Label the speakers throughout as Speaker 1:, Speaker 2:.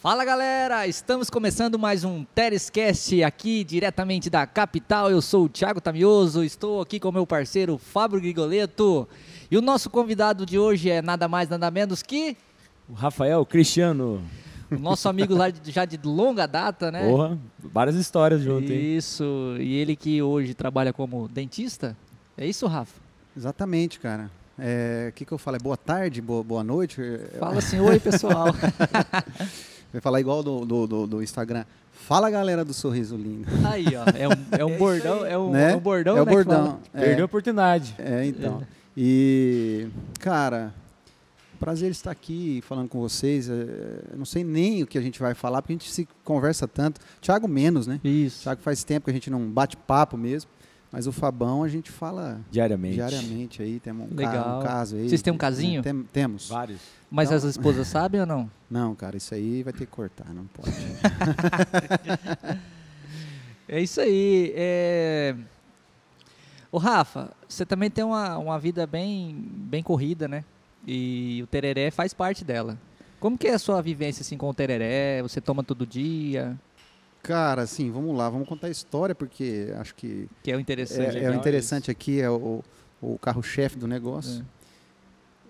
Speaker 1: Fala galera, estamos começando mais um Terescast aqui diretamente da capital. Eu sou o Thiago Tamioso, estou aqui com meu parceiro Fábio Grigoleto. E o nosso convidado de hoje é nada mais, nada menos que
Speaker 2: O Rafael Cristiano.
Speaker 1: o nosso amigo lá de- já de longa data, né?
Speaker 2: Porra, várias histórias junto, hein?
Speaker 1: Isso, e ele que hoje trabalha como dentista. É isso, Rafa?
Speaker 3: Exatamente, cara. É, O que, que eu falo? É boa tarde, boa, boa noite? É,
Speaker 1: Fala assim, oi pessoal.
Speaker 3: Vai falar igual do, do, do- do Instagram. Fala, galera do Sorriso Lindo.
Speaker 1: Aí, ó, é um, é um
Speaker 2: É isso
Speaker 1: bordão,
Speaker 2: aí.
Speaker 1: é um,
Speaker 3: né?
Speaker 1: é um bordão,
Speaker 3: É o
Speaker 1: né, que fala.
Speaker 3: bordão.
Speaker 2: Perdeu a
Speaker 3: É,
Speaker 2: oportunidade.
Speaker 3: é, então. E, cara, prazer estar aqui falando com vocês. É, eu não sei nem o que a gente vai falar, porque a gente se conversa tanto. Thiago menos, né?
Speaker 1: Isso.
Speaker 3: Thiago faz tempo que a gente não bate papo mesmo. Mas o Fabão a gente fala
Speaker 2: Diariamente.
Speaker 3: diariamente aí. Temos um, ca-
Speaker 1: Legal.
Speaker 3: um caso aí.
Speaker 1: Vocês têm um casinho?
Speaker 3: Tem- temos.
Speaker 2: Vários.
Speaker 1: Mas
Speaker 3: Então-
Speaker 1: as esposas sabem ou não?
Speaker 3: Não, cara, isso aí vai ter que cortar, não pode.
Speaker 1: É isso aí. É... O Rafa, você também tem uma, uma vida bem, bem corrida, né? E o tereré faz parte dela. Como que é a sua vivência assim com o tereré? Você toma todo dia?
Speaker 3: Cara, assim, vamos lá, vamos contar a história, porque acho que
Speaker 1: Que é o
Speaker 3: é,
Speaker 1: interessante.
Speaker 3: é o
Speaker 2: legal
Speaker 3: interessante aqui, é o, o carro-chefe do negócio.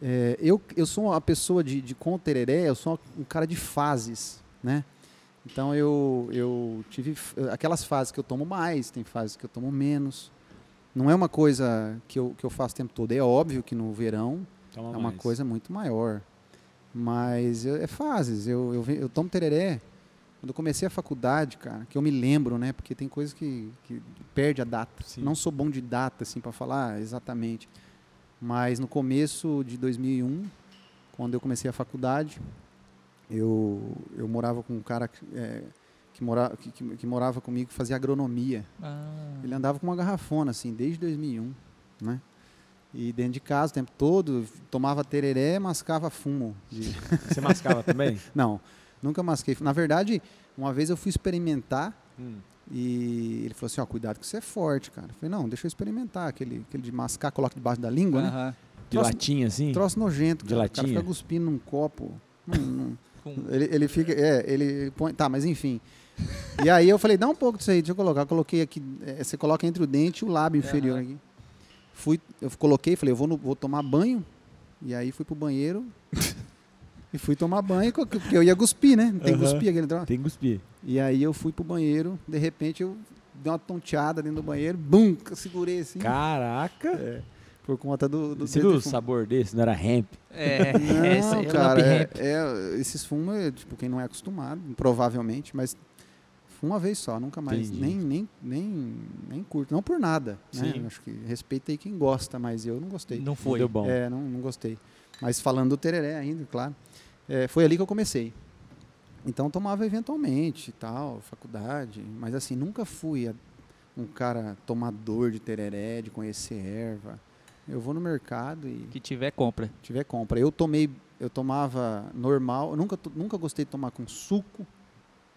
Speaker 3: É, eu, eu sou uma pessoa de, de com tereré, eu sou um cara de fases, né? Então eu, eu tive f- aquelas fases que eu tomo mais, tem fases que eu tomo menos. Não é uma coisa que eu, que eu faço o tempo todo. É óbvio que no verão
Speaker 2: Toma
Speaker 3: É uma
Speaker 2: mais.
Speaker 3: coisa muito maior. Mas eu- é fases. Eu, eu, ve- eu tomo tereré. Quando eu comecei a faculdade, cara, que eu me lembro, né? Porque tem coisas que, que perde a data.
Speaker 2: Sim.
Speaker 3: Não sou bom de data, assim, para falar exatamente. Mas no começo de 2001, quando eu comecei a faculdade, eu, eu morava com um cara que, é, que, mora, que, que- que morava comigo, que fazia agronomia.
Speaker 1: Ah,
Speaker 3: Ele andava com uma garrafona, assim, desde 2001, né? E dentro de casa o tempo todo, tomava tereré, mascava fumo. de-
Speaker 2: Você mascava também?
Speaker 3: Não, nunca masquei. Na verdade, uma vez eu fui experimentar e ele falou assim, ó, cuidado que você é forte, cara. Eu falei, não, deixa eu experimentar. Aquele, aquele de mascar, coloca debaixo da língua, né?
Speaker 1: aham.
Speaker 2: De
Speaker 3: Troço-
Speaker 2: latinha, assim?
Speaker 3: Troço nojento,
Speaker 2: De
Speaker 3: cara. O cara
Speaker 2: latinha?
Speaker 3: fica cuspindo num copo. Não, não,
Speaker 1: Com-
Speaker 3: ele, ele fica. É, ele põe. Tá, mas enfim. E aí eu falei, dá um pouco disso aí, deixa eu colocar. Eu coloquei aqui. é, você coloca entre o dente e o lábio inferior aqui. Fui, eu coloquei, falei, eu vou, no- vou tomar banho. E aí fui pro banheiro. e fui tomar banho, co- porque eu ia cuspir, né? Não tem que
Speaker 2: Aham.
Speaker 3: cuspir aquele troço.
Speaker 2: Tem que cuspir.
Speaker 3: E aí eu fui pro banheiro, de repente eu dei uma tonteada dentro do banheiro, bum, segurei assim. é,
Speaker 2: Caraca!
Speaker 3: Por conta do. do
Speaker 2: Você viu
Speaker 3: do- do
Speaker 2: o sabor desse? Não era hemp?
Speaker 1: É,
Speaker 3: Não,
Speaker 1: é, isso aí, é
Speaker 3: cara,
Speaker 1: lap
Speaker 3: é,
Speaker 1: rap.
Speaker 3: é, esses fumos, é, tipo, quem não é acostumado, provavelmente, mas uma vez só, nunca mais,
Speaker 2: Entendi.
Speaker 3: nem, nem, nem, nem curto, não por nada, né?
Speaker 2: Sim.
Speaker 3: Acho que respeita aí quem gosta, mas eu não gostei.
Speaker 1: Não
Speaker 2: Não
Speaker 1: foi.
Speaker 2: Deu bom.
Speaker 3: É, não, não gostei. Mas falando do tereré ainda, claro, é, foi ali que eu comecei. Então tomava eventualmente, e tal, faculdade, mas assim, nunca fui a- um cara tomador de tereré, de conhecer erva. Eu vou no mercado e
Speaker 1: Que tiver, compra.
Speaker 3: tiver compra. Eu tomei, eu tomava normal, eu nunca, to- nunca gostei de tomar com suco.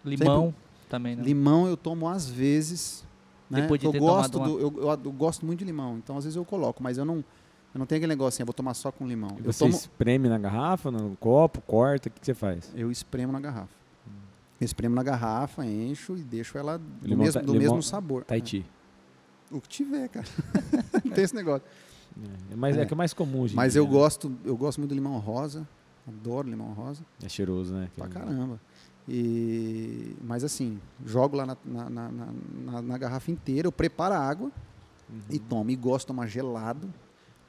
Speaker 1: Limão também, né? não.
Speaker 3: Limão eu tomo às vezes, né?
Speaker 1: Depois de
Speaker 3: eu
Speaker 1: ter
Speaker 3: gosto
Speaker 1: tomado
Speaker 3: do, eu, eu ad- eu gosto muito de limão, então às vezes eu coloco, mas eu não eu não tenho aquele negócio assim, eu vou tomar só com limão.
Speaker 2: E
Speaker 3: Eu
Speaker 2: Você
Speaker 3: tomo,
Speaker 2: espreme na garrafa, no copo, corta, o que, que você faz?
Speaker 3: eu espremo na garrafa.
Speaker 1: Hum.
Speaker 3: Eu espremo na garrafa, encho e deixo ela do,
Speaker 2: Limão
Speaker 1: tá
Speaker 3: mesmo,
Speaker 2: ta-
Speaker 3: do
Speaker 2: limão-
Speaker 3: mesmo sabor.
Speaker 2: Tahiti.
Speaker 3: É, O que tiver, cara. não tem esse negócio.
Speaker 2: É, mas é.
Speaker 3: É.
Speaker 2: que é mais comum, gente.
Speaker 3: Mas eu
Speaker 1: né?
Speaker 3: gosto, eu gosto muito do limão rosa. Adoro limão rosa.
Speaker 2: É cheiroso, né?
Speaker 3: Pra caramba. E, mas assim, jogo lá na, na- na- na- na- na garrafa inteira, eu preparo a água
Speaker 1: Uhum.
Speaker 3: e tomo. E gosto de tomar gelado,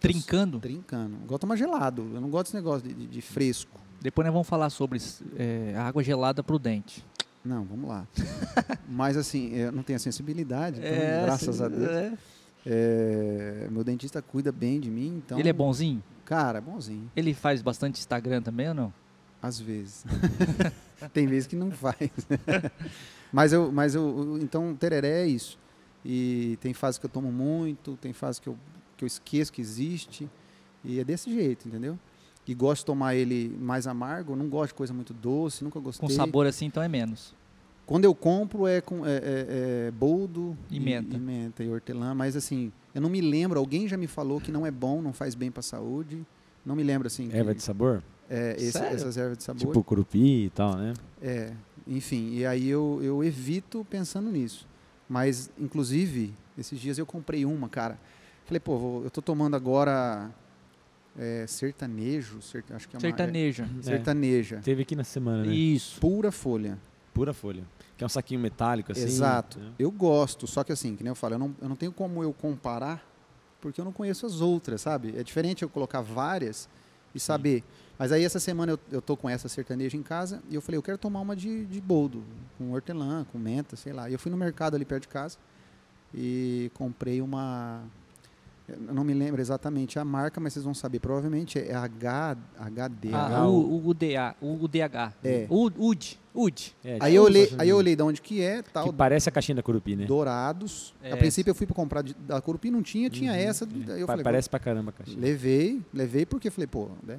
Speaker 1: Trincando.
Speaker 3: trincando. Eu Gosto de tomar gelado, eu não gosto desse negócio de, de- de fresco.
Speaker 1: Depois nós vamos falar sobre é, água gelada pro dente.
Speaker 3: Não, vamos lá. mas assim, eu não tenho a sensibilidade, então,
Speaker 1: É,
Speaker 3: graças
Speaker 1: sim,
Speaker 3: a Deus.
Speaker 1: é.
Speaker 3: É, meu dentista cuida bem de mim, então.
Speaker 1: Ele é bonzinho?
Speaker 3: Cara, bonzinho,
Speaker 1: Ele faz bastante Instagram também ou não?
Speaker 3: às vezes. Tem vezes que não faz. mas eu, mas eu, então tereré é isso. E tem fase que eu tomo muito, tem fase que eu, que eu esqueço que existe. E é desse jeito, entendeu? E gosto de tomar ele mais amargo, não gosto de coisa muito doce, nunca gostei.
Speaker 1: Com sabor assim, então é menos.
Speaker 3: Quando eu compro é com é, é- é boldo
Speaker 1: E menta.
Speaker 3: e, menta e hortelã, mas assim, eu não me lembro, alguém já me falou que não é bom, não faz bem para a saúde. Não me lembro assim. que-
Speaker 2: Erva de sabor?
Speaker 3: é, esse-
Speaker 1: Sério?
Speaker 3: essas ervas de sabor.
Speaker 2: Tipo curupi e tal, né?
Speaker 3: É, enfim, e aí eu, eu evito pensando nisso. Mas, inclusive, esses dias eu comprei uma, cara. Falei, pô, vou- eu tô tomando agora é, sertanejo, ser- acho que é uma,
Speaker 1: Sertanejo.
Speaker 3: é, sertaneja,
Speaker 2: Teve aqui na semana, né?
Speaker 1: Isso.
Speaker 3: pura folha.
Speaker 2: Pura folha. Que é um saquinho metálico, assim.
Speaker 3: Exato.
Speaker 2: né?
Speaker 3: Eu gosto, só que assim, que nem eu falo, eu não, eu não tenho como eu comparar, porque eu não conheço as outras, sabe? É diferente eu colocar várias e saber. Mas aí essa semana eu, eu tô com essa sertaneja em casa e eu falei, eu quero tomar uma de, de boldo, com hortelã, com menta, sei lá. E eu fui no mercado ali perto de casa e comprei uma. Eu não me lembro exatamente a marca, mas vocês vão saber. Provavelmente é H, HD.
Speaker 1: Ah, o, o UDA, o UDH.
Speaker 3: É.
Speaker 1: O UD, UD.
Speaker 2: É,
Speaker 3: aí
Speaker 2: tipo
Speaker 3: eu olhei,
Speaker 2: caixinha
Speaker 3: aí eu olhei de onde que é,
Speaker 2: Que
Speaker 3: tal,
Speaker 2: parece a caixinha da curupi, né?
Speaker 3: dourados.
Speaker 1: É.
Speaker 3: A princípio eu fui para comprar de- da Curupi, não tinha, tinha
Speaker 2: Uhum,
Speaker 3: essa.
Speaker 2: é.
Speaker 3: Aí eu
Speaker 2: Pa-
Speaker 3: falei,
Speaker 2: parece pra caramba a
Speaker 3: "Pô,
Speaker 2: caixinha.
Speaker 3: levei, levei porque falei, pô, né?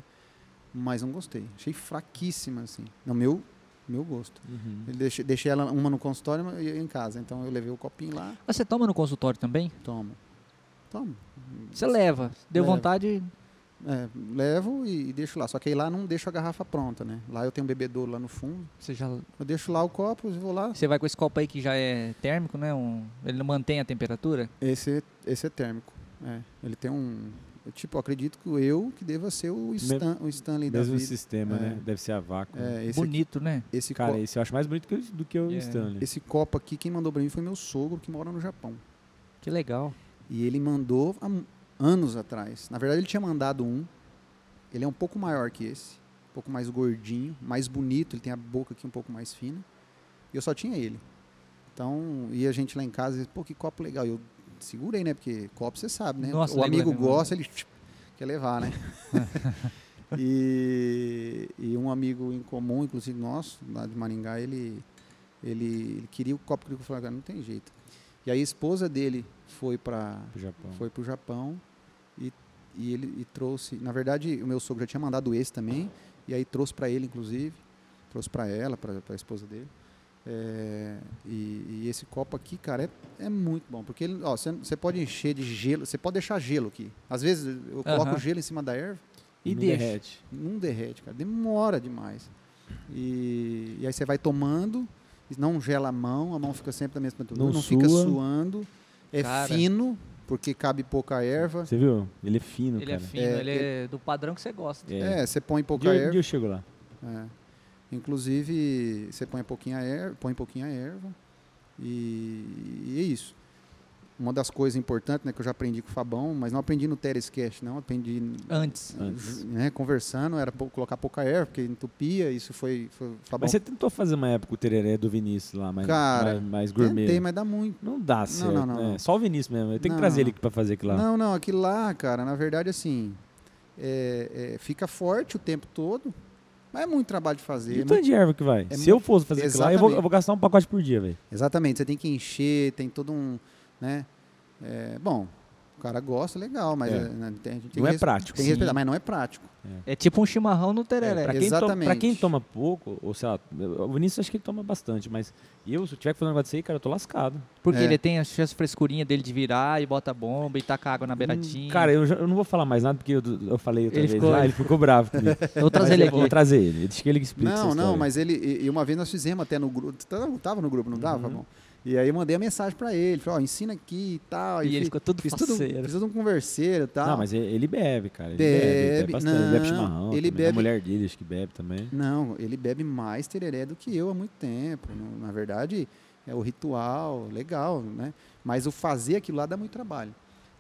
Speaker 3: Mas não gostei. Achei fraquíssima, assim, no meu, meu gosto.
Speaker 2: Uhum.
Speaker 3: Eu deixei, deixei ela uma no consultório e uma em casa. Então eu levei o copinho lá,
Speaker 1: Mas Ah, você toma no consultório também?
Speaker 3: tomo. Tomo.
Speaker 1: Você leva. Deu
Speaker 3: Levo.
Speaker 1: vontade.
Speaker 3: É, levo e, e deixo lá. Só que aí lá não deixo a garrafa pronta, né? Lá eu tenho um bebedouro lá no fundo.
Speaker 1: Você já.
Speaker 3: Eu deixo lá o copo e vou lá.
Speaker 1: Você vai com esse copo aí que já é térmico, né? Um, ele não mantém a temperatura?
Speaker 3: Esse, esse é térmico. É. Ele tem um. eu, Tipo, eu acredito que eu que deva ser o, Stan, o Stanley da
Speaker 2: Mesmo
Speaker 3: vida.
Speaker 2: sistema,
Speaker 3: É.
Speaker 2: né? Deve ser a vácuo.
Speaker 3: É, esse,
Speaker 1: Bonito, né?
Speaker 3: esse,
Speaker 2: Cara,
Speaker 3: co-
Speaker 2: esse eu acho mais bonito que o- do que o
Speaker 1: É.
Speaker 2: Stanley.
Speaker 3: esse copo aqui, quem mandou pra mim foi meu sogro, que mora no Japão.
Speaker 1: Que legal.
Speaker 3: E ele mandou há m- anos atrás. Na verdade, ele tinha mandado um. Ele é um pouco maior que esse. Um pouco mais gordinho, mais bonito. Ele tem a boca aqui um pouco mais fina. E eu só tinha ele. Então, ia a gente lá em casa e disse, pô, que copo legal. E eu segurei, né? Porque copo você sabe, né?
Speaker 1: Nossa,
Speaker 3: o
Speaker 1: legal,
Speaker 3: amigo
Speaker 1: legal.
Speaker 3: gosta, ele tchup, quer levar, né? e, e um amigo em comum, inclusive nosso, lá de Maringá, ele, ele, ele queria o copo que eu falei, cara, não tem jeito. E aí a esposa dele foi para
Speaker 2: Pro Japão.
Speaker 3: foi pro Japão e, e ele e trouxe. Na verdade, o meu sogro já tinha mandado esse também, e aí trouxe para ele, inclusive, trouxe para ela, para a esposa dele. É, e, e esse copo aqui, cara, é, é muito bom, porque ele, ó, você pode encher de gelo, você pode deixar gelo aqui. Às vezes eu coloco
Speaker 1: Aham.
Speaker 3: gelo em cima da erva,
Speaker 1: E
Speaker 2: Não
Speaker 1: deixa.
Speaker 2: derrete.
Speaker 3: não derrete, cara, demora demais. E, e aí você vai tomando, e não gela a mão, a mão fica sempre da mesma temperatura, não,
Speaker 2: Não
Speaker 3: fica
Speaker 2: sua.
Speaker 3: suando, é
Speaker 1: Cara.
Speaker 3: fino, porque cabe pouca erva.
Speaker 2: Você viu? Ele é fino,
Speaker 1: Ele é
Speaker 2: cara.
Speaker 1: fino,
Speaker 3: É,
Speaker 1: ele é do padrão que você gosta.
Speaker 2: É.
Speaker 3: É, você põe
Speaker 2: Um
Speaker 3: pouca
Speaker 2: dia, um
Speaker 3: erva.
Speaker 2: dia eu chego lá.
Speaker 3: é. Inclusive, você põe pouquinha erva, põe pouquinha erva e, e é isso. Uma das coisas importantes, né, que eu já aprendi com o Fabão, mas não aprendi no Terescast, não, aprendi
Speaker 1: Antes.
Speaker 2: Antes.
Speaker 3: né, conversando, era pou- colocar pouca erva, porque entupia, isso foi, foi o Fabão.
Speaker 2: Mas você tentou fazer uma época o tereré do Vinícius lá, mais,
Speaker 3: Cara,
Speaker 2: mais, mais gourmet. né?
Speaker 3: Tentei, mas dá muito.
Speaker 2: Não dá certo,
Speaker 3: não, não,
Speaker 2: né?
Speaker 3: não.
Speaker 2: Só o Vinícius mesmo. Eu tenho
Speaker 3: Não,
Speaker 2: que trazer
Speaker 3: não,
Speaker 2: ele aqui pra fazer aquilo lá.
Speaker 3: Não, não, aquilo lá, cara, na verdade, assim, é- é, fica forte o tempo todo, mas é muito trabalho de fazer.
Speaker 2: E
Speaker 3: é
Speaker 2: o tanto de erva que vai?
Speaker 3: é
Speaker 2: Se eu fosse fazer aquilo lá, eu vou,
Speaker 3: Exatamente.
Speaker 2: eu vou gastar um pacote por dia, velho.
Speaker 3: Exatamente, você tem que encher, tem todo um, né? É, bom, o cara gosta, legal, mas
Speaker 2: É.
Speaker 3: é, né, tem- a gente tem
Speaker 2: Não
Speaker 3: que
Speaker 2: é
Speaker 3: res-
Speaker 2: prático.
Speaker 3: Tem que
Speaker 1: sim.
Speaker 3: respeitar, mas não é prático.
Speaker 1: É tipo um chimarrão no tereré.
Speaker 2: É, pra, quem toma, pra quem
Speaker 3: Exatamente.
Speaker 2: toma pouco, ou sei lá, o Vinícius acho que ele toma bastante, mas eu, se eu tiver que fazer um negócio desse aí, cara, eu tô lascado.
Speaker 1: Porque
Speaker 3: É.
Speaker 1: ele tem a chance frescurinha dele de virar e bota a bomba e taca água na beiradinha.
Speaker 2: Hum, Cara, eu, já- eu não vou falar mais nada, porque eu, eu falei outra
Speaker 1: Ele
Speaker 2: vez
Speaker 1: ficou-
Speaker 2: lá, ele ficou bravo comigo.
Speaker 1: eu vou trazer ele
Speaker 2: Mas é eu Vou
Speaker 1: aqui.
Speaker 2: trazer ele, deixa que ele explique essa
Speaker 3: Não, não,
Speaker 2: história.
Speaker 3: mas ele. E e uma vez nós fizemos até no grupo. Tava no grupo, não dava,
Speaker 2: Uhum.
Speaker 3: bom? E aí eu mandei a mensagem pra ele, falei, ó, ensina aqui e tal.
Speaker 1: E ele
Speaker 3: fiz-
Speaker 1: ficou todo
Speaker 3: fiz tudo,
Speaker 1: faceiro.
Speaker 3: fiz tudo um converseiro e tal.
Speaker 2: Não, mas ele- ele bebe, cara. Ele
Speaker 3: Bebe,
Speaker 2: bebe, ele bebe bastante. ele bebe
Speaker 3: não,
Speaker 2: chimarrão. também.
Speaker 3: ele
Speaker 2: A
Speaker 3: bebe-
Speaker 2: mulher dele, acho que bebe também.
Speaker 3: Não, ele bebe mais tereré do que eu há muito tempo. Não- Na verdade, é o ritual, legal, né? Mas o fazer aquilo lá dá muito trabalho.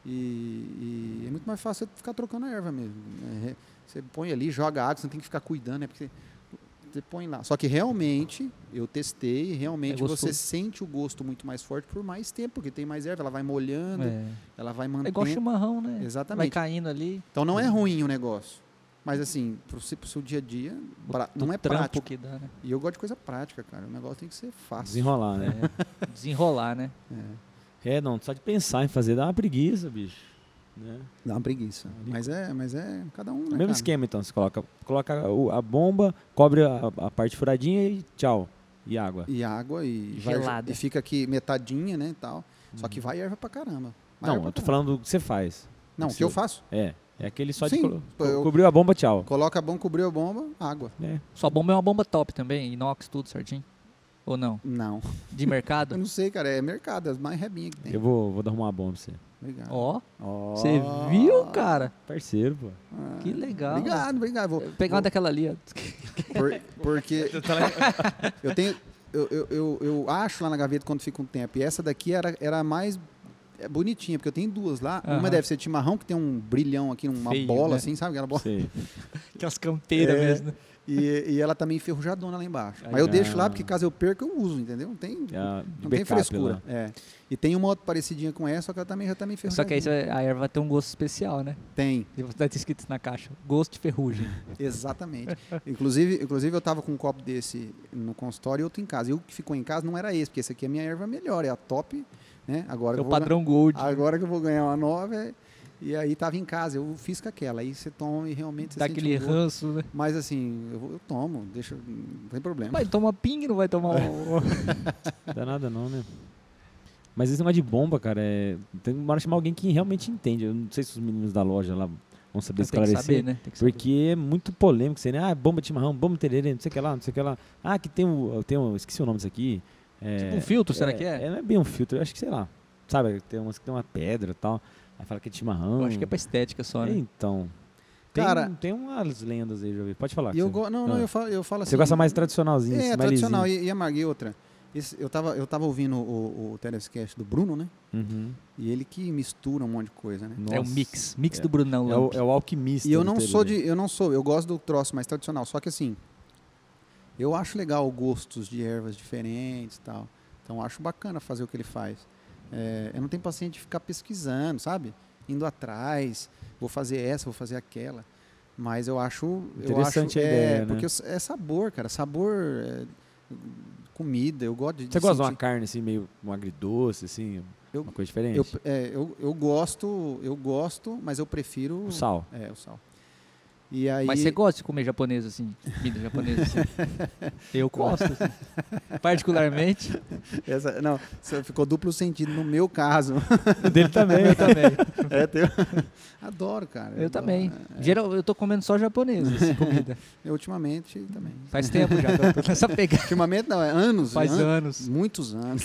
Speaker 3: E, e é muito mais fácil você ficar trocando a erva mesmo. né? Você põe ali, joga água, você não tem que ficar cuidando, né? Porque você, você põe lá. Só que realmente, eu testei,
Speaker 1: É
Speaker 3: realmente
Speaker 1: gostoso.
Speaker 3: você sente o gosto muito mais forte por mais tempo, porque tem mais erva, ela vai molhando,
Speaker 1: É.
Speaker 3: ela vai
Speaker 1: É igual
Speaker 3: mantendo.
Speaker 1: chimarrão, né? Vai
Speaker 3: Exatamente.
Speaker 1: caindo ali.
Speaker 3: Então não é ruim o negócio. Mas assim, pro, seu- pro seu dia a dia, pra- não
Speaker 1: do
Speaker 3: é
Speaker 1: trampo
Speaker 3: prático.
Speaker 1: que dá, né?
Speaker 3: E eu gosto de coisa prática, cara. O negócio tem que ser fácil.
Speaker 2: Desenrolar, né?
Speaker 1: É. Desenrolar, né?
Speaker 2: É, não, só de pensar em fazer dá uma preguiça, bicho. Né?
Speaker 3: Dá uma preguiça. Mas é, mas é cada um, né,
Speaker 2: O mesmo
Speaker 3: cara?
Speaker 2: esquema, então, você coloca, coloca o- a bomba, cobre a, a parte furadinha e tchau. E água.
Speaker 3: E água e...
Speaker 1: E
Speaker 3: vai-
Speaker 1: gelada.
Speaker 3: E fica aqui metadinha, né, e tal. Só que vai erva pra caramba. Vai
Speaker 2: Uhum. não,
Speaker 3: erva
Speaker 2: eu tô
Speaker 3: pra caramba.
Speaker 2: falando do que você faz.
Speaker 3: Não, o que eu faço?
Speaker 2: É. É aquele só
Speaker 3: Sim,
Speaker 2: de colo-
Speaker 3: pô, eu-
Speaker 2: cobriu a bomba, tchau.
Speaker 3: Coloca a bomba, cobriu a bomba, água.
Speaker 2: É.
Speaker 1: Sua bomba é uma bomba top também, inox, tudo certinho? Ou não?
Speaker 3: Não.
Speaker 1: De
Speaker 3: Eu
Speaker 1: mercado?
Speaker 3: não sei, cara. É mercado, as mais rebinhas que tem.
Speaker 2: Eu vou, vou dar uma bomba pra você. é
Speaker 3: Obrigado.
Speaker 1: Ó,
Speaker 3: Ó.
Speaker 1: você viu, cara?
Speaker 2: Parceiro, pô.
Speaker 3: Ah,
Speaker 1: Que legal.
Speaker 3: Obrigado, obrigado. Vou,
Speaker 1: Vou pegar uma daquela ali, ó.
Speaker 3: por- porque eu tenho. Eu, eu, eu, eu acho lá na gaveta quando fica um tempo. E essa daqui era, era a mais é, bonitinha, porque eu tenho duas lá. Uma
Speaker 1: Aham.
Speaker 3: deve ser de chimarrão, que tem um brilhão aqui, uma
Speaker 1: Feio,
Speaker 3: bola
Speaker 1: né?
Speaker 3: assim, sabe? Aquela bola.
Speaker 2: Sei.
Speaker 1: Aquelas canteiras
Speaker 3: É.
Speaker 1: mesmo. né?
Speaker 3: E, e ela tá meio enferrujadona lá embaixo.
Speaker 2: Ai,
Speaker 3: Mas eu
Speaker 2: não.
Speaker 3: deixo lá, porque caso eu perca, eu uso, entendeu? Não
Speaker 1: É,
Speaker 3: tem,
Speaker 2: Ah, de
Speaker 3: não tem
Speaker 2: backup
Speaker 3: frescura.
Speaker 2: lá.
Speaker 3: É. E tem uma outra parecidinha com essa, só que ela também já tá meio
Speaker 1: né? Só
Speaker 3: enferrujadona.
Speaker 1: que aí você vai- a erva vai ter um gosto especial, né?
Speaker 3: Tem,
Speaker 1: E Deve ter escrito isso na caixa. Gosto de ferrugem.
Speaker 3: exatamente. inclusive, inclusive, eu tava com um copo desse no consultório e outro em casa. E o que ficou em casa não era esse, porque esse aqui é a minha erva melhor, é a top, né? Agora
Speaker 1: É
Speaker 3: que
Speaker 1: o
Speaker 3: eu vou Ah,
Speaker 1: padrão gold.
Speaker 3: ganhar- agora que eu vou ganhar uma nova, é- e aí tava em casa, eu fiz com aquela. Aí você toma e realmente você
Speaker 1: Dá
Speaker 3: sente
Speaker 1: aquele
Speaker 3: um gosto.
Speaker 1: ranço, né?
Speaker 3: Mas assim, eu, vou- eu tomo, deixa, não tem problema.
Speaker 1: Vai tomar ping, não vai tomar um, o...
Speaker 2: Não dá nada não, né? Mas esse negócio de bomba, cara, é... tem que chamar alguém que realmente entende. Eu não sei se os meninos da loja lá vão
Speaker 1: Tem
Speaker 2: saber
Speaker 1: que
Speaker 2: esclarecer.
Speaker 1: saber, né? Tem que saber.
Speaker 2: Porque é muito polêmico, você, né? Ah, bomba de chimarrão, bomba de tererê, não sei o que lá, não sei o que lá. Ah, que tem um... Tem um esqueci o nome disso aqui. É,
Speaker 1: Tipo um filtro, será que é?
Speaker 2: Não é bem um filtro, eu acho que, sei lá. Sabe, tem umas que tem uma pedra e tal. Aí fala que é de chimarrão.
Speaker 1: Eu acho que é pra estética só,
Speaker 2: É,
Speaker 1: né?
Speaker 2: Então. Tem,
Speaker 3: Cara-
Speaker 2: tem umas lendas aí, Jovem. Pode falar.
Speaker 3: E eu
Speaker 2: que você-
Speaker 3: go- não, não,
Speaker 2: Ah.
Speaker 3: eu falo, eu falo assim.
Speaker 2: Você gosta mais tradicionalzinho,
Speaker 3: É,
Speaker 2: esse mais
Speaker 3: tradicional.
Speaker 2: lisinho.
Speaker 3: E, e amarguei outra. Esse- eu, tava, eu tava ouvindo o, o, o Telescast do Bruno, né?
Speaker 2: Uhum.
Speaker 3: E ele que mistura um monte de coisa, né?
Speaker 1: É o
Speaker 2: Nossa.
Speaker 1: mix. Mix do Brunão
Speaker 2: É o,
Speaker 1: Lamp.
Speaker 2: é o alquimista.
Speaker 3: E eu
Speaker 2: do
Speaker 3: não
Speaker 2: tererê.
Speaker 3: sou de. Eu não sou, eu gosto do troço mais tradicional. Só que assim, eu acho legal gostos de ervas diferentes e tal. Então eu acho bacana fazer o que ele faz. É, eu não tenho paciente de ficar pesquisando, sabe? Indo atrás, vou fazer essa, vou fazer aquela. Mas eu acho.
Speaker 2: Interessante
Speaker 3: eu
Speaker 2: a
Speaker 3: acho,
Speaker 2: ideia,
Speaker 3: é,
Speaker 2: né?
Speaker 3: Porque é sabor, cara. Sabor. é, comida, eu gosto de.
Speaker 2: Você
Speaker 3: de
Speaker 2: gosta de uma
Speaker 3: sentir-
Speaker 2: carne assim, meio um agridoce, assim?
Speaker 3: Eu-
Speaker 2: uma coisa diferente?
Speaker 3: eu, é, eu, eu gosto, eu gosto, mas eu prefiro.
Speaker 2: o sal.
Speaker 3: É, o sal. E aí.
Speaker 1: Mas você gosta de comer japonês assim? Comida japonesa assim? Eu gosto. assim. Particularmente,
Speaker 3: Essa- não, isso ficou duplo sentido no meu caso.
Speaker 2: O dele também.
Speaker 1: eu também.
Speaker 3: É teu. Adoro, cara.
Speaker 1: Eu
Speaker 3: adoro.
Speaker 1: também.
Speaker 3: É,
Speaker 1: Geral, eu tô comendo só japonês, assim, comida.
Speaker 3: eu ultimamente também.
Speaker 1: Faz tempo já que eu tô nessa pegada.
Speaker 3: Ultimamente não, é anos.
Speaker 1: Faz
Speaker 3: an-
Speaker 1: anos.
Speaker 3: Muitos anos.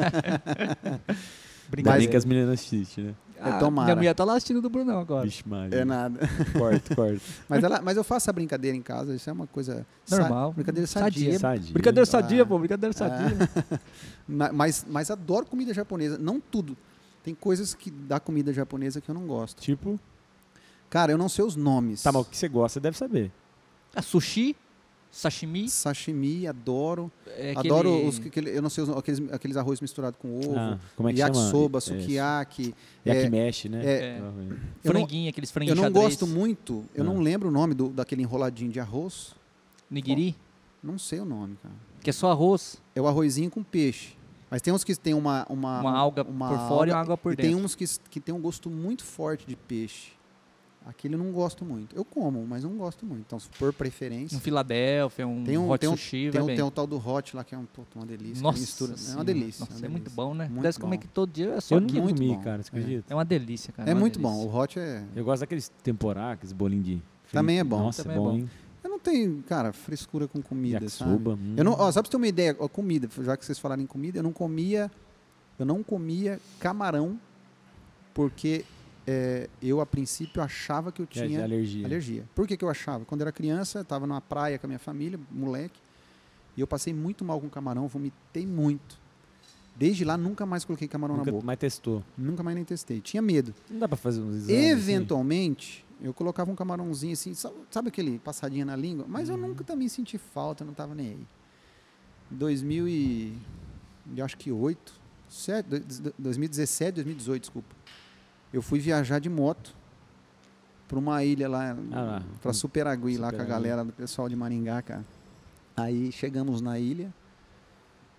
Speaker 2: Ainda
Speaker 1: Brincadeira.
Speaker 2: bem que as meninas assistem, né?
Speaker 1: Ah,
Speaker 3: tomara.
Speaker 1: minha mulher tá lá assistindo do Brunão agora.
Speaker 2: Vixe, Maria.
Speaker 3: É nada.
Speaker 2: Corta, corta.
Speaker 3: Mas, ela, mas eu faço essa brincadeira em casa, isso é uma coisa. sa-
Speaker 1: Normal.
Speaker 3: brincadeira
Speaker 1: Sadia.
Speaker 3: sadia.
Speaker 2: Sadia.
Speaker 1: Brincadeira
Speaker 3: Ah.
Speaker 1: sadia, pô. Brincadeira sadia.
Speaker 3: Ma- Mas, mas adoro comida japonesa. Não tudo. Tem coisas que da comida japonesa que eu não gosto.
Speaker 2: Tipo,
Speaker 3: Cara, eu não sei os nomes.
Speaker 2: tá, mas o que você gosta, você deve saber.
Speaker 1: Ah, sushi, sashimi.
Speaker 3: Sashimi, adoro.
Speaker 1: é
Speaker 3: Adoro
Speaker 1: aquele-
Speaker 3: os que, aquele- eu não sei os, aqueles, aqueles arroz misturado com ovo.
Speaker 2: Ah, como é que
Speaker 3: yakisoba,
Speaker 2: chama?
Speaker 3: sukiyaki.
Speaker 2: É,
Speaker 3: é,
Speaker 2: mexe, né?
Speaker 3: é,
Speaker 1: é,
Speaker 3: eu não-
Speaker 1: franguinho, aqueles
Speaker 3: eu
Speaker 1: franguinhos
Speaker 3: não
Speaker 1: xadrez.
Speaker 3: gosto muito, eu não
Speaker 2: Ah.
Speaker 3: lembro o nome do, daquele enroladinho de arroz.
Speaker 1: Nigiri,
Speaker 3: Não sei o nome, cara.
Speaker 1: que é só arroz.
Speaker 3: É o arrozinho com peixe. Mas tem uns que tem uma... Ah, Uma,
Speaker 1: Uma alga por fora e uma alga por
Speaker 3: e
Speaker 1: dentro.
Speaker 3: tem uns que, s- que tem um gosto muito forte de peixe. Aquele eu não gosto muito. Eu como, mas não gosto muito. Então, se for preferência...
Speaker 1: Um Filadélfia, um,
Speaker 3: Tem um-
Speaker 1: hot
Speaker 3: tem um-
Speaker 1: sushi,
Speaker 3: Tem
Speaker 1: vai
Speaker 3: um,
Speaker 1: bem.
Speaker 3: tem um tal do hot lá, que é um, puta, uma delícia.
Speaker 1: Nossa
Speaker 3: mistura. É uma
Speaker 1: senhora.
Speaker 3: delícia.
Speaker 1: Nossa,
Speaker 3: uma
Speaker 1: é muito
Speaker 3: delícia.
Speaker 1: bom, né?
Speaker 3: Muito
Speaker 1: Deve comer
Speaker 3: bom.
Speaker 1: que todo dia é só
Speaker 2: Eu
Speaker 1: aquilo.
Speaker 2: nunca
Speaker 3: muito
Speaker 2: comi,
Speaker 3: bom.
Speaker 2: cara, você
Speaker 3: É.
Speaker 2: acredita?
Speaker 1: É uma delícia, cara.
Speaker 3: É
Speaker 1: uma
Speaker 3: muito bom.
Speaker 1: delícia.
Speaker 3: O hot é...
Speaker 2: Eu gosto daqueles temporá, aqueles bolinhos de... frito.
Speaker 3: Também é bom.
Speaker 2: Nossa,
Speaker 1: Também
Speaker 2: é
Speaker 1: é
Speaker 2: bom,
Speaker 1: bom.
Speaker 2: hein?
Speaker 3: Eu não tenho, cara, frescura com comida,
Speaker 1: é
Speaker 3: sabe?
Speaker 2: Yakisoba. hum.
Speaker 3: Eu não, ó, só pra você ter uma ideia, ó, comida, já que vocês falaram em comida, eu não comia, eu não comia camarão, porque é, eu a princípio achava que eu
Speaker 2: É, de
Speaker 3: tinha
Speaker 2: alergia.
Speaker 3: alergia. Por que, que eu achava? Quando eu era criança, eu tava numa praia com a minha família, moleque, e eu passei muito mal com camarão, vomitei muito. Desde lá nunca mais coloquei camarão
Speaker 2: Nunca
Speaker 3: na boca,
Speaker 2: mais testou.
Speaker 3: nunca mais nem testei. Tinha medo.
Speaker 2: Não dá pra fazer uns exames. assim.
Speaker 3: Eventualmente, eu colocava um camarãozinho assim, sa- sabe aquele passadinha na língua? Mas
Speaker 2: Uhum.
Speaker 3: eu nunca também senti falta, eu não tava nem aí. Em 2000 e... eu acho que 8, sete- dois- dois- 2017, 2018, desculpa. Eu fui viajar de moto pra uma ilha lá,
Speaker 2: Ah, lá.
Speaker 3: pra Superagui, lá com a
Speaker 2: Superagui.
Speaker 3: galera do pessoal de Maringá, cara. Aí chegamos na ilha,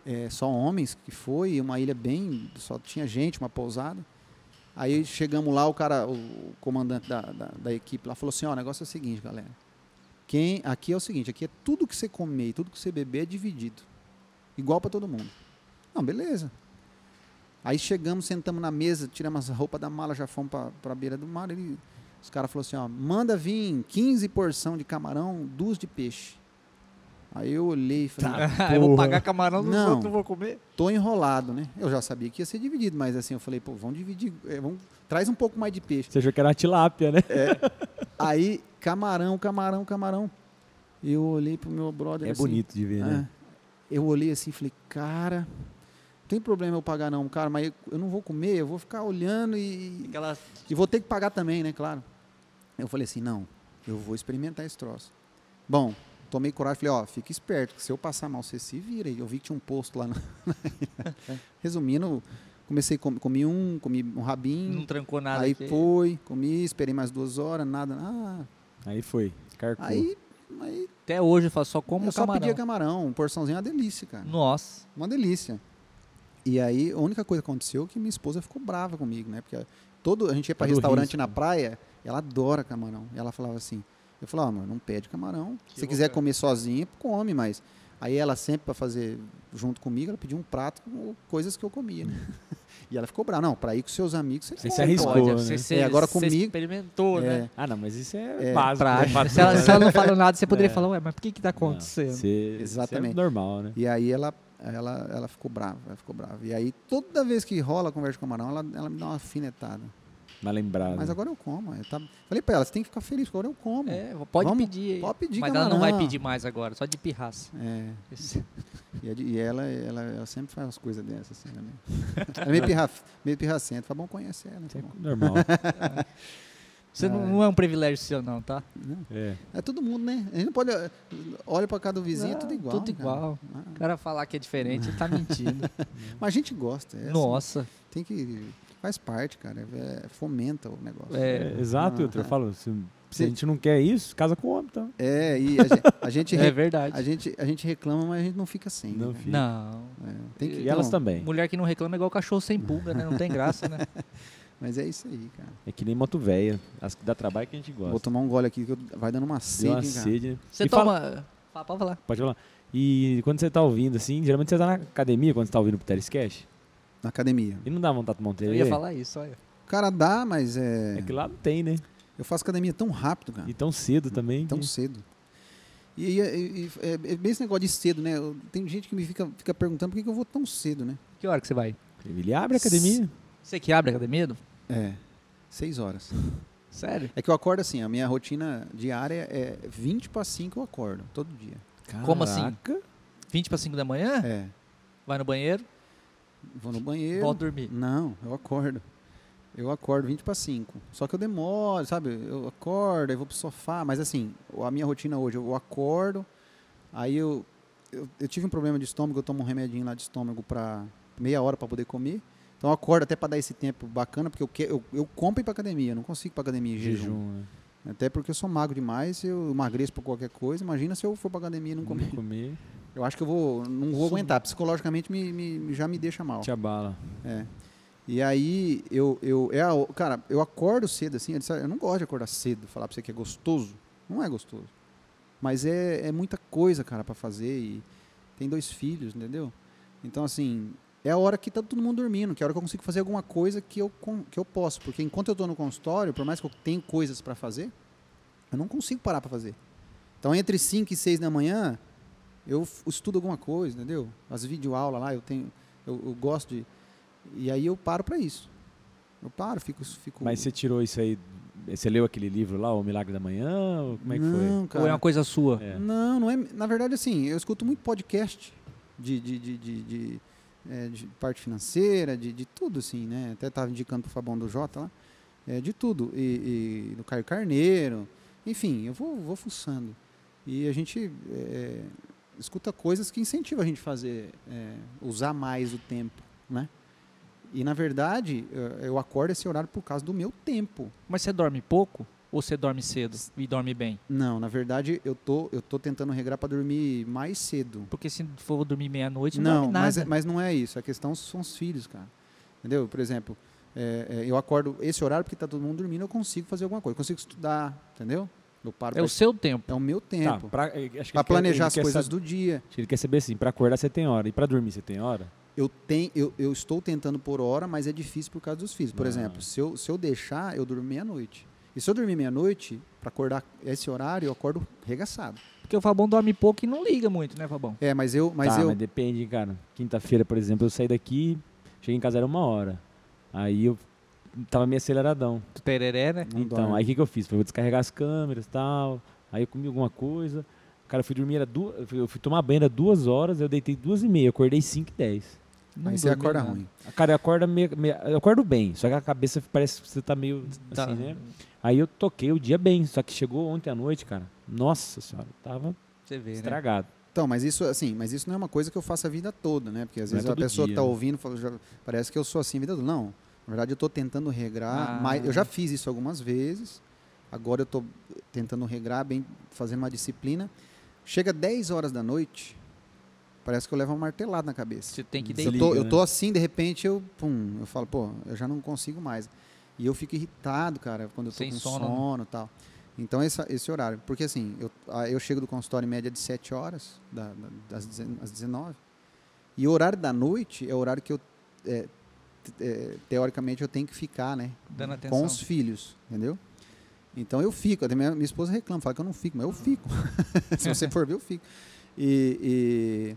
Speaker 3: é, só homens que foi, uma ilha bem, só tinha gente, uma pousada. Aí chegamos lá, o cara, o comandante da, da, da equipe lá falou assim, ó, o negócio é o seguinte, galera. Quem, aqui é o seguinte, aqui é tudo que você comer e tudo que você beber é dividido. Igual pra todo mundo. Não, beleza. Aí chegamos, sentamos na mesa, tiramos as roupas da mala, já fomos pra, pra beira do mar. Ele, Os caras falaram assim, ó, manda vir 15 porção de camarão, duas de peixe. Aí eu olhei e falei,
Speaker 1: Ah,
Speaker 2: Tá.
Speaker 1: eu vou
Speaker 2: Porra.
Speaker 1: pagar camarão, não,
Speaker 3: Ah, Não.
Speaker 1: não vou comer.
Speaker 3: tô enrolado, né? Eu já sabia que ia ser dividido, mas assim, eu falei, pô, vamos dividir, é, vamos, traz um pouco mais de peixe.
Speaker 2: Você achou que era uma tilápia, né?
Speaker 3: Aí, camarão, camarão, camarão. Eu olhei pro meu brother
Speaker 2: É
Speaker 3: assim,
Speaker 2: bonito de ver, né?
Speaker 3: É. Eu olhei assim e falei, cara, não tem problema eu pagar não, cara, mas eu não vou comer, eu vou ficar olhando e,
Speaker 1: Aquela
Speaker 3: e vou ter que pagar também, né, claro. Eu falei assim, não, eu vou experimentar esse troço. Bom, tomei coragem, falei, ó, fica esperto, que se eu passar mal, você se vira. E eu vi que tinha um posto lá. Na... Resumindo, comecei, com- comi um, comi um
Speaker 1: não
Speaker 3: rabinho,
Speaker 1: trancou nada.
Speaker 3: aí
Speaker 1: aqui.
Speaker 3: foi, comi, esperei mais duas horas, nada, ah,
Speaker 2: Aí foi. Carcou.
Speaker 3: aí, aí
Speaker 1: Até hoje eu faço só como
Speaker 3: eu só
Speaker 1: camarão.
Speaker 3: pedia camarão, porçãozinha é uma delícia, cara.
Speaker 1: Nossa.
Speaker 3: Uma delícia. E aí, a única coisa que aconteceu é que minha esposa ficou brava comigo, né? Porque todo, a gente ia pra
Speaker 2: Todo
Speaker 3: restaurante
Speaker 2: risco.
Speaker 3: na praia, ela adora camarão. Ela falava assim, eu falava, amor, não pede camarão.
Speaker 1: Que
Speaker 3: Se quiser
Speaker 1: loucura.
Speaker 3: comer sozinha, come, mas... Aí ela sempre, pra fazer junto comigo, ela pediu um prato com coisas que eu comia, né? e ela ficou brava. Não, pra ir com seus amigos, você
Speaker 2: Você
Speaker 3: come,
Speaker 2: se arriscou,
Speaker 3: pode.
Speaker 2: né?
Speaker 1: você, você-
Speaker 3: É, agora
Speaker 1: você
Speaker 3: comigo-
Speaker 1: experimentou,
Speaker 3: É.
Speaker 1: né?
Speaker 2: Ah, não, mas isso é,
Speaker 3: É,
Speaker 2: básico. né?
Speaker 1: Prática.
Speaker 2: Fato
Speaker 1: Se, ela,
Speaker 2: comum,
Speaker 1: se
Speaker 2: né?
Speaker 1: ela não falou nada, você poderia
Speaker 2: É.
Speaker 1: falar, ué, mas por que que tá
Speaker 2: Não,
Speaker 1: acontecendo?
Speaker 2: você-
Speaker 3: Exatamente.
Speaker 2: Isso é normal, né?
Speaker 3: E aí ela, ela, ela ficou brava, ela ficou brava. E aí, toda vez que rola a conversa com camarão, ela, ela me dá uma afinetada.
Speaker 2: Mas lembrado.
Speaker 3: Mas agora eu como. Eu tava- Falei pra ela, você tem que ficar feliz, agora eu como.
Speaker 1: É, pode
Speaker 3: Vamos-
Speaker 1: pedir.
Speaker 3: pode pedir
Speaker 1: mas ela não vai
Speaker 3: camarão.
Speaker 1: pedir mais agora, só de pirraça.
Speaker 3: É,
Speaker 1: Esse-
Speaker 3: e, a de- e ela, ela, ela sempre faz umas coisas dessas, assim, né? Ela é meio, pirraf, meio pirracenta, tá bom conhecer ela,
Speaker 2: Isso
Speaker 3: tá
Speaker 2: é
Speaker 3: bom.
Speaker 2: normal.
Speaker 1: Você não, não é um privilégio seu, não, tá?
Speaker 3: Não,
Speaker 2: é.
Speaker 3: É todo mundo, né? A gente não pode... eh, Olha pra cá do vizinho, é tudo
Speaker 1: Ah,
Speaker 3: igual.
Speaker 1: Tudo
Speaker 3: cara.
Speaker 1: igual. O
Speaker 3: Ah,
Speaker 1: cara falar que é diferente, ele tá mentindo.
Speaker 3: mas a gente gosta. É, assim,
Speaker 1: Nossa.
Speaker 3: tem que... Faz parte, cara. é- fomenta o negócio.
Speaker 1: É.
Speaker 2: É, exato,
Speaker 3: Ah,
Speaker 2: Hilton, eu
Speaker 3: é.
Speaker 2: falo, se, se a gente não quer isso, casa com o homem, então.
Speaker 3: É, e a gente, a gente,
Speaker 1: É
Speaker 3: re-
Speaker 1: verdade.
Speaker 3: a gente, a gente reclama, mas a gente não fica sem.
Speaker 2: Não
Speaker 3: né?
Speaker 2: fica.
Speaker 1: Não.
Speaker 3: É, tem que,
Speaker 2: E elas
Speaker 3: então,
Speaker 2: também.
Speaker 1: Mulher que não reclama é igual cachorro sem pulga, né? Não tem graça, né?
Speaker 3: Mas é isso aí, cara.
Speaker 2: É que nem moto velha. As que dá trabalho que a gente gosta.
Speaker 3: Vou tomar um gole aqui, que eu- vai dando uma
Speaker 2: Deu
Speaker 3: sede,
Speaker 2: uma
Speaker 3: hein, cara.
Speaker 2: sede, né?
Speaker 1: Você
Speaker 2: E fala-
Speaker 1: toma. Fala, pode falar.
Speaker 2: Pode falar. E quando você tá ouvindo, assim, geralmente você tá na academia quando você tá ouvindo pro Telescash.
Speaker 3: Na academia.
Speaker 2: E não dá vontade de montar
Speaker 1: Eu ia falar isso, olha.
Speaker 3: Cara, dá, mas é.
Speaker 2: É que lá não tem, né?
Speaker 3: Eu faço academia tão rápido, cara.
Speaker 2: E tão cedo também.
Speaker 3: tão
Speaker 2: que-
Speaker 3: cedo. E, e- e- e- é, é bem esse negócio de cedo, né? Eu- tem gente que me fica, fica perguntando por que, que eu vou tão cedo, né?
Speaker 1: Que hora que você vai?
Speaker 2: Ele abre a academia.
Speaker 1: Você que abre a academia? Du?
Speaker 3: É. Seis horas.
Speaker 1: Sério?
Speaker 3: É que eu acordo assim, a minha rotina diária é 20 para 5 eu acordo, todo dia.
Speaker 1: Como assim?
Speaker 2: Caraca.
Speaker 1: 20 para 5 da manhã?
Speaker 3: É.
Speaker 1: Vai no banheiro,
Speaker 3: Vou no banheiro.
Speaker 1: volta a dormir.
Speaker 3: Não, eu acordo. Eu acordo 20 para 5. Só que eu demoro, sabe? Eu acordo, aí vou pro sofá, mas assim, o- a minha rotina hoje, eu acordo, aí eu, eu, eu tive um problema de estômago, eu tomo um remedinho lá de estômago para meia hora para poder comer. Então eu acordo até para dar esse tempo bacana, porque eu, que, eu, eu compro ir pra academia, eu não consigo ir pra academia em jejum.
Speaker 2: Jejum. né?
Speaker 3: Até porque eu sou magro demais, eu emagreço por qualquer coisa. Imagina se eu for pra academia e não comer.
Speaker 2: Não comer,
Speaker 3: Eu acho que eu vou, não vou
Speaker 2: Sum-
Speaker 3: aguentar, psicologicamente me, me- já me deixa mal.
Speaker 2: te abala.
Speaker 3: É. E aí, eu, eu, é a, o- cara, eu acordo cedo assim, eu, disse, "Ah, eu não gosto de acordar cedo, falar pra você que é gostoso. Não é gostoso. Mas é, é muita coisa, cara, pra fazer e tem dois filhos, entendeu? Então, assim, é a hora que tá todo mundo dormindo, que é a hora que eu consigo fazer alguma coisa que eu, con- que eu posso. Porque enquanto eu tô no consultório, por mais que eu tenha coisas pra fazer, eu não consigo parar pra fazer. Então, entre 5 e 6 da manhã, eu f- estudo alguma coisa, entendeu? As videoaulas lá, eu tenho. Eu, eu gosto de. E aí eu paro pra isso. Eu paro, fico. fico
Speaker 2: Mas você tirou isso aí. Você leu aquele livro lá, O Milagre da Manhã? Ou como é que
Speaker 3: não,
Speaker 1: Ou é
Speaker 3: Cara,
Speaker 1: uma coisa sua?
Speaker 2: foi? É.
Speaker 3: Não, não é. Na verdade, assim, eu escuto muito podcast de, de, de, de, de, é, de parte financeira, de, de tudo, assim, né? Até estava indicando pro Fabão do Jota lá. É, de tudo. E, e do Caio Carneiro. Enfim, eu vou, vou fuçando. E a gente é, escuta coisas que incentivam a gente a fazer, é, usar mais o tempo, né? E, na verdade, eu- eu acordo esse horário por causa do meu tempo.
Speaker 1: Mas você dorme pouco? Ou você dorme cedo e dorme bem?
Speaker 3: Não, na verdade, eu tô, eu tô tentando regrar para dormir mais cedo.
Speaker 1: Porque se for dormir meia-noite, não,
Speaker 3: Não,
Speaker 1: dorme nada.
Speaker 3: mas, mas não é isso. A questão são os filhos, cara. Entendeu? Por exemplo, é, é, eu acordo esse horário porque tá todo mundo dormindo, eu consigo fazer alguma coisa. Eu consigo estudar, entendeu? Eu
Speaker 1: É
Speaker 3: paro. pra
Speaker 1: o
Speaker 3: es-
Speaker 1: seu tempo.
Speaker 3: é o meu
Speaker 2: Tá,
Speaker 3: tempo.
Speaker 2: pra, eh, acho que
Speaker 3: Pra
Speaker 2: ele quer-
Speaker 3: planejar
Speaker 2: ele
Speaker 3: as
Speaker 2: quer
Speaker 3: coisas
Speaker 2: saber-
Speaker 3: do dia.
Speaker 2: Ele quer saber assim, pra acordar você tem hora. E pra dormir você tem hora?
Speaker 3: Eu, tenho, eu, eu estou tentando por hora, mas é difícil por causa dos filhos. Por
Speaker 2: Ah.
Speaker 3: exemplo, se eu, se eu deixar, eu durmo meia-noite. E se eu dormir meia-noite, para acordar esse horário, eu acordo regaçado.
Speaker 1: Porque o Fabão dorme pouco e não liga muito, né, Fabão?
Speaker 3: É, mas eu. Mas
Speaker 2: tá,
Speaker 3: eu
Speaker 2: mas depende, cara. Quinta-feira, por exemplo, eu saí daqui, cheguei em casa era uma hora. Aí eu tava meio aceleradão.
Speaker 1: Do tereré, né?
Speaker 3: Não
Speaker 2: então,
Speaker 3: dorme.
Speaker 2: aí o que, que eu fiz? Falei, vou descarregar as câmeras e tal. Aí eu comi alguma coisa. Cara, eu fui dormir, era duas. eu fui- Eu fui tomar banho, era duas horas, eu deitei duas e meia, acordei cinco e dez.
Speaker 1: Não
Speaker 3: aí você
Speaker 1: dormi
Speaker 3: acorda
Speaker 1: nada.
Speaker 3: ruim.
Speaker 2: Cara, eu acordo, meio, meio- eu acordo bem, só que a cabeça parece que você tá meio
Speaker 1: Tá.
Speaker 2: assim, né? Aí eu toquei o dia bem, só que chegou ontem à noite, cara. Nossa senhora, tava
Speaker 1: Você vê, né?
Speaker 2: estragado.
Speaker 3: Então, mas isso, assim, mas isso não é uma coisa que eu faço a vida toda, né? Porque às
Speaker 2: Não é
Speaker 3: vezes a
Speaker 2: todo
Speaker 3: pessoa que
Speaker 2: dia,
Speaker 3: tá
Speaker 2: né?
Speaker 3: ouvindo fala, já- parece que eu sou assim a vida toda. Não. Na verdade, eu tô tentando regrar,
Speaker 1: Ah.
Speaker 3: mas eu já fiz isso algumas vezes. Agora eu tô tentando regrar, bem, fazendo uma disciplina. Chega 10 horas da noite, parece que eu levo uma martelada na cabeça.
Speaker 1: Você tem que
Speaker 3: Eu
Speaker 1: deitar.
Speaker 2: Desliga,
Speaker 3: tô, eu
Speaker 2: né?
Speaker 3: tô assim, de repente eu, pum, eu falo, pô, eu já não consigo mais. E eu fico irritado, cara, quando eu tô
Speaker 1: Sem
Speaker 3: com
Speaker 1: sono, né?
Speaker 3: sono e tal. Então essa, esse horário, porque assim, eu, ah, eu chego do consultório em média de 7 horas, da, da, das dezen- às 19, e o horário da noite é o horário que eu, é, te- é, teoricamente, eu tenho que ficar, né?
Speaker 1: Dando atenção.
Speaker 3: com os filhos, entendeu? Então eu fico, até minha, minha esposa reclama, fala que eu não fico, mas eu fico. Se você for ver, eu fico. E,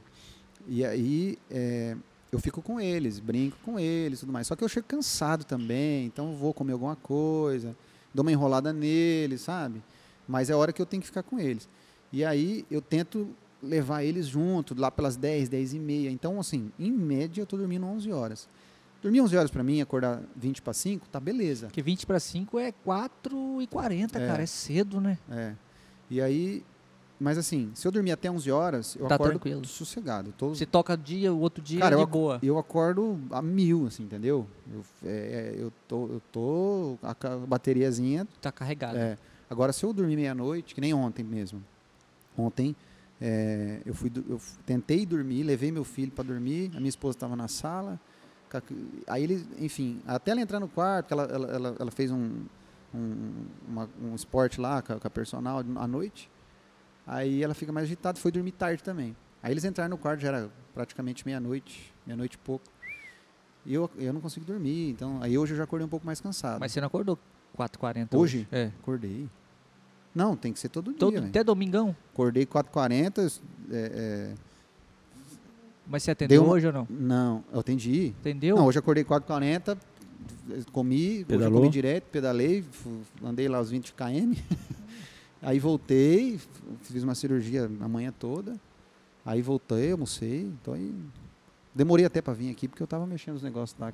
Speaker 3: e, e aí é, eu fico com eles, brinco com eles e tudo mais. Só que eu chego cansado também, então eu vou comer alguma coisa, dou uma enrolada neles, sabe? Mas é a hora que eu tenho que ficar com eles. E aí eu tento levar eles junto, lá pelas 10, 10 e meia. Então, assim, em média eu tô dormindo 11 horas. Dormir 11 horas para mim, acordar 20 para 5, tá beleza.
Speaker 1: Porque 20 para 5 é 4 e 40,
Speaker 3: É.
Speaker 1: cara. É cedo, né?
Speaker 3: É. E aí, mas assim, se eu dormir até 11 horas, eu
Speaker 1: Tá
Speaker 3: acordo
Speaker 1: tranquilo.
Speaker 3: sossegado. Eu tô-
Speaker 1: Você toca dia, o outro dia é
Speaker 3: Cara,
Speaker 1: de
Speaker 3: eu ac-
Speaker 1: boa.
Speaker 3: eu acordo a mil, assim, entendeu? Eu, é, é, eu tô, eu tô a ca- bateriazinha.
Speaker 1: Tá carregado.
Speaker 3: é. Agora, se eu dormir meia-noite, que nem ontem mesmo. Ontem é, eu fui, do- eu f- tentei dormir, levei meu filho para dormir, a minha esposa estava na sala. ca- Aí ele, enfim, até ela entrar no quarto, que ela, ela, ela, ela fez um, um, uma- um esporte lá com a, com a personal à noite. Aí ela fica mais agitada, foi dormir tarde também. Aí eles entraram no quarto, já era praticamente meia-noite, meia-noite e pouco. E eu, eu não consigo dormir, então aí hoje eu já acordei um pouco mais cansado.
Speaker 1: Mas você não acordou 4 40
Speaker 3: Hoje?
Speaker 1: É.
Speaker 3: Acordei. Não, tem que ser todo,
Speaker 1: Todo,
Speaker 3: dia. velho.
Speaker 1: até domingão?
Speaker 3: Acordei 4h40. É, é,
Speaker 1: Mas você atendeu
Speaker 3: Deu uma-
Speaker 1: hoje ou não?
Speaker 3: não, eu atendi.
Speaker 1: Entendeu?
Speaker 3: Não, hoje eu acordei 4h40, comi, hoje eu
Speaker 2: Pedalou?
Speaker 3: comi direto, pedalei, fu- andei lá os 20 km. aí voltei, f- fiz uma cirurgia a manhã toda. Aí voltei, almocei. Então aí. Demorei até pra vir aqui, porque eu tava mexendo os negócios lá.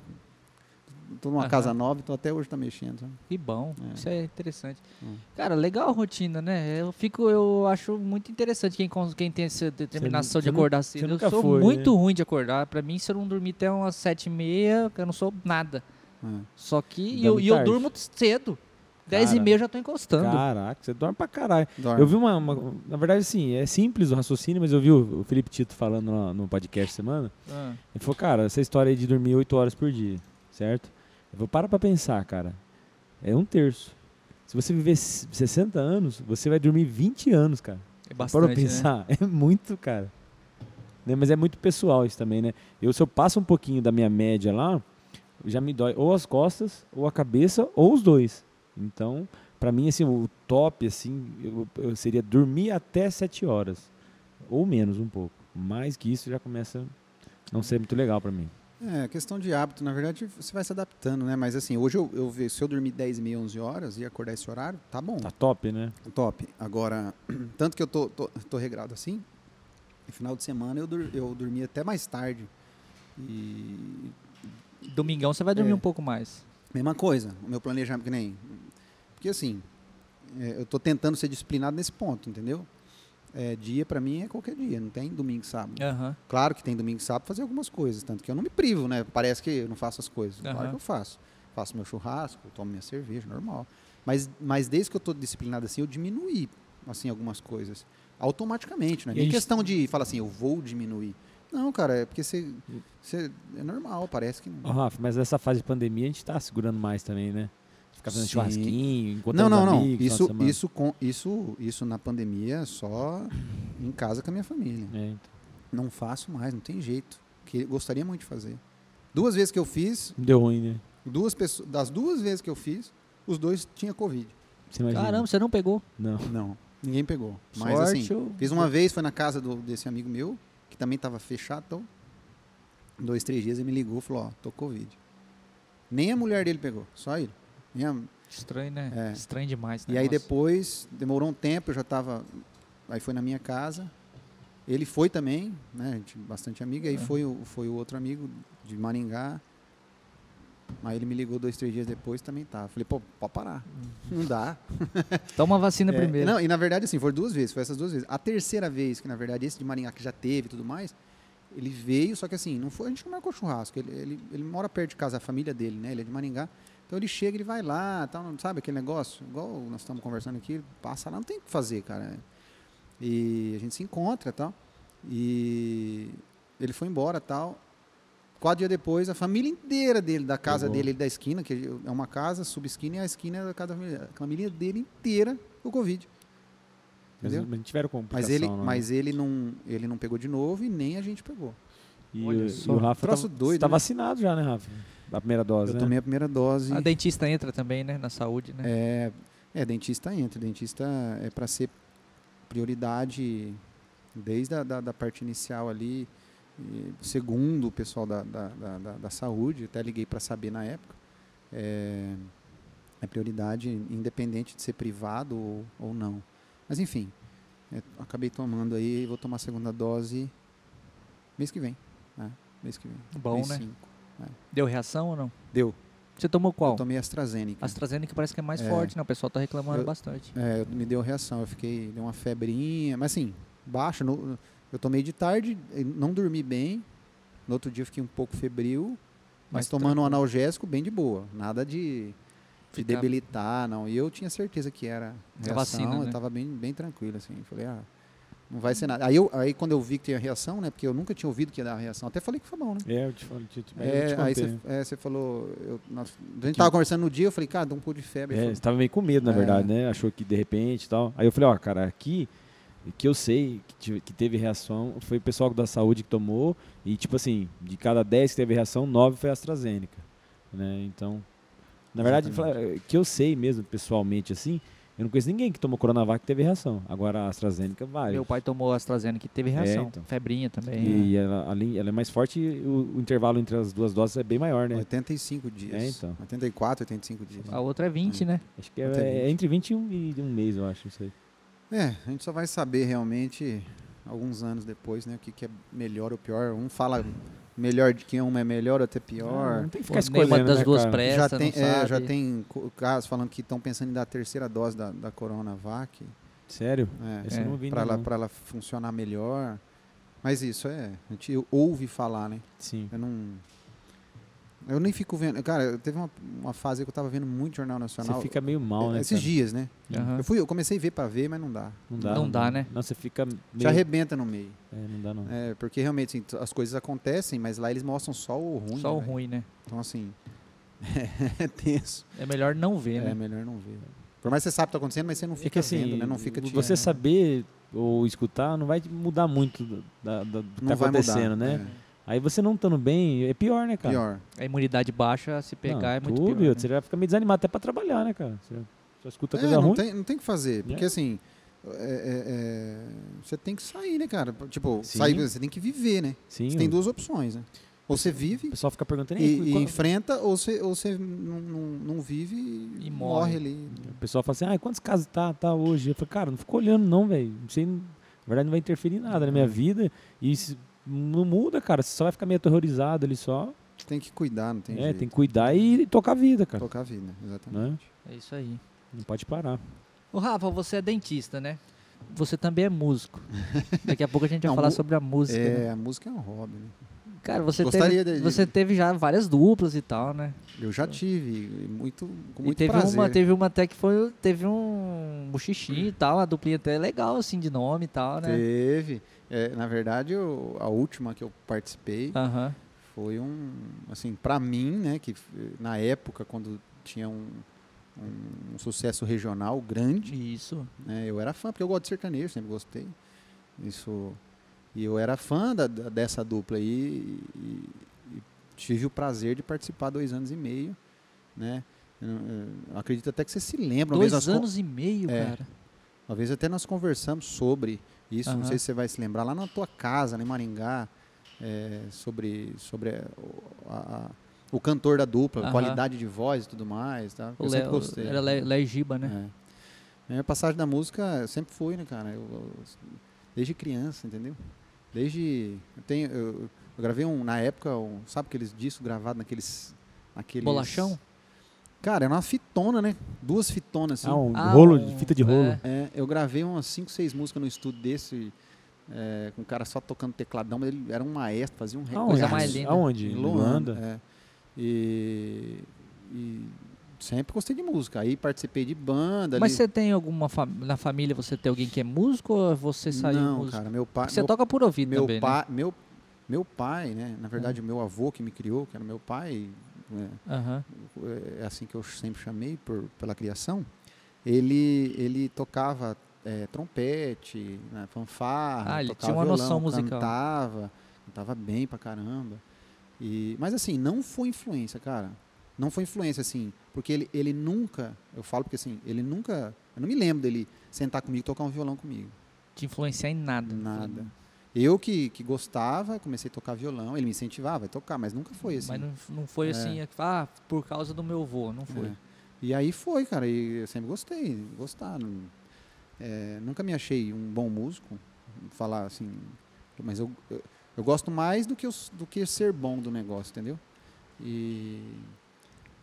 Speaker 3: Tô numa
Speaker 1: Aham.
Speaker 3: casa nova, então até hoje tá mexendo. sabe?
Speaker 1: Que bom,
Speaker 3: É.
Speaker 1: isso é interessante.
Speaker 3: Hum.
Speaker 1: Cara, legal a rotina, né? Eu fico, eu acho muito interessante quem, cons- quem tem essa determinação
Speaker 2: nu-
Speaker 1: de
Speaker 2: você nu-
Speaker 1: acordar
Speaker 2: você
Speaker 1: cedo. Eu
Speaker 2: nunca
Speaker 1: sou
Speaker 2: foi,
Speaker 1: muito
Speaker 3: né?
Speaker 1: ruim de acordar. Pra mim, se eu não dormir até umas sete e meia, eu não sou nada.
Speaker 3: É.
Speaker 1: Só que
Speaker 2: Dorme
Speaker 1: eu, e eu
Speaker 2: tarde.
Speaker 1: durmo cedo. Dez e
Speaker 2: Cara.
Speaker 1: meia eu já tô encostando.
Speaker 2: Caraca, você dorme pra caralho.
Speaker 3: Dorme.
Speaker 2: Eu vi uma, uma- Na verdade, assim, é simples o raciocínio, mas eu vi o o Felipe Tito falando lá no podcast semana.
Speaker 1: Ah,
Speaker 2: Ele falou, cara, essa história aí de dormir 8 horas por dia, certo? Eu vou para pra pensar, cara. É um terço. Se você viver s- 60 anos, você vai dormir 20 anos, cara.
Speaker 1: é
Speaker 2: Para
Speaker 1: bastante,
Speaker 2: pra
Speaker 1: né?
Speaker 2: pensar, é muito, cara. Né, Mas é muito pessoal isso também, né? Eu, se eu passo um pouquinho da minha média lá, já me dói ou as costas, ou a cabeça, ou os dois. Então, pra mim, assim, o top, assim, eu, eu seria dormir até 7 horas. Ou menos um pouco. Mais que isso já começa a não ser muito legal pra mim.
Speaker 3: É, questão de hábito, na verdade você vai se adaptando, né? Mas assim, hoje eu, eu vejo, se eu dormir 10 e meia, 11 horas e acordar esse horário, tá bom,
Speaker 2: Tá top, né?
Speaker 3: top. Agora, tanto que eu tô, tô, tô regrado assim, no final de semana eu, dur- eu dormi até mais tarde. E
Speaker 1: Domingão você vai dormir
Speaker 3: É.
Speaker 1: um pouco mais.
Speaker 3: mesma coisa, o meu planejamento que nem... Porque assim, é, eu tô tentando ser disciplinado nesse ponto, entendeu? É, dia pra mim é qualquer dia, não tem domingo e sábado.
Speaker 1: Aham.
Speaker 3: Claro que tem domingo e sábado fazer algumas coisas, tanto que eu não me privo, né? Parece que eu não faço as coisas. Claro
Speaker 1: Aham.
Speaker 3: que eu faço. Faço meu churrasco, tomo minha cerveja, normal. Mas, mas desde que eu estou disciplinado assim, eu diminuí assim, algumas coisas. Automaticamente, não é
Speaker 2: E
Speaker 3: nem
Speaker 2: a gente-
Speaker 3: questão de falar assim, eu vou diminuir. Não, cara, é porque você, você é normal, parece que
Speaker 2: Ô, Rafa, mas nessa fase de pandemia a gente tá segurando mais também, né? Ficar fazendo
Speaker 3: Sim.
Speaker 2: churrasquinho, encontrando
Speaker 3: Não, não, não.
Speaker 2: amigos,
Speaker 3: Isso,
Speaker 2: final de
Speaker 3: isso, com, isso, isso na pandemia só em casa com a minha família.
Speaker 2: semana. É, então.
Speaker 3: Não faço mais, não tem jeito. Que gostaria muito de fazer. Duas vezes que eu fiz,
Speaker 2: Deu ruim, né?
Speaker 3: Duas pessoas, das duas vezes que eu fiz, os dois tinham Covid.
Speaker 2: Você imagina?
Speaker 1: Caramba, você não pegou.
Speaker 2: Não.
Speaker 3: Não, ninguém pegou. Mas
Speaker 1: Sorte,
Speaker 3: assim,
Speaker 1: eu-
Speaker 3: fiz uma vez, foi na casa do- desse amigo meu, que também estava fechado. Então, dois, três dias ele me ligou e falou, ó, tô com Covid. Nem a mulher dele pegou, só ele. Nem a-
Speaker 1: Estranho, né?
Speaker 3: É.
Speaker 1: Estranho demais.
Speaker 3: E aí depois, demorou um tempo, eu já tava. Aí foi na minha casa. Ele foi também, né? A gente bastante amigo. Aí
Speaker 1: É.
Speaker 3: foi, o- foi o outro amigo de Maringá. Aí ele me ligou dois, três dias depois também tava. Falei, pô, pode parar. Não dá.
Speaker 1: Toma a vacina
Speaker 3: É,
Speaker 1: primeiro.
Speaker 3: Não, e na verdade, assim, foram duas vezes, foi essas duas vezes. A terceira vez, que na verdade esse de Maringá que já teve e tudo mais, ele veio, só que assim, não foi, a gente não marcou churrasco. Ele, ele, ele mora perto de casa, a família dele, né? Ele é de Maringá. Então ele chega, ele vai lá, tal, não sabe aquele negócio? Igual nós estamos conversando aqui, ele passa lá, não tem o que fazer, cara. E a gente se encontra e tal. E ele foi embora tal. Quatro dias depois, a família inteira dele, da casa
Speaker 2: Pegou.
Speaker 3: dele, ali da esquina, que é uma casa, sub-esquina, e a esquina é da casa da família. A família dele inteira, o Covid.
Speaker 2: Mas,
Speaker 3: Entendeu?
Speaker 2: mas tiveram complicação.
Speaker 3: Mas ele,
Speaker 2: não, né?
Speaker 3: mas ele não, ele não pegou de novo e nem a gente pegou.
Speaker 2: E,
Speaker 1: Olha
Speaker 2: o- e
Speaker 1: só.
Speaker 2: o Rafa
Speaker 3: Troço
Speaker 2: tá,
Speaker 3: doido,
Speaker 2: tá
Speaker 3: né?
Speaker 2: vacinado já, né, Rafa? A primeira dose,
Speaker 3: Eu
Speaker 2: né?
Speaker 3: tomei a primeira dose.
Speaker 1: A dentista entra também, né? Na saúde, né?
Speaker 3: É, é, dentista entra. Dentista é para ser prioridade desde a da, da parte inicial ali, e segundo o pessoal da, da, da, da- da saúde, até liguei para saber na época. É, é prioridade independente de ser privado ou, ou não. Mas enfim, é, acabei tomando aí, vou tomar a segunda dose mês que vem. né? Mês que vem.
Speaker 1: Bom,
Speaker 3: mês
Speaker 1: né?
Speaker 3: cinco.
Speaker 1: Deu reação ou não?
Speaker 3: Deu.
Speaker 1: Você tomou qual?
Speaker 3: Eu tomei AstraZeneca.
Speaker 1: AstraZeneca parece que é mais
Speaker 3: É.
Speaker 1: forte, não? O pessoal tá reclamando
Speaker 3: Eu-
Speaker 1: bastante.
Speaker 3: É, eu- me deu reação, eu fiquei, deu uma febrinha, mas assim, baixa. no- eu tomei de tarde, eh, não dormi bem. No outro dia eu fiquei um pouco febril, mas
Speaker 1: Mais
Speaker 3: tomando um
Speaker 1: tranquilo.
Speaker 3: analgésico bem de boa, nada de, de
Speaker 1: Ficar-
Speaker 3: debilitar, não. E eu tinha certeza que era
Speaker 1: Da
Speaker 3: reação,
Speaker 1: vacina,
Speaker 3: eu
Speaker 1: né?
Speaker 3: tava bem, bem tranquilo, assim. Falei, ah, não vai ser nada. Aí, eu, aí quando eu vi que tinha reação, né, porque eu nunca tinha ouvido que ia dar reação, até falei que foi bom, né?
Speaker 2: É, eu te falo, te, te, eu te
Speaker 3: É, aí
Speaker 2: contei,
Speaker 3: você
Speaker 2: né?
Speaker 3: é, você falou, eu- nós- a gente tava conversando no dia, eu falei, cara, dá um pouco de febre. Ele
Speaker 2: É,
Speaker 3: falou,
Speaker 2: você tava meio com medo, na
Speaker 3: É.
Speaker 2: verdade, né? Achou que de repente e tal. Aí eu falei, ó, cara, aqui que eu sei que, tive- que teve reação foi o pessoal da saúde que tomou e, tipo assim, de cada 10 que teve reação, 9 foi AstraZeneca, né? Então, na verdade, fala- eh, que eu sei mesmo, pessoalmente, assim, eu não conheço ninguém que tomou Coronavac que teve reação. Agora a AstraZeneca vai.
Speaker 1: tá. Meu pai tomou AstraZeneca e teve
Speaker 3: É,
Speaker 1: reação.
Speaker 2: então.
Speaker 1: Febrinha também. né?
Speaker 2: E ela, além- ela é mais forte e o, o intervalo entre as duas doses é bem maior, né?
Speaker 3: 85 dias.
Speaker 2: É, então.
Speaker 3: 84, 85 dias.
Speaker 1: A outra é
Speaker 3: Hum.
Speaker 1: 20, né?
Speaker 2: Acho que é,
Speaker 3: Até
Speaker 2: é
Speaker 3: 20.
Speaker 2: entre 21 e um mês, eu acho, não sei.
Speaker 3: É, a gente só vai saber realmente alguns anos depois, né? O que, que é melhor ou pior. Um fala melhor de que uma é melhor, outra é
Speaker 2: Ah,
Speaker 3: pior.
Speaker 2: não tem que ficar
Speaker 1: Pô, Nenhuma
Speaker 2: escolhendo,
Speaker 1: das
Speaker 2: né,
Speaker 1: duas
Speaker 2: cara?
Speaker 1: presta,
Speaker 3: já, tem,
Speaker 1: não
Speaker 3: é,
Speaker 1: sabe.
Speaker 3: já tem co- casos falando que estão pensando em dar a terceira dose da, da Coronavac.
Speaker 2: Sério?
Speaker 3: Né,
Speaker 2: Essa eu
Speaker 1: É,
Speaker 2: não vi
Speaker 3: pra,
Speaker 2: ainda
Speaker 3: ela,
Speaker 2: não.
Speaker 3: pra ela funcionar melhor. Mas isso é, a gente ouve falar, né?
Speaker 2: Sim.
Speaker 3: Eu não. Eu nem fico vendo. Cara, teve uma, uma fase que eu tava vendo muito Jornal Nacional.
Speaker 2: Você fica meio mal, né?
Speaker 3: esses
Speaker 2: cara?
Speaker 3: dias, né?
Speaker 1: Aham.
Speaker 3: Eu, fui, eu comecei a ver pra ver, mas não dá.
Speaker 2: Não dá,
Speaker 1: Não dá, né?
Speaker 2: Não, você fica meio...
Speaker 3: Te arrebenta no meio.
Speaker 2: É, não dá não.
Speaker 3: É, porque realmente assim, t- as coisas acontecem, mas lá eles mostram só o ruim.
Speaker 1: Só o
Speaker 3: né, velho?
Speaker 1: ruim, né?
Speaker 3: Então, assim, é tenso.
Speaker 1: É melhor não ver,
Speaker 3: É
Speaker 1: né?
Speaker 3: melhor não ver. Por mais que você sabe que tá acontecendo, mas você não
Speaker 2: É que,
Speaker 3: fica vendo, né? Não fica te-
Speaker 2: Você saber ou escutar não vai mudar muito do- da, da- do que
Speaker 3: não
Speaker 2: tá
Speaker 3: vai
Speaker 2: acontecendo,
Speaker 3: mudar,
Speaker 2: né? Aí você não estando bem, é pior, né,
Speaker 3: É.
Speaker 2: cara?
Speaker 3: Pior.
Speaker 1: A imunidade baixa, se
Speaker 2: Não,
Speaker 1: pegar, é muito
Speaker 2: tudo,
Speaker 1: pior. né?
Speaker 2: Você já fica meio desanimado até pra trabalhar, né, cara? Você só escuta
Speaker 3: É,
Speaker 2: coisa
Speaker 3: não,
Speaker 2: ruim.
Speaker 3: tem, não tem o que fazer. Porque
Speaker 2: É.
Speaker 3: assim, é- é- é, você tem que sair, né, cara? Tipo,
Speaker 2: Sim.
Speaker 3: sair, você tem que viver, né?
Speaker 2: Sim,
Speaker 3: Você tem
Speaker 2: o-
Speaker 3: duas opções, né? Ou você vive
Speaker 2: O pessoal fica perguntando...
Speaker 3: e,
Speaker 2: "E
Speaker 3: e
Speaker 2: qual-"
Speaker 3: enfrenta, ou você, ou você não, não- não vive e,
Speaker 1: E
Speaker 3: morre
Speaker 1: morre.
Speaker 3: ali.
Speaker 2: O pessoal fala assim, ah, quantos casos tá, tá hoje? Eu falo, cara, não fico olhando não, velho. Não sei, na verdade não vai interferir em nada na minha
Speaker 3: Uhum.
Speaker 2: vida. E isso não muda, cara. Você só vai ficar meio aterrorizado ali só.
Speaker 3: Tem que cuidar, não tem
Speaker 2: é,
Speaker 3: jeito.
Speaker 2: tem que cuidar e tocar a vida, cara.
Speaker 3: Tocar a vida, exatamente.
Speaker 2: Né?
Speaker 1: É isso aí.
Speaker 2: Não pode parar.
Speaker 1: Ô, Rafa, você é dentista, né? Você também é músico. Daqui a pouco a gente vai
Speaker 3: Não,
Speaker 1: falar
Speaker 3: mu-
Speaker 1: sobre a música. né?
Speaker 3: É, a música é um hobby, né?
Speaker 1: Cara, você
Speaker 3: Gostaria
Speaker 1: teve,
Speaker 3: de-
Speaker 1: você teve já várias duplas e tal, né?
Speaker 3: Eu já tive, e muito, com
Speaker 1: E
Speaker 3: muito
Speaker 1: teve
Speaker 3: prazer.
Speaker 1: uma, teve uma até que foi, teve um buchichinho e tal, uma duplinha até legal assim de nome e tal, né?
Speaker 3: Teve. É, na verdade, eu- a última que eu participei
Speaker 2: Ah.
Speaker 1: Aham.
Speaker 3: foi um, assim, pra mim, né, que eh, na época quando tinha um, um- um sucesso regional grande,
Speaker 1: Isso.
Speaker 3: né, eu era fã porque eu gosto de sertanejo, sempre gostei. Isso. E eu era fã da- da- dessa dupla aí e, e tive o prazer de participar dois anos e meio, né? Eu- eu acredito até que você se lembra. uma vez nós
Speaker 1: Dois
Speaker 3: con-
Speaker 1: anos e meio,
Speaker 3: É.
Speaker 1: cara.
Speaker 3: Uma vez até nós conversamos sobre isso, não
Speaker 1: Aham.
Speaker 3: sei se você vai se lembrar, lá na tua casa, lá em Maringá, é, sobre, sobre é, o- a- a- o cantor da dupla,
Speaker 1: Aham.
Speaker 3: qualidade de voz e tudo mais. Tá? Eu
Speaker 1: O
Speaker 3: sempre
Speaker 1: Léo-
Speaker 3: gostei.
Speaker 1: Era Le- Léo Giba, né?
Speaker 3: É. Minha passagem da música eu sempre fui, né, cara? Eu- eu- desde criança, entendeu? Desde. Eu, tenho, eu, eu gravei um, na época, um, sabe aqueles discos gravados naqueles. naqueles-
Speaker 1: Bolachão?
Speaker 3: Cara, era uma fitona, né? Duas fitonas, assim.
Speaker 2: Ah, um
Speaker 1: Ah,
Speaker 2: rolo, de
Speaker 1: um-
Speaker 2: fita de rolo.
Speaker 1: é.
Speaker 3: É, eu gravei umas 5, 6 músicas no estúdio desse, é, com um cara só tocando tecladão, mas ele era um maestro, fazia um recorde.
Speaker 1: Coisa mais linda.
Speaker 2: Aonde?
Speaker 3: Em
Speaker 2: Em
Speaker 3: Luanda.
Speaker 2: Luanda?
Speaker 3: é. E, e sempre gostei de música. Aí participei de banda.
Speaker 1: Mas
Speaker 3: ali.
Speaker 1: você tem alguma fam- na família, você tem alguém que é músico ou você saiu
Speaker 3: Não,
Speaker 1: músico?
Speaker 3: cara, meu pai.
Speaker 1: Porque você
Speaker 3: meu,
Speaker 1: toca por ouvido
Speaker 3: meu
Speaker 1: também, né? Hum.
Speaker 3: pai, meu, meu pai, né? Na verdade, o meu avô que me criou, que era meu pai, né,
Speaker 1: Aham.
Speaker 3: é assim que eu sempre chamei por, pela criação, ele, ele tocava é, trompete, né, fanfarra,
Speaker 1: Ah, ele
Speaker 3: tocava
Speaker 1: tinha uma
Speaker 3: violão,
Speaker 1: noção musical.
Speaker 3: cantava, cantava bem pra caramba. E, mas assim, não foi influência, cara. Não foi influência, assim, porque ele, ele nunca, eu falo porque assim, ele nunca, eu não me lembro dele sentar comigo e tocar um violão comigo.
Speaker 1: Te influenciar em nada.
Speaker 3: Nada. Eu que, que gostava, comecei a tocar violão, ele me incentivava, vai tocar, mas nunca foi assim.
Speaker 1: Mas não, não foi assim, é que fala, ah, por causa do meu avô, não foi.
Speaker 3: É. E aí foi, cara, e eu sempre gostei, gostaram. É, nunca me achei um bom músico, falar assim, mas eu, eu, eu gosto mais do que, eu s- do que ser bom do negócio, entendeu? E,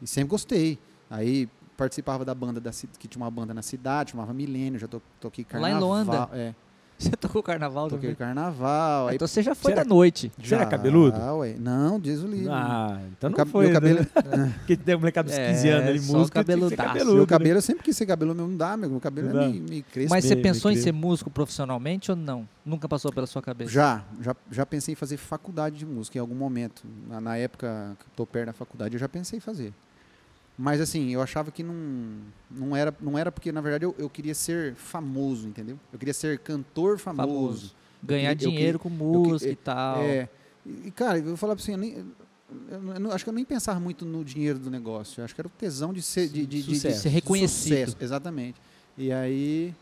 Speaker 3: e sempre gostei. Aí participava da banda da, ci- que tinha uma banda na cidade, chamava Milênio, já to, toquei
Speaker 1: Lá em né?
Speaker 3: carnaval.
Speaker 1: Luanda?
Speaker 3: É,
Speaker 1: Você tocou carnaval
Speaker 3: toquei
Speaker 1: também?
Speaker 3: carnaval. Aí,
Speaker 1: Então você já foi
Speaker 2: Será-
Speaker 1: da noite.
Speaker 2: Você era
Speaker 3: Já,
Speaker 2: cabeludo?
Speaker 3: ué. Não, diz o livro.
Speaker 2: Ah, então não
Speaker 3: Meu cab-
Speaker 2: foi.
Speaker 3: meu cabelo-
Speaker 2: né? Porque tem um molecado dos 15
Speaker 1: É,
Speaker 2: anos, ele
Speaker 1: só
Speaker 2: música, tinha que ser
Speaker 1: cabeludaço.
Speaker 2: cabeludo,
Speaker 3: Meu
Speaker 2: né?
Speaker 3: cabelo, eu sempre quis ser cabelo, meu não dá, meu, meu cabelo é
Speaker 2: Não dá.
Speaker 3: me, me cresce.
Speaker 1: Mas você
Speaker 2: mesmo,
Speaker 1: pensou em
Speaker 2: incrível.
Speaker 1: ser músico profissionalmente ou não? Nunca passou pela sua cabeça?
Speaker 3: Já, já, já pensei em fazer faculdade de música em algum momento. Na, na época que eu tô perto da faculdade, eu já pensei em fazer. Mas assim, eu achava que não, não, era, não era porque, na verdade, eu, eu queria ser famoso, entendeu? Eu queria ser cantor famoso.
Speaker 1: Ganhar
Speaker 3: Eu que- eu que-
Speaker 1: dinheiro com música
Speaker 3: eu
Speaker 1: e tal.
Speaker 3: É, e, e, cara, eu vou falar pra você, eu, nem, eu não- eu não- acho que eu nem pensava muito no dinheiro do negócio. Eu acho que era o tesão de ser, de, de, de- de
Speaker 2: Sucesso.
Speaker 1: Ser reconhecido.
Speaker 3: sucesso, exatamente. E aí,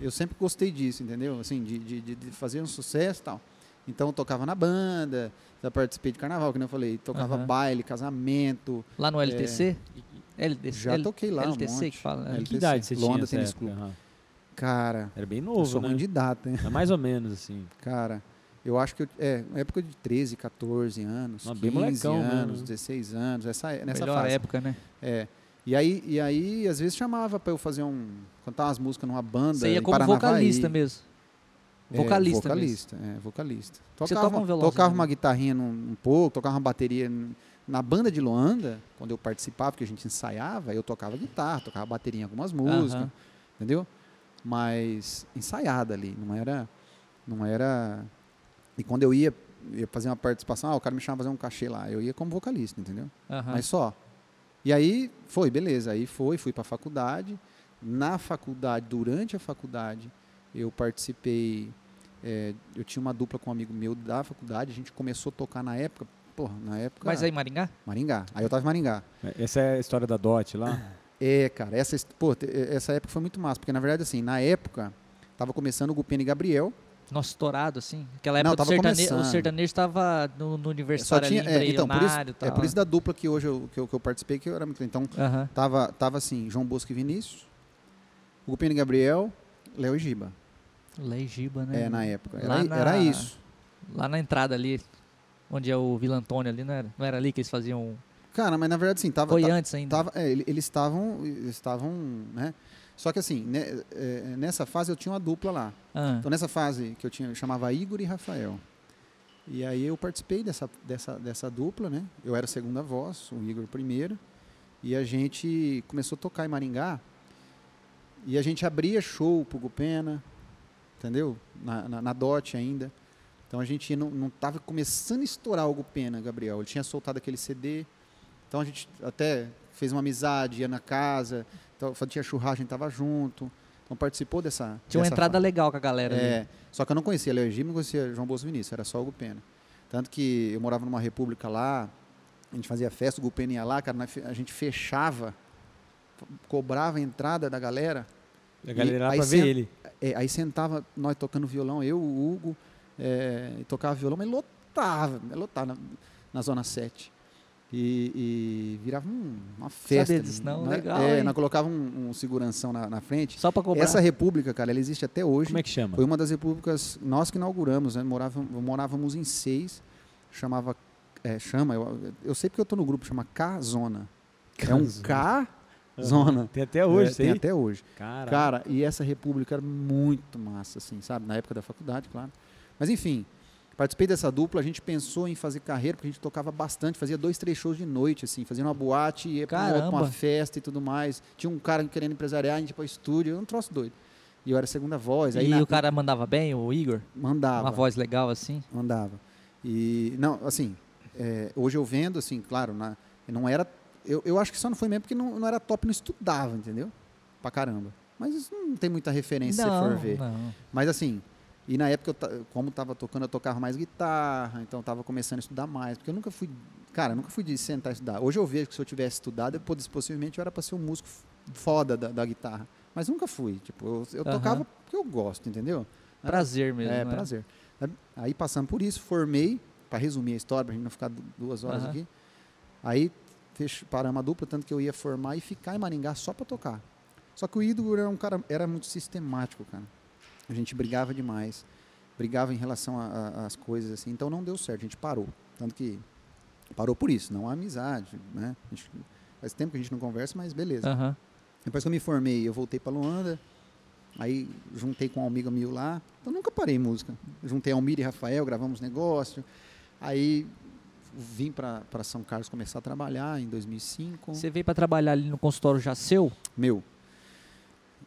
Speaker 3: eu sempre gostei disso, entendeu? Assim, de, de, de- de fazer um sucesso e tal. Então, eu tocava na banda, já participei de carnaval, que nem eu falei. Tocava
Speaker 1: Aham.
Speaker 3: baile, casamento.
Speaker 1: Lá no LTC? LTC
Speaker 3: é. Já toquei lá um
Speaker 1: LTC que
Speaker 3: monte.
Speaker 1: fala, né?
Speaker 3: É.
Speaker 2: Que idade você
Speaker 3: Luanda
Speaker 2: tinha? nessa
Speaker 3: Tênis
Speaker 2: época?
Speaker 3: Clube.
Speaker 2: Aham.
Speaker 3: Cara,
Speaker 2: Era bem
Speaker 3: eu
Speaker 2: novo,
Speaker 3: sou
Speaker 2: né?
Speaker 3: ruim de data, hein?
Speaker 2: Era mais ou menos, assim.
Speaker 3: Cara, eu acho que eu, é, uma época de 13, 14 anos,
Speaker 2: Nossa, bem
Speaker 3: 15
Speaker 2: molecão mesmo,
Speaker 3: anos,
Speaker 2: né?
Speaker 3: 16 anos, essa, é, nessa
Speaker 1: Melhor
Speaker 3: fase.
Speaker 1: época, né?
Speaker 3: É. E aí, e aí, às vezes chamava pra eu fazer um cantar umas músicas numa banda
Speaker 1: Você ia
Speaker 3: em
Speaker 1: como
Speaker 3: Paranavaí.
Speaker 1: vocalista mesmo.
Speaker 3: É,
Speaker 1: Vocalista mesmo.
Speaker 3: vocalista, é, vocalista.
Speaker 1: Você
Speaker 3: Tocava,
Speaker 1: toca um violãozinho,
Speaker 3: tocava uma
Speaker 1: né?
Speaker 3: guitarrinha num, um pouco, tocava uma bateria n- na banda de Luanda, quando eu participava, que a gente ensaiava, eu tocava guitarra, tocava bateria em algumas músicas,
Speaker 1: Aham.
Speaker 3: entendeu? Mas ensaiada ali, não era não era E quando eu ia, ia fazer uma participação, ah, o cara me chamava pra fazer um cachê lá, eu ia como vocalista, entendeu?
Speaker 1: Aham.
Speaker 3: mas só. E aí foi, beleza. Aí foi, fui para a faculdade. Na faculdade, durante a faculdade, eu participei. eh, eu tinha uma dupla com um amigo meu da faculdade. A gente começou a tocar na época. Porra, na época.
Speaker 1: Mas aí, em Maringá?
Speaker 3: Maringá. Aí eu tava em Maringá.
Speaker 2: Essa é a história da Dot lá.
Speaker 3: É, cara, essa, his- pô, te- eh, essa época foi muito massa. Porque, na verdade, assim, na época, tava começando o Gupena e Gabriel.
Speaker 1: Nossa, estourado, assim. Aquela
Speaker 3: Não,
Speaker 1: época do
Speaker 3: tava
Speaker 1: sertane... o
Speaker 3: começando.
Speaker 1: sertanejo estava no, no
Speaker 3: Só
Speaker 1: aniversário
Speaker 3: tinha.
Speaker 1: ali,
Speaker 3: é, então, por isso,
Speaker 1: embrionário e tal. né?
Speaker 3: é por isso da dupla que hoje eu, que eu, que eu participei, que eu era muito. Então,
Speaker 1: Aham.
Speaker 3: Tava, tava assim, João Bosco e Vinícius, Gupino e Gabriel, Léo e Giba.
Speaker 1: Legiba, né?
Speaker 3: É, na época.
Speaker 1: Lá
Speaker 3: Era,
Speaker 1: na-
Speaker 3: era isso.
Speaker 1: Lá na entrada ali, onde é o Vila Antônio ali, não era? Não era ali que eles faziam...
Speaker 3: Cara, mas na verdade sim, tava.
Speaker 1: Foi
Speaker 3: ta-
Speaker 1: antes ainda.
Speaker 3: tava é, ele- eles estavam. eles Estavam. Né? Só que assim, né, é, nessa fase eu tinha uma dupla lá.
Speaker 1: Ah,
Speaker 3: Então nessa fase que eu tinha, eu chamava Igor e Rafael. E aí eu participei dessa, dessa, dessa dupla, né? Eu era a segunda voz, o Igor primeiro. E a gente começou a tocar em Maringá. E a gente abria show pro Gupena, entendeu? Na, na, na DOT ainda. Então a gente não, não tava começando a estourar o Gupena, Gabriel. Ele tinha soltado aquele CD. Então a gente até fez uma amizade, ia na casa. Então, tinha churrasco, a gente tava junto. Então participou dessa.
Speaker 1: tinha uma
Speaker 3: dessa
Speaker 1: entrada
Speaker 3: fase.
Speaker 1: legal com a galera ali.
Speaker 3: É, só que eu não conhecia Léo Egídio, não conhecia João Bolso Vinícius, era só o Gupena. Tanto que eu morava numa república lá, a gente fazia festa, o Gupena ia lá, cara, nós fe- a gente fechava cobrava a entrada da galera.
Speaker 2: A galera lá
Speaker 3: aí
Speaker 2: pra
Speaker 3: sen-
Speaker 2: ver ele.
Speaker 3: É, aí sentava nós tocando violão, eu, o Hugo, é, e tocava violão, mas lotava, mas lotava na, na Zona 7. E, e virava hum, uma festa.
Speaker 1: disso não,
Speaker 3: né?
Speaker 1: legal,
Speaker 3: É,
Speaker 1: hein?
Speaker 3: nós colocava um, um seguranção na, na frente.
Speaker 1: Só pra cobrar.
Speaker 3: Essa república, cara, ela existe até hoje.
Speaker 2: Como é que chama?
Speaker 3: Foi uma das repúblicas, nós que inauguramos, né? Moravam, morávamos em seis, chamava, é, chama, eu, eu sei porque eu tô no grupo, chama K-Zona. É um K-Zona.
Speaker 2: Tem até hoje,
Speaker 3: É,
Speaker 2: isso
Speaker 3: tem
Speaker 2: aí.
Speaker 3: até hoje.
Speaker 2: Cara,
Speaker 3: Cara, e essa república era muito massa, assim, sabe? Na época da faculdade, claro. Mas enfim, participei dessa dupla, a gente pensou em fazer carreira, porque a gente tocava bastante, fazia dois, três shows de noite, assim, fazia uma boate, ia pra uma, outra, pra uma
Speaker 1: Caramba.
Speaker 3: festa e tudo mais. Tinha um cara querendo empresariar, a gente ia pro estúdio, um troço doido. E eu era segunda voz, aí
Speaker 1: e
Speaker 3: na-
Speaker 1: o cara mandava bem, o Igor?
Speaker 3: mandava.
Speaker 1: Uma voz legal assim?
Speaker 3: Mandava. E, não, assim, é, hoje eu vendo, assim, claro, na, não era. Eu, eu acho que só não foi mesmo porque não, não era top, não estudava, entendeu? Pra caramba. Mas isso não tem muita referência se for ver.
Speaker 1: não.
Speaker 3: Mas assim, e na época, eu, ta- como tava tocando, eu tocava mais guitarra, então eu tava começando a estudar mais. Porque eu nunca fui. Cara, eu nunca fui de sentar e estudar. Hoje eu vejo que se eu tivesse estudado, eu, pode- possivelmente eu era pra ser um músico foda da, da guitarra. Mas nunca fui. Tipo, eu, eu
Speaker 1: Aham.
Speaker 3: tocava porque eu gosto, entendeu?
Speaker 1: Prazer mesmo.
Speaker 3: É, prazer. Aí passando por isso, formei, para resumir a história, pra gente não ficar du- duas horas
Speaker 1: Aham.
Speaker 3: aqui. Aí fech- paramos a dupla, tanto que eu ia formar e ficar em Maringá só para tocar. Só que o Igor era um cara, era muito sistemático, cara. A gente brigava demais, brigava em relação a- a- às coisas assim, então não deu certo, a gente parou. Tanto que parou por isso, não a amizade, né? A gente- faz tempo que a gente não conversa, mas beleza.
Speaker 1: Aham.
Speaker 3: Depois que eu me formei, eu voltei pra Luanda. Aí juntei com um amigo meu lá. Eu nunca parei em música. Juntei Almir e Rafael, gravamos negócio. Aí vim pra pra São Carlos começar a trabalhar em 2005.
Speaker 1: Você veio pra trabalhar ali no consultório já seu?
Speaker 3: Meu.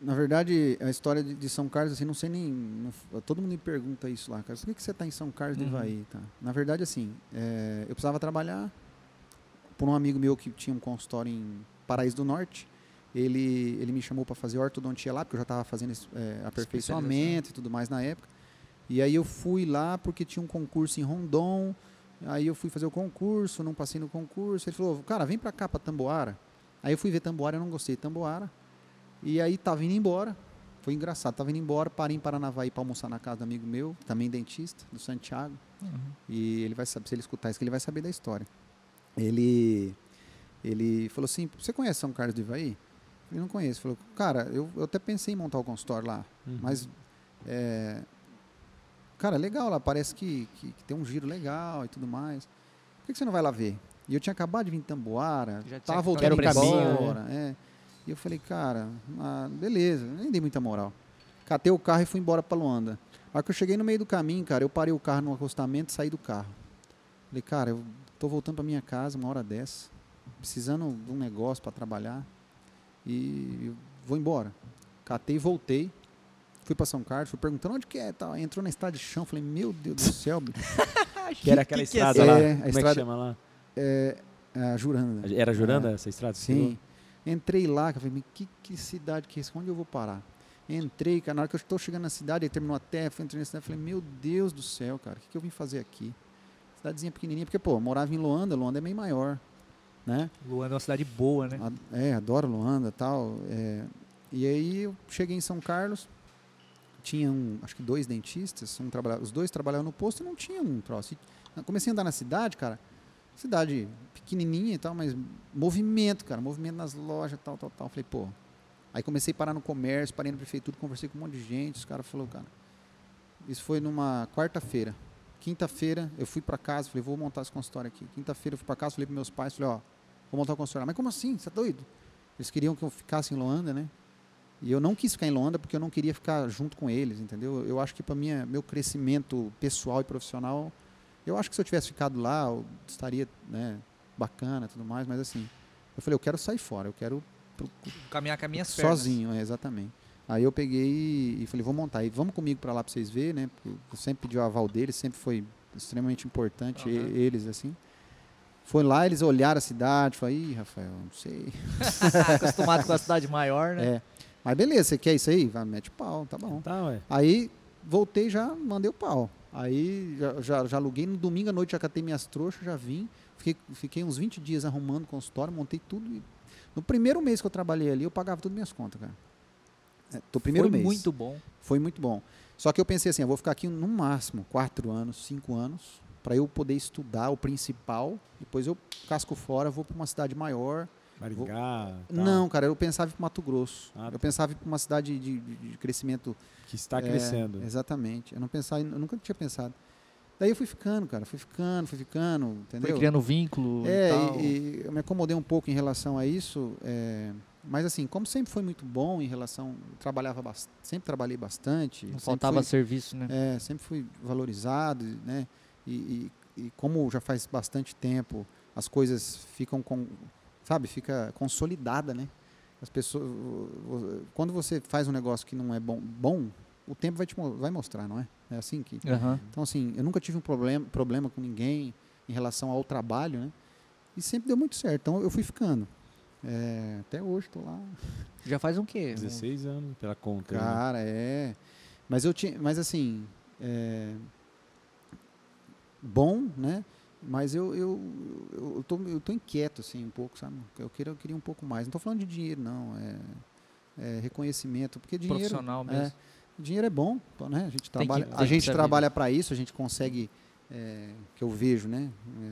Speaker 3: Na verdade, a história de, de São Carlos, assim, não sei nem. não- todo mundo me pergunta isso lá, cara. Por que, que você tá em São Carlos do
Speaker 1: Uhum.
Speaker 3: Ivaí? Tá? Na verdade, assim, é, eu precisava trabalhar por um amigo meu que tinha um consultório em Paraíso do Norte. Ele, ele me chamou para fazer ortodontia lá, porque eu já estava fazendo es- é, aperfeiçoamento e tudo mais na época. E aí eu fui lá porque tinha um concurso em Rondon. Aí eu fui fazer o concurso, não passei no concurso. Ele falou, cara, vem pra cá, pra Tamboara. Aí eu fui ver Tamboara, eu não gostei de Tamboara. E aí tava indo embora. Foi engraçado, tava indo embora, parei em Paranavaí pra almoçar na casa do amigo meu, também dentista, do Santiago. E ele vai saber, se ele escutar isso, que ele vai saber da história. Ele, ele falou assim, você conhece São Carlos do Ivaí? Eu não conheço. Ele falou, cara, eu, eu até pensei em montar o consultório lá,
Speaker 2: Uhum.
Speaker 3: mas... é, cara, legal lá, parece que, que, que tem um giro legal e tudo mais. Por que, que você não vai lá ver? E eu tinha acabado de vir em Tamboara,
Speaker 1: Já tinha
Speaker 3: tava voltando
Speaker 1: ficado
Speaker 3: em
Speaker 1: de
Speaker 3: caminho.
Speaker 2: boa, né?
Speaker 3: embora, é. E eu falei, cara, ah, beleza, nem dei muita moral. Catei o carro e fui embora pra Luanda. Na hora que eu cheguei no meio do caminho, cara, eu parei o carro no acostamento e saí do carro. Falei, cara, eu tô voltando pra minha casa uma hora dessa, precisando de um negócio pra trabalhar e eu vou embora. Catei, voltei, fui pra São Carlos, fui perguntando onde que é, e tal. entrou na estrada de chão, falei, meu Deus do céu, bicho.
Speaker 1: Ah,
Speaker 2: que era aquela estrada
Speaker 3: essa?
Speaker 2: lá.
Speaker 3: É, a
Speaker 2: Como é
Speaker 3: estrada-
Speaker 2: que chama lá?
Speaker 3: Ah, Juranda.
Speaker 2: Era Juranda essa estrada?
Speaker 3: Sim. Entrei lá, que eu falei, "Mas que, que cidade que é essa? Onde eu vou parar? Entrei, cara, na hora que eu estou chegando na cidade, ele terminou até, fui entrei na cidade, falei, meu Deus do céu, cara, o que, que eu vim fazer aqui? Cidadezinha pequenininha, porque, pô, eu morava em Luanda, Luanda é meio maior, né?
Speaker 1: Luanda é uma cidade boa, né?
Speaker 3: Ad- É, adoro Luanda e tal. é. E aí eu cheguei em São Carlos, tinha um, acho que dois dentistas, um trabalha- os dois trabalhavam no posto e não tinha um troço. E eu comecei a andar na cidade, cara, cidade pequenininha e tal, mas movimento, cara, movimento nas lojas, tal, tal, tal. Falei, pô. Aí comecei a parar no comércio, parei na prefeitura, conversei com um monte de gente, os caras falaram, cara. Isso foi numa quarta-feira. Quinta-feira eu fui pra casa, falei, vou montar esse consultório aqui. Quinta-feira eu fui pra casa, falei pros meus pais, falei, ó, vou montar o consultório. Mas como assim? Você é doido? Eles queriam que eu ficasse em Luanda, né? E eu não quis ficar em Luanda porque eu não queria ficar junto com eles, entendeu? Eu acho que para meu crescimento pessoal e profissional, eu acho que se eu tivesse ficado lá, eu estaria, né, bacana, e tudo mais, mas assim, eu falei, eu quero sair fora, eu quero
Speaker 1: Caminhar com as minhas pernas.
Speaker 3: sozinho, é, exatamente. Aí eu peguei e e falei, vou montar. E vamos comigo para lá para vocês verem, né? Porque eu sempre pedi o aval deles, sempre foi extremamente importante e-
Speaker 1: Aham.
Speaker 3: eles, assim. Foi lá, eles olharam a cidade, falaram, ih, Rafael, não sei.
Speaker 1: tá Acostumado com a cidade maior, né?
Speaker 3: É. Mas beleza, você quer isso aí? Vai, mete o pau, tá bom.
Speaker 2: Tá, ué.
Speaker 3: Aí voltei já mandei o pau. Aí já, já, já aluguei no domingo à noite, já catei minhas trouxas, já vim. Fiquei, fiquei uns 20 dias arrumando o consultório, montei tudo. E No primeiro mês que eu trabalhei ali, eu pagava todas as minhas contas, cara. É, do primeiro
Speaker 1: Foi
Speaker 3: mês.
Speaker 1: muito bom.
Speaker 3: Foi muito bom. Só que eu pensei assim, eu vou ficar aqui no máximo quatro anos, cinco anos, para eu poder estudar o principal. Depois eu casco fora, vou para uma cidade maior.
Speaker 2: Maringá. tá.
Speaker 3: Não, cara, eu pensava em ir para Mato Grosso.
Speaker 2: Ah, tá.
Speaker 3: Eu pensava em ir para uma cidade de, de- de crescimento.
Speaker 2: Que está
Speaker 3: É,
Speaker 2: Tá crescendo.
Speaker 3: Exatamente. Eu não pensava, em- eu nunca tinha pensado. Daí eu fui ficando, cara, fui ficando, fui ficando,
Speaker 1: Foi
Speaker 3: entendeu?
Speaker 1: criando vínculo
Speaker 3: É,
Speaker 1: e tal.
Speaker 3: e, e eu me acomodei um pouco em relação a isso, é, mas assim, como sempre foi muito bom em relação, trabalhava bas- sempre trabalhei bastante,
Speaker 1: Não
Speaker 3: sempre
Speaker 1: faltava
Speaker 3: fui,
Speaker 1: serviço, né?
Speaker 3: é, sempre fui valorizado, né? E, e- e como já faz bastante tempo, as coisas ficam com, sabe, fica consolidada, né? As pessoas, vo- vo- quando você faz um negócio que não é bom, bom, o tempo vai te mo- vai mostrar, não é? É assim que
Speaker 1: Aham.
Speaker 3: então, assim, eu nunca tive um problema, problema com ninguém em relação ao trabalho, né? E sempre deu muito certo. Então, eu fui ficando. É, até hoje estou lá.
Speaker 1: Já faz um quê? Um-
Speaker 2: 16 anos pela conta. né?
Speaker 3: Cara, é. Mas eu tinha. Mas assim. é, bom, né? Mas eu, eu, eu, eu tô, eu tô inquieto, assim, um pouco, sabe? Eu queria, eu queria um pouco mais. Não tô falando de dinheiro, não. É, é reconhecimento. Porque dinheiro.
Speaker 1: profissional
Speaker 3: é,
Speaker 1: mesmo.
Speaker 3: Dinheiro é bom, pô, né? A gente
Speaker 1: Tem que-
Speaker 3: trabalha,
Speaker 1: tem
Speaker 3: a
Speaker 1: que
Speaker 3: gente
Speaker 1: saber.
Speaker 3: trabalha para isso, a gente consegue, é, que eu vejo, né? É,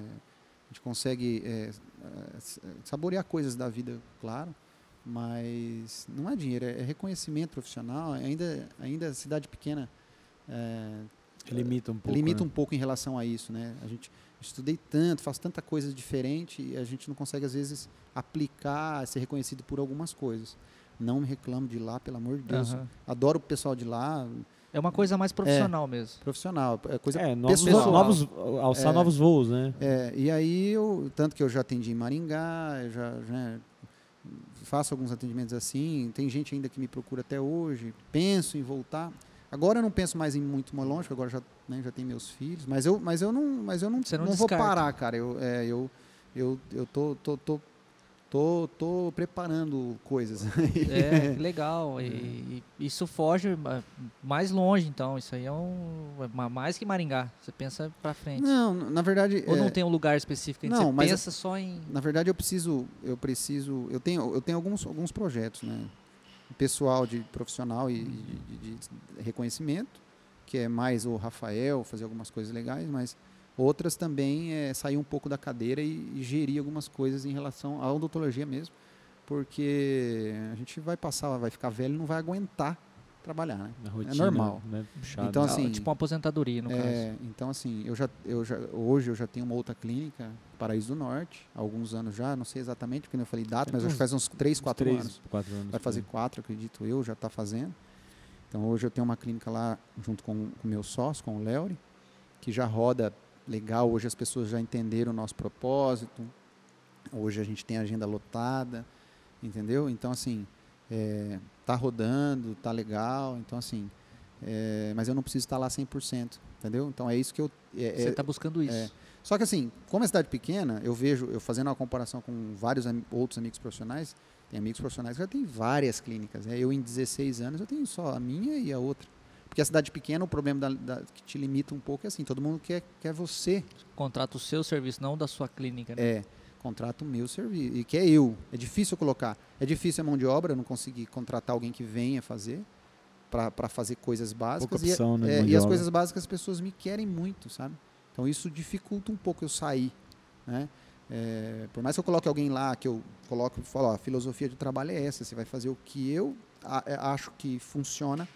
Speaker 3: a gente consegue é, é, s- é, saborear coisas da vida, claro, mas não é dinheiro, é é reconhecimento profissional. Ainda, ainda a cidade pequena é,
Speaker 2: Limita um pouco.
Speaker 3: limita
Speaker 2: né?
Speaker 3: um pouco em relação a isso, né? A gente estudei tanto, faço tanta coisa diferente e a gente não consegue às vezes aplicar, ser reconhecido por algumas coisas. Não me reclamo de lá, pelo amor de Deus.
Speaker 1: Aham.
Speaker 3: Adoro o pessoal de lá,
Speaker 1: É uma coisa mais profissional mesmo.
Speaker 3: profissional, é coisa.
Speaker 2: É, novos,
Speaker 3: pessoal.
Speaker 2: novos, alçar novos voos, né?
Speaker 3: É, e aí eu, tanto que eu já atendi em Maringá, eu já, já faço alguns atendimentos assim, tem gente ainda que me procura até hoje, penso em voltar. Agora eu não penso mais em muito mais longe, porque agora já, né, já tenho meus filhos, mas eu, mas eu não, mas eu não,
Speaker 1: Você não
Speaker 3: vou
Speaker 1: descarta.
Speaker 3: parar, cara. Eu, é, eu, eu, eu tô, tô, tô, tô, tô preparando coisas.
Speaker 1: É, que legal.
Speaker 3: É.
Speaker 1: E, e isso foge ma- mais longe, então. Isso aí é um. é ma- mais que Maringá. Você pensa pra frente.
Speaker 3: Não, na verdade.
Speaker 1: Ou
Speaker 3: é,
Speaker 1: não tem um lugar específico.
Speaker 3: Não,
Speaker 1: você
Speaker 3: mas- Então,
Speaker 1: pensa só em.
Speaker 3: Na verdade, eu preciso, eu preciso, eu tenho, eu tenho alguns, alguns projetos, né? Pessoal de profissional e de, de- de reconhecimento, que é mais o Rafael fazer algumas coisas legais, mas outras também é sair um pouco da cadeira e, e gerir algumas coisas em relação à odontologia mesmo, porque a gente vai passar, vai ficar velho, e não vai aguentar trabalhar, né?
Speaker 2: Na rotina,
Speaker 3: normal.
Speaker 2: Né? Puxado.
Speaker 3: Então,
Speaker 1: ah,
Speaker 3: assim,
Speaker 1: tipo uma aposentadoria, no caso.
Speaker 3: É, então assim, eu já, eu já, hoje eu já tenho uma outra clínica, Paraíso do Norte, há alguns anos já, não sei exatamente porque não falei data, mas acho que faz uns 3, 4
Speaker 2: três,
Speaker 3: anos.
Speaker 2: quatro anos.
Speaker 3: Vai fazer 4, acredito eu, já está fazendo. Então hoje eu tenho uma clínica lá junto com com o meu sócio, com o Léo, que já roda legal, hoje as pessoas já entenderam o nosso propósito, hoje a gente tem agenda lotada, entendeu? Então assim, é, tá rodando, tá legal, então assim, é, mas eu não preciso estar lá 100%, entendeu? Então é isso que eu... é-
Speaker 1: você
Speaker 3: é-
Speaker 1: tá buscando isso.
Speaker 3: é. só que assim, como é cidade pequena, eu vejo, eu fazendo uma comparação com vários ami- outros amigos profissionais, tem amigos profissionais que já tem várias clínicas. Né? Eu em 16 anos eu tenho só a minha e a outra. Porque a cidade pequena, o problema da- da- que te limita um pouco é assim, todo mundo quer, quer você.
Speaker 1: Contrata o seu serviço, não o da sua clínica. Né?
Speaker 3: É, contrata o meu serviço. E quer eu. É difícil eu colocar. É difícil a mão de obra, eu não conseguir contratar alguém que venha fazer para fazer coisas
Speaker 2: Pouca
Speaker 3: básicas. E-
Speaker 2: opção, né?
Speaker 3: é,
Speaker 2: mão de
Speaker 3: e as
Speaker 2: obra.
Speaker 3: coisas básicas as pessoas me querem muito, sabe? Então isso dificulta um pouco eu sair, né? É, por mais que eu coloque alguém lá, que eu coloco e falo, ó, a filosofia de trabalho é essa, você vai fazer o que eu a- é, acho que funciona.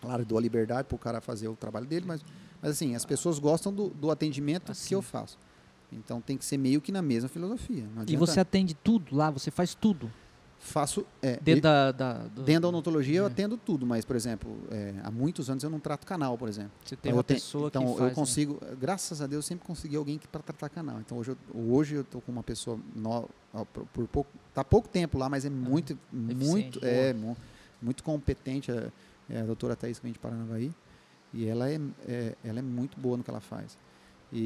Speaker 3: Claro, eu dou a liberdade para o cara fazer o trabalho dele, mas, mas assim, as pessoas gostam do, do atendimento
Speaker 1: Assim.
Speaker 3: que eu faço. Então tem que ser meio que na mesma filosofia.
Speaker 1: E
Speaker 3: Não adianta.
Speaker 1: você atende tudo lá, você faz tudo.
Speaker 3: faço é,
Speaker 1: Dentro da. da do-
Speaker 3: dentro da odontologia eu
Speaker 1: É.
Speaker 3: atendo tudo, mas por exemplo, é, há muitos anos eu não trato canal, por exemplo.
Speaker 1: Você tem
Speaker 3: Eu
Speaker 1: uma
Speaker 3: tenho-
Speaker 1: pessoa
Speaker 3: então,
Speaker 1: que faz. né?
Speaker 3: eu consigo, graças a Deus, eu sempre consegui alguém que para tratar canal. Então hoje eu, hoje eu tô com uma pessoa no, ó, por, por pouco, tá pouco tempo lá, mas é muito muito é mu- muito competente é, é a doutora Thaís que vem de Paranavaí e ela é, é- ela é muito boa no que ela faz.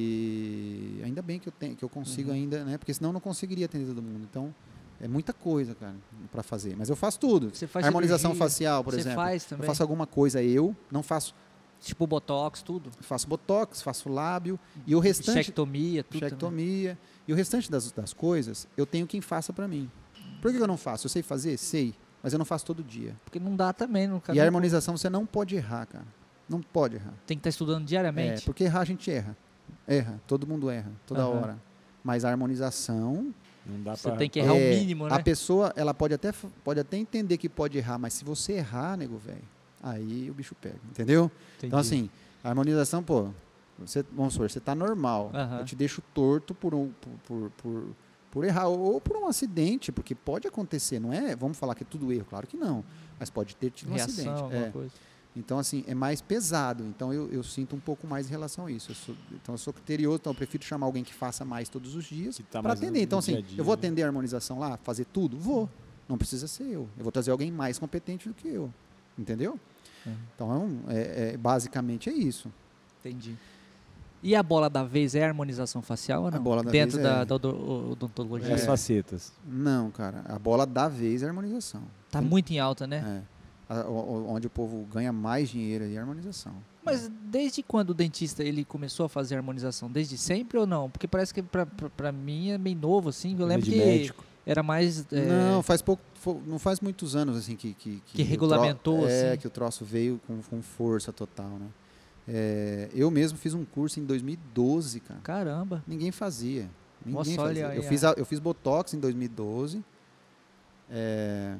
Speaker 3: E ainda bem que eu tenho que eu consigo
Speaker 1: Uhum.
Speaker 3: ainda, né? Porque senão eu não conseguiria atender todo mundo. Então é muita coisa, cara, para fazer. Mas eu faço tudo.
Speaker 1: Você faz
Speaker 3: Harmonização
Speaker 1: cirurgia,
Speaker 3: facial, por
Speaker 1: você
Speaker 3: exemplo.
Speaker 1: faz
Speaker 3: eu
Speaker 1: também.
Speaker 3: faço alguma coisa eu, não faço
Speaker 1: Tipo botox, tudo.
Speaker 3: faço botox, faço lábio e o restante
Speaker 1: Chectomia, tudo. também.
Speaker 3: chectomia e o restante das, das coisas eu tenho quem faça para mim. Porque Por que eu não faço? Eu sei fazer? Sei. Mas eu não faço todo dia.
Speaker 1: Porque não dá também, não
Speaker 3: E a harmonização você não pode errar, cara. Não pode errar.
Speaker 1: Tem que estar estudando
Speaker 3: É,
Speaker 1: diariamente.
Speaker 3: porque errar a gente erra. Erra. Todo mundo erra. Toda
Speaker 1: Aham.
Speaker 3: hora. Mas a harmonização.
Speaker 2: Não dá
Speaker 1: Você
Speaker 2: pra...
Speaker 1: tem que errar
Speaker 3: é,
Speaker 1: o mínimo,
Speaker 3: A
Speaker 1: né?
Speaker 3: pessoa, ela pode até, f- pode até entender que pode errar, mas se você errar, nego, velho, aí o bicho pega. Entendeu?
Speaker 1: Entendi.
Speaker 3: Então, assim, a harmonização, pô, você, vamos supor, você tá normal.
Speaker 1: Aham.
Speaker 3: Eu te deixo torto por, um, por, por, por, por errar ou, ou por um acidente, porque pode acontecer, não é? Vamos falar que é tudo erro, claro que não. Mas pode ter tido um
Speaker 1: reação,
Speaker 3: acidente.
Speaker 1: alguma
Speaker 3: é.
Speaker 1: coisa.
Speaker 3: Então, assim, é mais pesado. Então, eu, eu sinto um pouco mais em relação a isso. Eu sou- então, eu sou criterioso, então eu prefiro chamar alguém que faça mais todos os dias
Speaker 2: Que tá
Speaker 3: para
Speaker 2: mais no-
Speaker 3: atender. Então,
Speaker 2: no dia
Speaker 3: assim,
Speaker 2: a dia,
Speaker 3: eu vou
Speaker 2: né?
Speaker 3: atender a harmonização lá, fazer tudo? Vou. Não precisa ser eu. Eu vou trazer alguém mais competente do que eu. Entendeu?
Speaker 1: Uhum.
Speaker 3: Então, é um- é- é- basicamente é isso.
Speaker 1: Entendi. E a bola da vez é a harmonização facial ou
Speaker 3: A
Speaker 1: não?
Speaker 3: bola da
Speaker 1: Dentro
Speaker 3: vez
Speaker 1: da,
Speaker 3: é.
Speaker 1: da odo- odontologia.
Speaker 2: As
Speaker 3: É.
Speaker 2: facetas.
Speaker 3: Não, cara. A bola da vez é a harmonização.
Speaker 1: Tá muito em alta, né?
Speaker 3: É. A- o- o- onde o povo ganha mais dinheiro aí é a harmonização.
Speaker 1: Mas desde quando o dentista ele começou a fazer harmonização? Desde sempre ou não? Porque parece que pra, pra, pra mim é bem novo, assim. Eu
Speaker 2: Coisa
Speaker 1: lembro
Speaker 2: de
Speaker 1: que
Speaker 2: médico.
Speaker 1: era mais. é,
Speaker 3: Não, faz pouco, fo- não faz muitos anos assim que que,
Speaker 1: Que
Speaker 3: o
Speaker 1: regulamentou,
Speaker 3: tro- é,
Speaker 1: assim.
Speaker 3: que o troço veio com, com força total, né? É, eu mesmo fiz um curso em 2012, cara.
Speaker 1: Caramba.
Speaker 3: Ninguém fazia. Ninguém
Speaker 1: Nossa, olha
Speaker 3: fazia.
Speaker 1: aí,
Speaker 3: eu
Speaker 1: é.
Speaker 3: fiz a- eu fiz botox em 2012. É,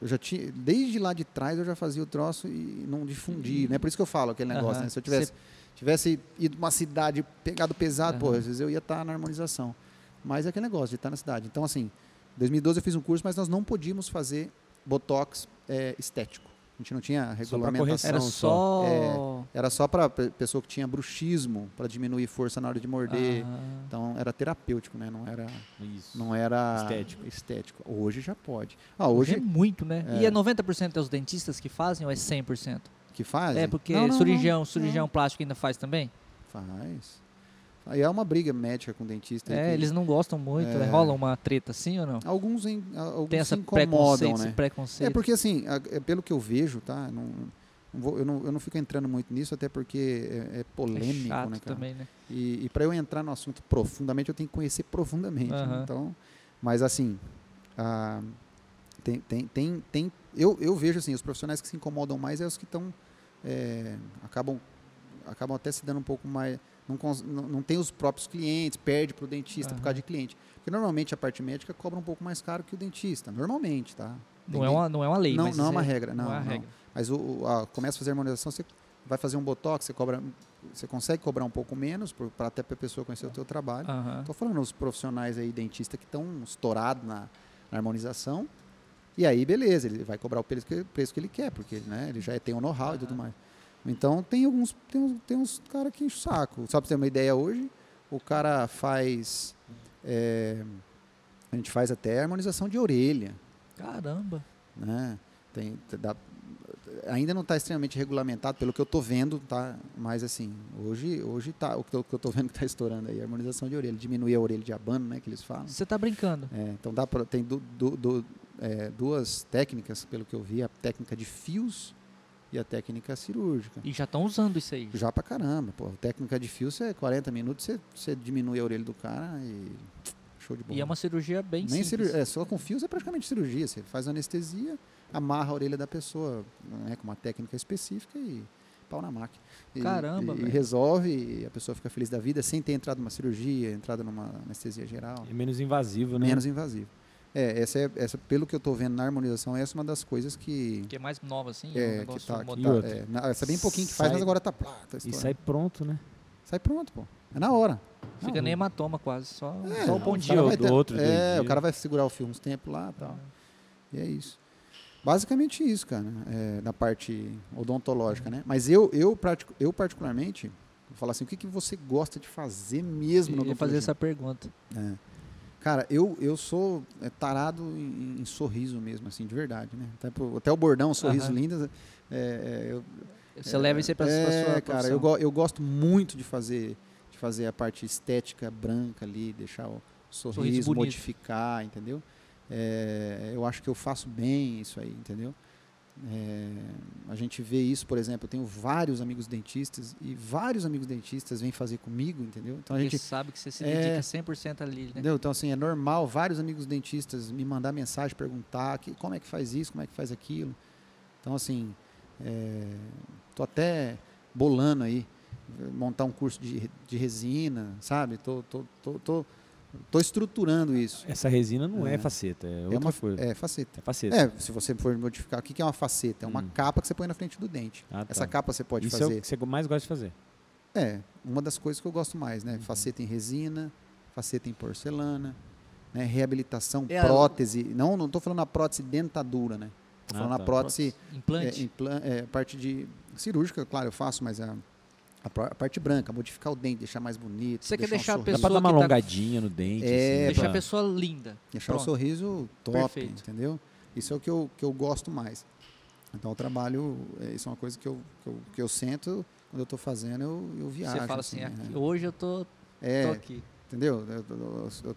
Speaker 3: eu já tinha desde lá de trás eu já fazia o troço e não difundi, né? Por isso que eu falo aquele negócio,
Speaker 1: Hum. Aham.
Speaker 3: né? Se eu tivesse tivesse ido pra uma cidade, pegado pesado, pô,
Speaker 1: Aham.
Speaker 3: às vezes eu ia estar na harmonização. Mas é aquele negócio de estar na cidade. Então, assim, em 2012 eu fiz um curso, mas nós não podíamos fazer botox é, estético. A gente não tinha
Speaker 2: correção.
Speaker 3: regulamentação.
Speaker 1: Era
Speaker 2: só-
Speaker 1: só.
Speaker 3: Era só para pessoa que tinha bruxismo, para diminuir força na hora de morder.
Speaker 1: Ah,
Speaker 3: Então, era terapêutico, né? Não era,
Speaker 2: Isso.
Speaker 3: não era
Speaker 2: Estético.
Speaker 3: estético. Hoje já pode. Ah,
Speaker 1: hoje é
Speaker 3: hoje
Speaker 1: muito, né?
Speaker 3: É.
Speaker 1: E é 90% é os dentistas que fazem ou é 100%?
Speaker 3: que faz?
Speaker 1: É, porque cirurgião,
Speaker 3: É.
Speaker 1: cirurgião plástico ainda faz também?
Speaker 3: Faz. Aí é uma briga médica com o dentista.
Speaker 1: É,
Speaker 3: que-
Speaker 1: eles não gostam muito, né?
Speaker 3: É.
Speaker 1: rola uma treta assim ou não?
Speaker 3: Alguns, em, a- alguns
Speaker 1: Tem
Speaker 3: se
Speaker 1: essa
Speaker 3: incomodam,
Speaker 1: preconceito,
Speaker 3: né?
Speaker 1: esse preconceito.
Speaker 3: É porque assim, a- é pelo que eu vejo, tá? Não, não vou- eu, não, eu não fico entrando muito nisso, até porque é, é
Speaker 1: É
Speaker 3: polêmico,
Speaker 1: chato
Speaker 3: né, cara?
Speaker 1: também, né?
Speaker 3: E, e para eu entrar no assunto profundamente, eu tenho que conhecer profundamente. né?
Speaker 1: Aham.
Speaker 3: Então, mas assim, ah, tem, tem, tem, tem eu, eu vejo assim, os profissionais que se incomodam mais é os que estão é, acabam acabam até se dando um pouco mais não, cons- não, não tem os próprios clientes, perde para o dentista por
Speaker 1: Aham.
Speaker 3: causa de cliente. Porque normalmente a parte médica cobra um pouco mais caro que o dentista, normalmente, tá? Tem
Speaker 1: Não é,
Speaker 3: bem-
Speaker 1: uma, não é uma lei,
Speaker 3: não,
Speaker 1: mas
Speaker 3: não é
Speaker 1: isso
Speaker 3: uma regra, não.
Speaker 1: não é uma
Speaker 3: não.
Speaker 1: regra.
Speaker 3: Mas o, o- a- começa a fazer harmonização, você vai fazer um botox, você cobra, você consegue cobrar um pouco menos para até para a pessoa conhecer o teu trabalho.
Speaker 1: Aham.
Speaker 3: Estou falando os profissionais aí dentista que estão estourados na, na harmonização. E aí, beleza, ele vai cobrar o preço que, preço que ele quer, porque né, ele já é- tem o know-how e tudo mais. Então, tem alguns, tem uns, tem uns caras que enchem o saco. Só para ter uma ideia, hoje, o cara faz. é, a gente faz até harmonização de orelha
Speaker 1: Caramba.
Speaker 3: né? Tem, te- dá- ainda não está extremamente regulamentado, pelo que eu estou vendo, tá? Mas assim, hoje, hoje tá, o que eu estou vendo que está estourando aí, é a harmonização de orelha, diminuir a orelha de abano, né? Que eles falam.
Speaker 1: Você tá brincando.
Speaker 3: É, então dá pra, tem du- du- du- é, duas técnicas, pelo que eu vi, a técnica de fios e a técnica cirúrgica.
Speaker 1: E já estão usando isso aí.
Speaker 3: Já pra caramba, pô. A técnica de fios é 40 minutos, você, você diminui a orelha do cara e show de bola.
Speaker 1: E é uma cirurgia bem
Speaker 3: Nem
Speaker 1: simples.
Speaker 3: cirurgia, é, só com fios é praticamente cirurgia. Você faz anestesia, amarra a orelha da pessoa né, com uma técnica específica e pau na máquina. E,
Speaker 1: Caramba,
Speaker 3: E, e
Speaker 1: velho.
Speaker 3: resolve e a pessoa fica feliz da vida sem ter entrado numa cirurgia, entrado numa anestesia geral.
Speaker 2: É menos invasivo, né?
Speaker 3: Menos invasivo. É, essa é, essa, pelo que eu estou vendo na harmonização, essa é uma das coisas que.
Speaker 1: Que é mais nova, assim. É, um
Speaker 3: É, que
Speaker 1: negócio
Speaker 3: tá, que
Speaker 2: E
Speaker 1: moderno.
Speaker 3: tá
Speaker 2: outra?
Speaker 3: é, na- essa é bem pouquinho que faz,
Speaker 2: Sai-
Speaker 3: mas agora tá, plá, tá
Speaker 2: E
Speaker 3: estourando.
Speaker 2: sai pronto, né?
Speaker 3: sai pronto, pô. É na hora.
Speaker 1: Fica nem hematoma quase, só,
Speaker 3: É,
Speaker 1: só o pontinho.
Speaker 2: não,
Speaker 1: Tá.
Speaker 2: um
Speaker 3: o
Speaker 2: dia
Speaker 3: cara
Speaker 2: ou
Speaker 3: vai
Speaker 2: do outro, dois
Speaker 3: É,
Speaker 2: dias.
Speaker 3: o cara vai segurar o filme uns tempos lá e tal. E é isso. Basicamente isso, cara, é, na parte odontológica, né? Mas eu, eu, pratico, eu particularmente, vou falar assim, o que, que você gosta de fazer mesmo na
Speaker 1: Eu ia fazer
Speaker 3: odontologia?
Speaker 1: essa pergunta.
Speaker 3: É. Cara, eu, eu sou é, tarado em, em sorriso mesmo, assim, de verdade, né? Até, pro- até o bordão, sorriso
Speaker 1: Aham.
Speaker 3: lindo. é, é, eu,
Speaker 1: Você leva isso aí pra, pra
Speaker 3: é,
Speaker 1: sua
Speaker 3: cara,
Speaker 1: profissão.
Speaker 3: eu, go- eu gosto muito de fazer, de fazer a parte estética branca ali, deixar o sorriso,
Speaker 1: Sorriso bonito.
Speaker 3: modificar, entendeu? É, eu acho que eu faço bem isso aí, entendeu? É, a gente vê isso, por exemplo, eu tenho vários amigos dentistas e vários amigos dentistas vêm fazer comigo, entendeu? Então a
Speaker 1: Porque
Speaker 3: gente
Speaker 1: sabe que você se
Speaker 3: é,
Speaker 1: dedica 100% ali, né?
Speaker 3: Entendeu? Então, assim, é normal vários amigos dentistas me mandar mensagem, perguntar que, como é que faz isso, como é que faz aquilo. Então, assim, é, tô até bolando aí, eh, montar um curso de, de resina, sabe? Tô, tô, tô, tô, tô estruturando isso.
Speaker 2: Essa resina não é,
Speaker 3: É.
Speaker 2: faceta, é
Speaker 3: é
Speaker 2: outra
Speaker 3: uma
Speaker 2: coisa. É,
Speaker 3: É faceta.
Speaker 2: faceta.
Speaker 3: É, se você for modificar, o que que é uma faceta? É uma
Speaker 2: Hum.
Speaker 3: capa que você põe na frente do dente.
Speaker 2: Ah, tá.
Speaker 3: Essa capa você pode
Speaker 2: Isso é
Speaker 3: fazer.
Speaker 2: o que você mais gosta de fazer.
Speaker 3: É, uma das coisas que eu gosto mais,
Speaker 1: Uhum.
Speaker 3: né? Faceta em resina, faceta em porcelana, né? reabilitação,
Speaker 1: É a-
Speaker 3: prótese. Não, não estou falando a prótese dentadura, né? Estou
Speaker 2: Ah,
Speaker 3: falando
Speaker 2: tá,
Speaker 3: a prótese,
Speaker 1: Implante.
Speaker 3: é, implan- é, parte de cirúrgica, claro, eu faço, mas a, a pró- a parte branca, modificar o dente, deixar mais bonito.
Speaker 1: Você quer
Speaker 3: um
Speaker 1: deixar a
Speaker 2: Dá
Speaker 3: sorriso-
Speaker 1: pessoa-
Speaker 2: pra dar uma
Speaker 1: que tá-
Speaker 2: alongadinha no dente.
Speaker 3: É,
Speaker 2: assim,
Speaker 1: Deixa
Speaker 2: pra-
Speaker 1: a pessoa linda.
Speaker 3: Deixar o
Speaker 1: Pronto.
Speaker 3: sorriso top,
Speaker 1: Perfeito.
Speaker 3: entendeu? Isso é o que eu, que eu gosto mais. Então o trabalho, é, isso é uma coisa que eu, que eu, que eu sento, quando eu estou fazendo, eu, eu viajo.
Speaker 1: você fala assim,
Speaker 3: né?
Speaker 1: "Aqui- hoje eu tô, tô
Speaker 3: É,
Speaker 1: aqui.
Speaker 3: Entendeu? Eu, eu- eu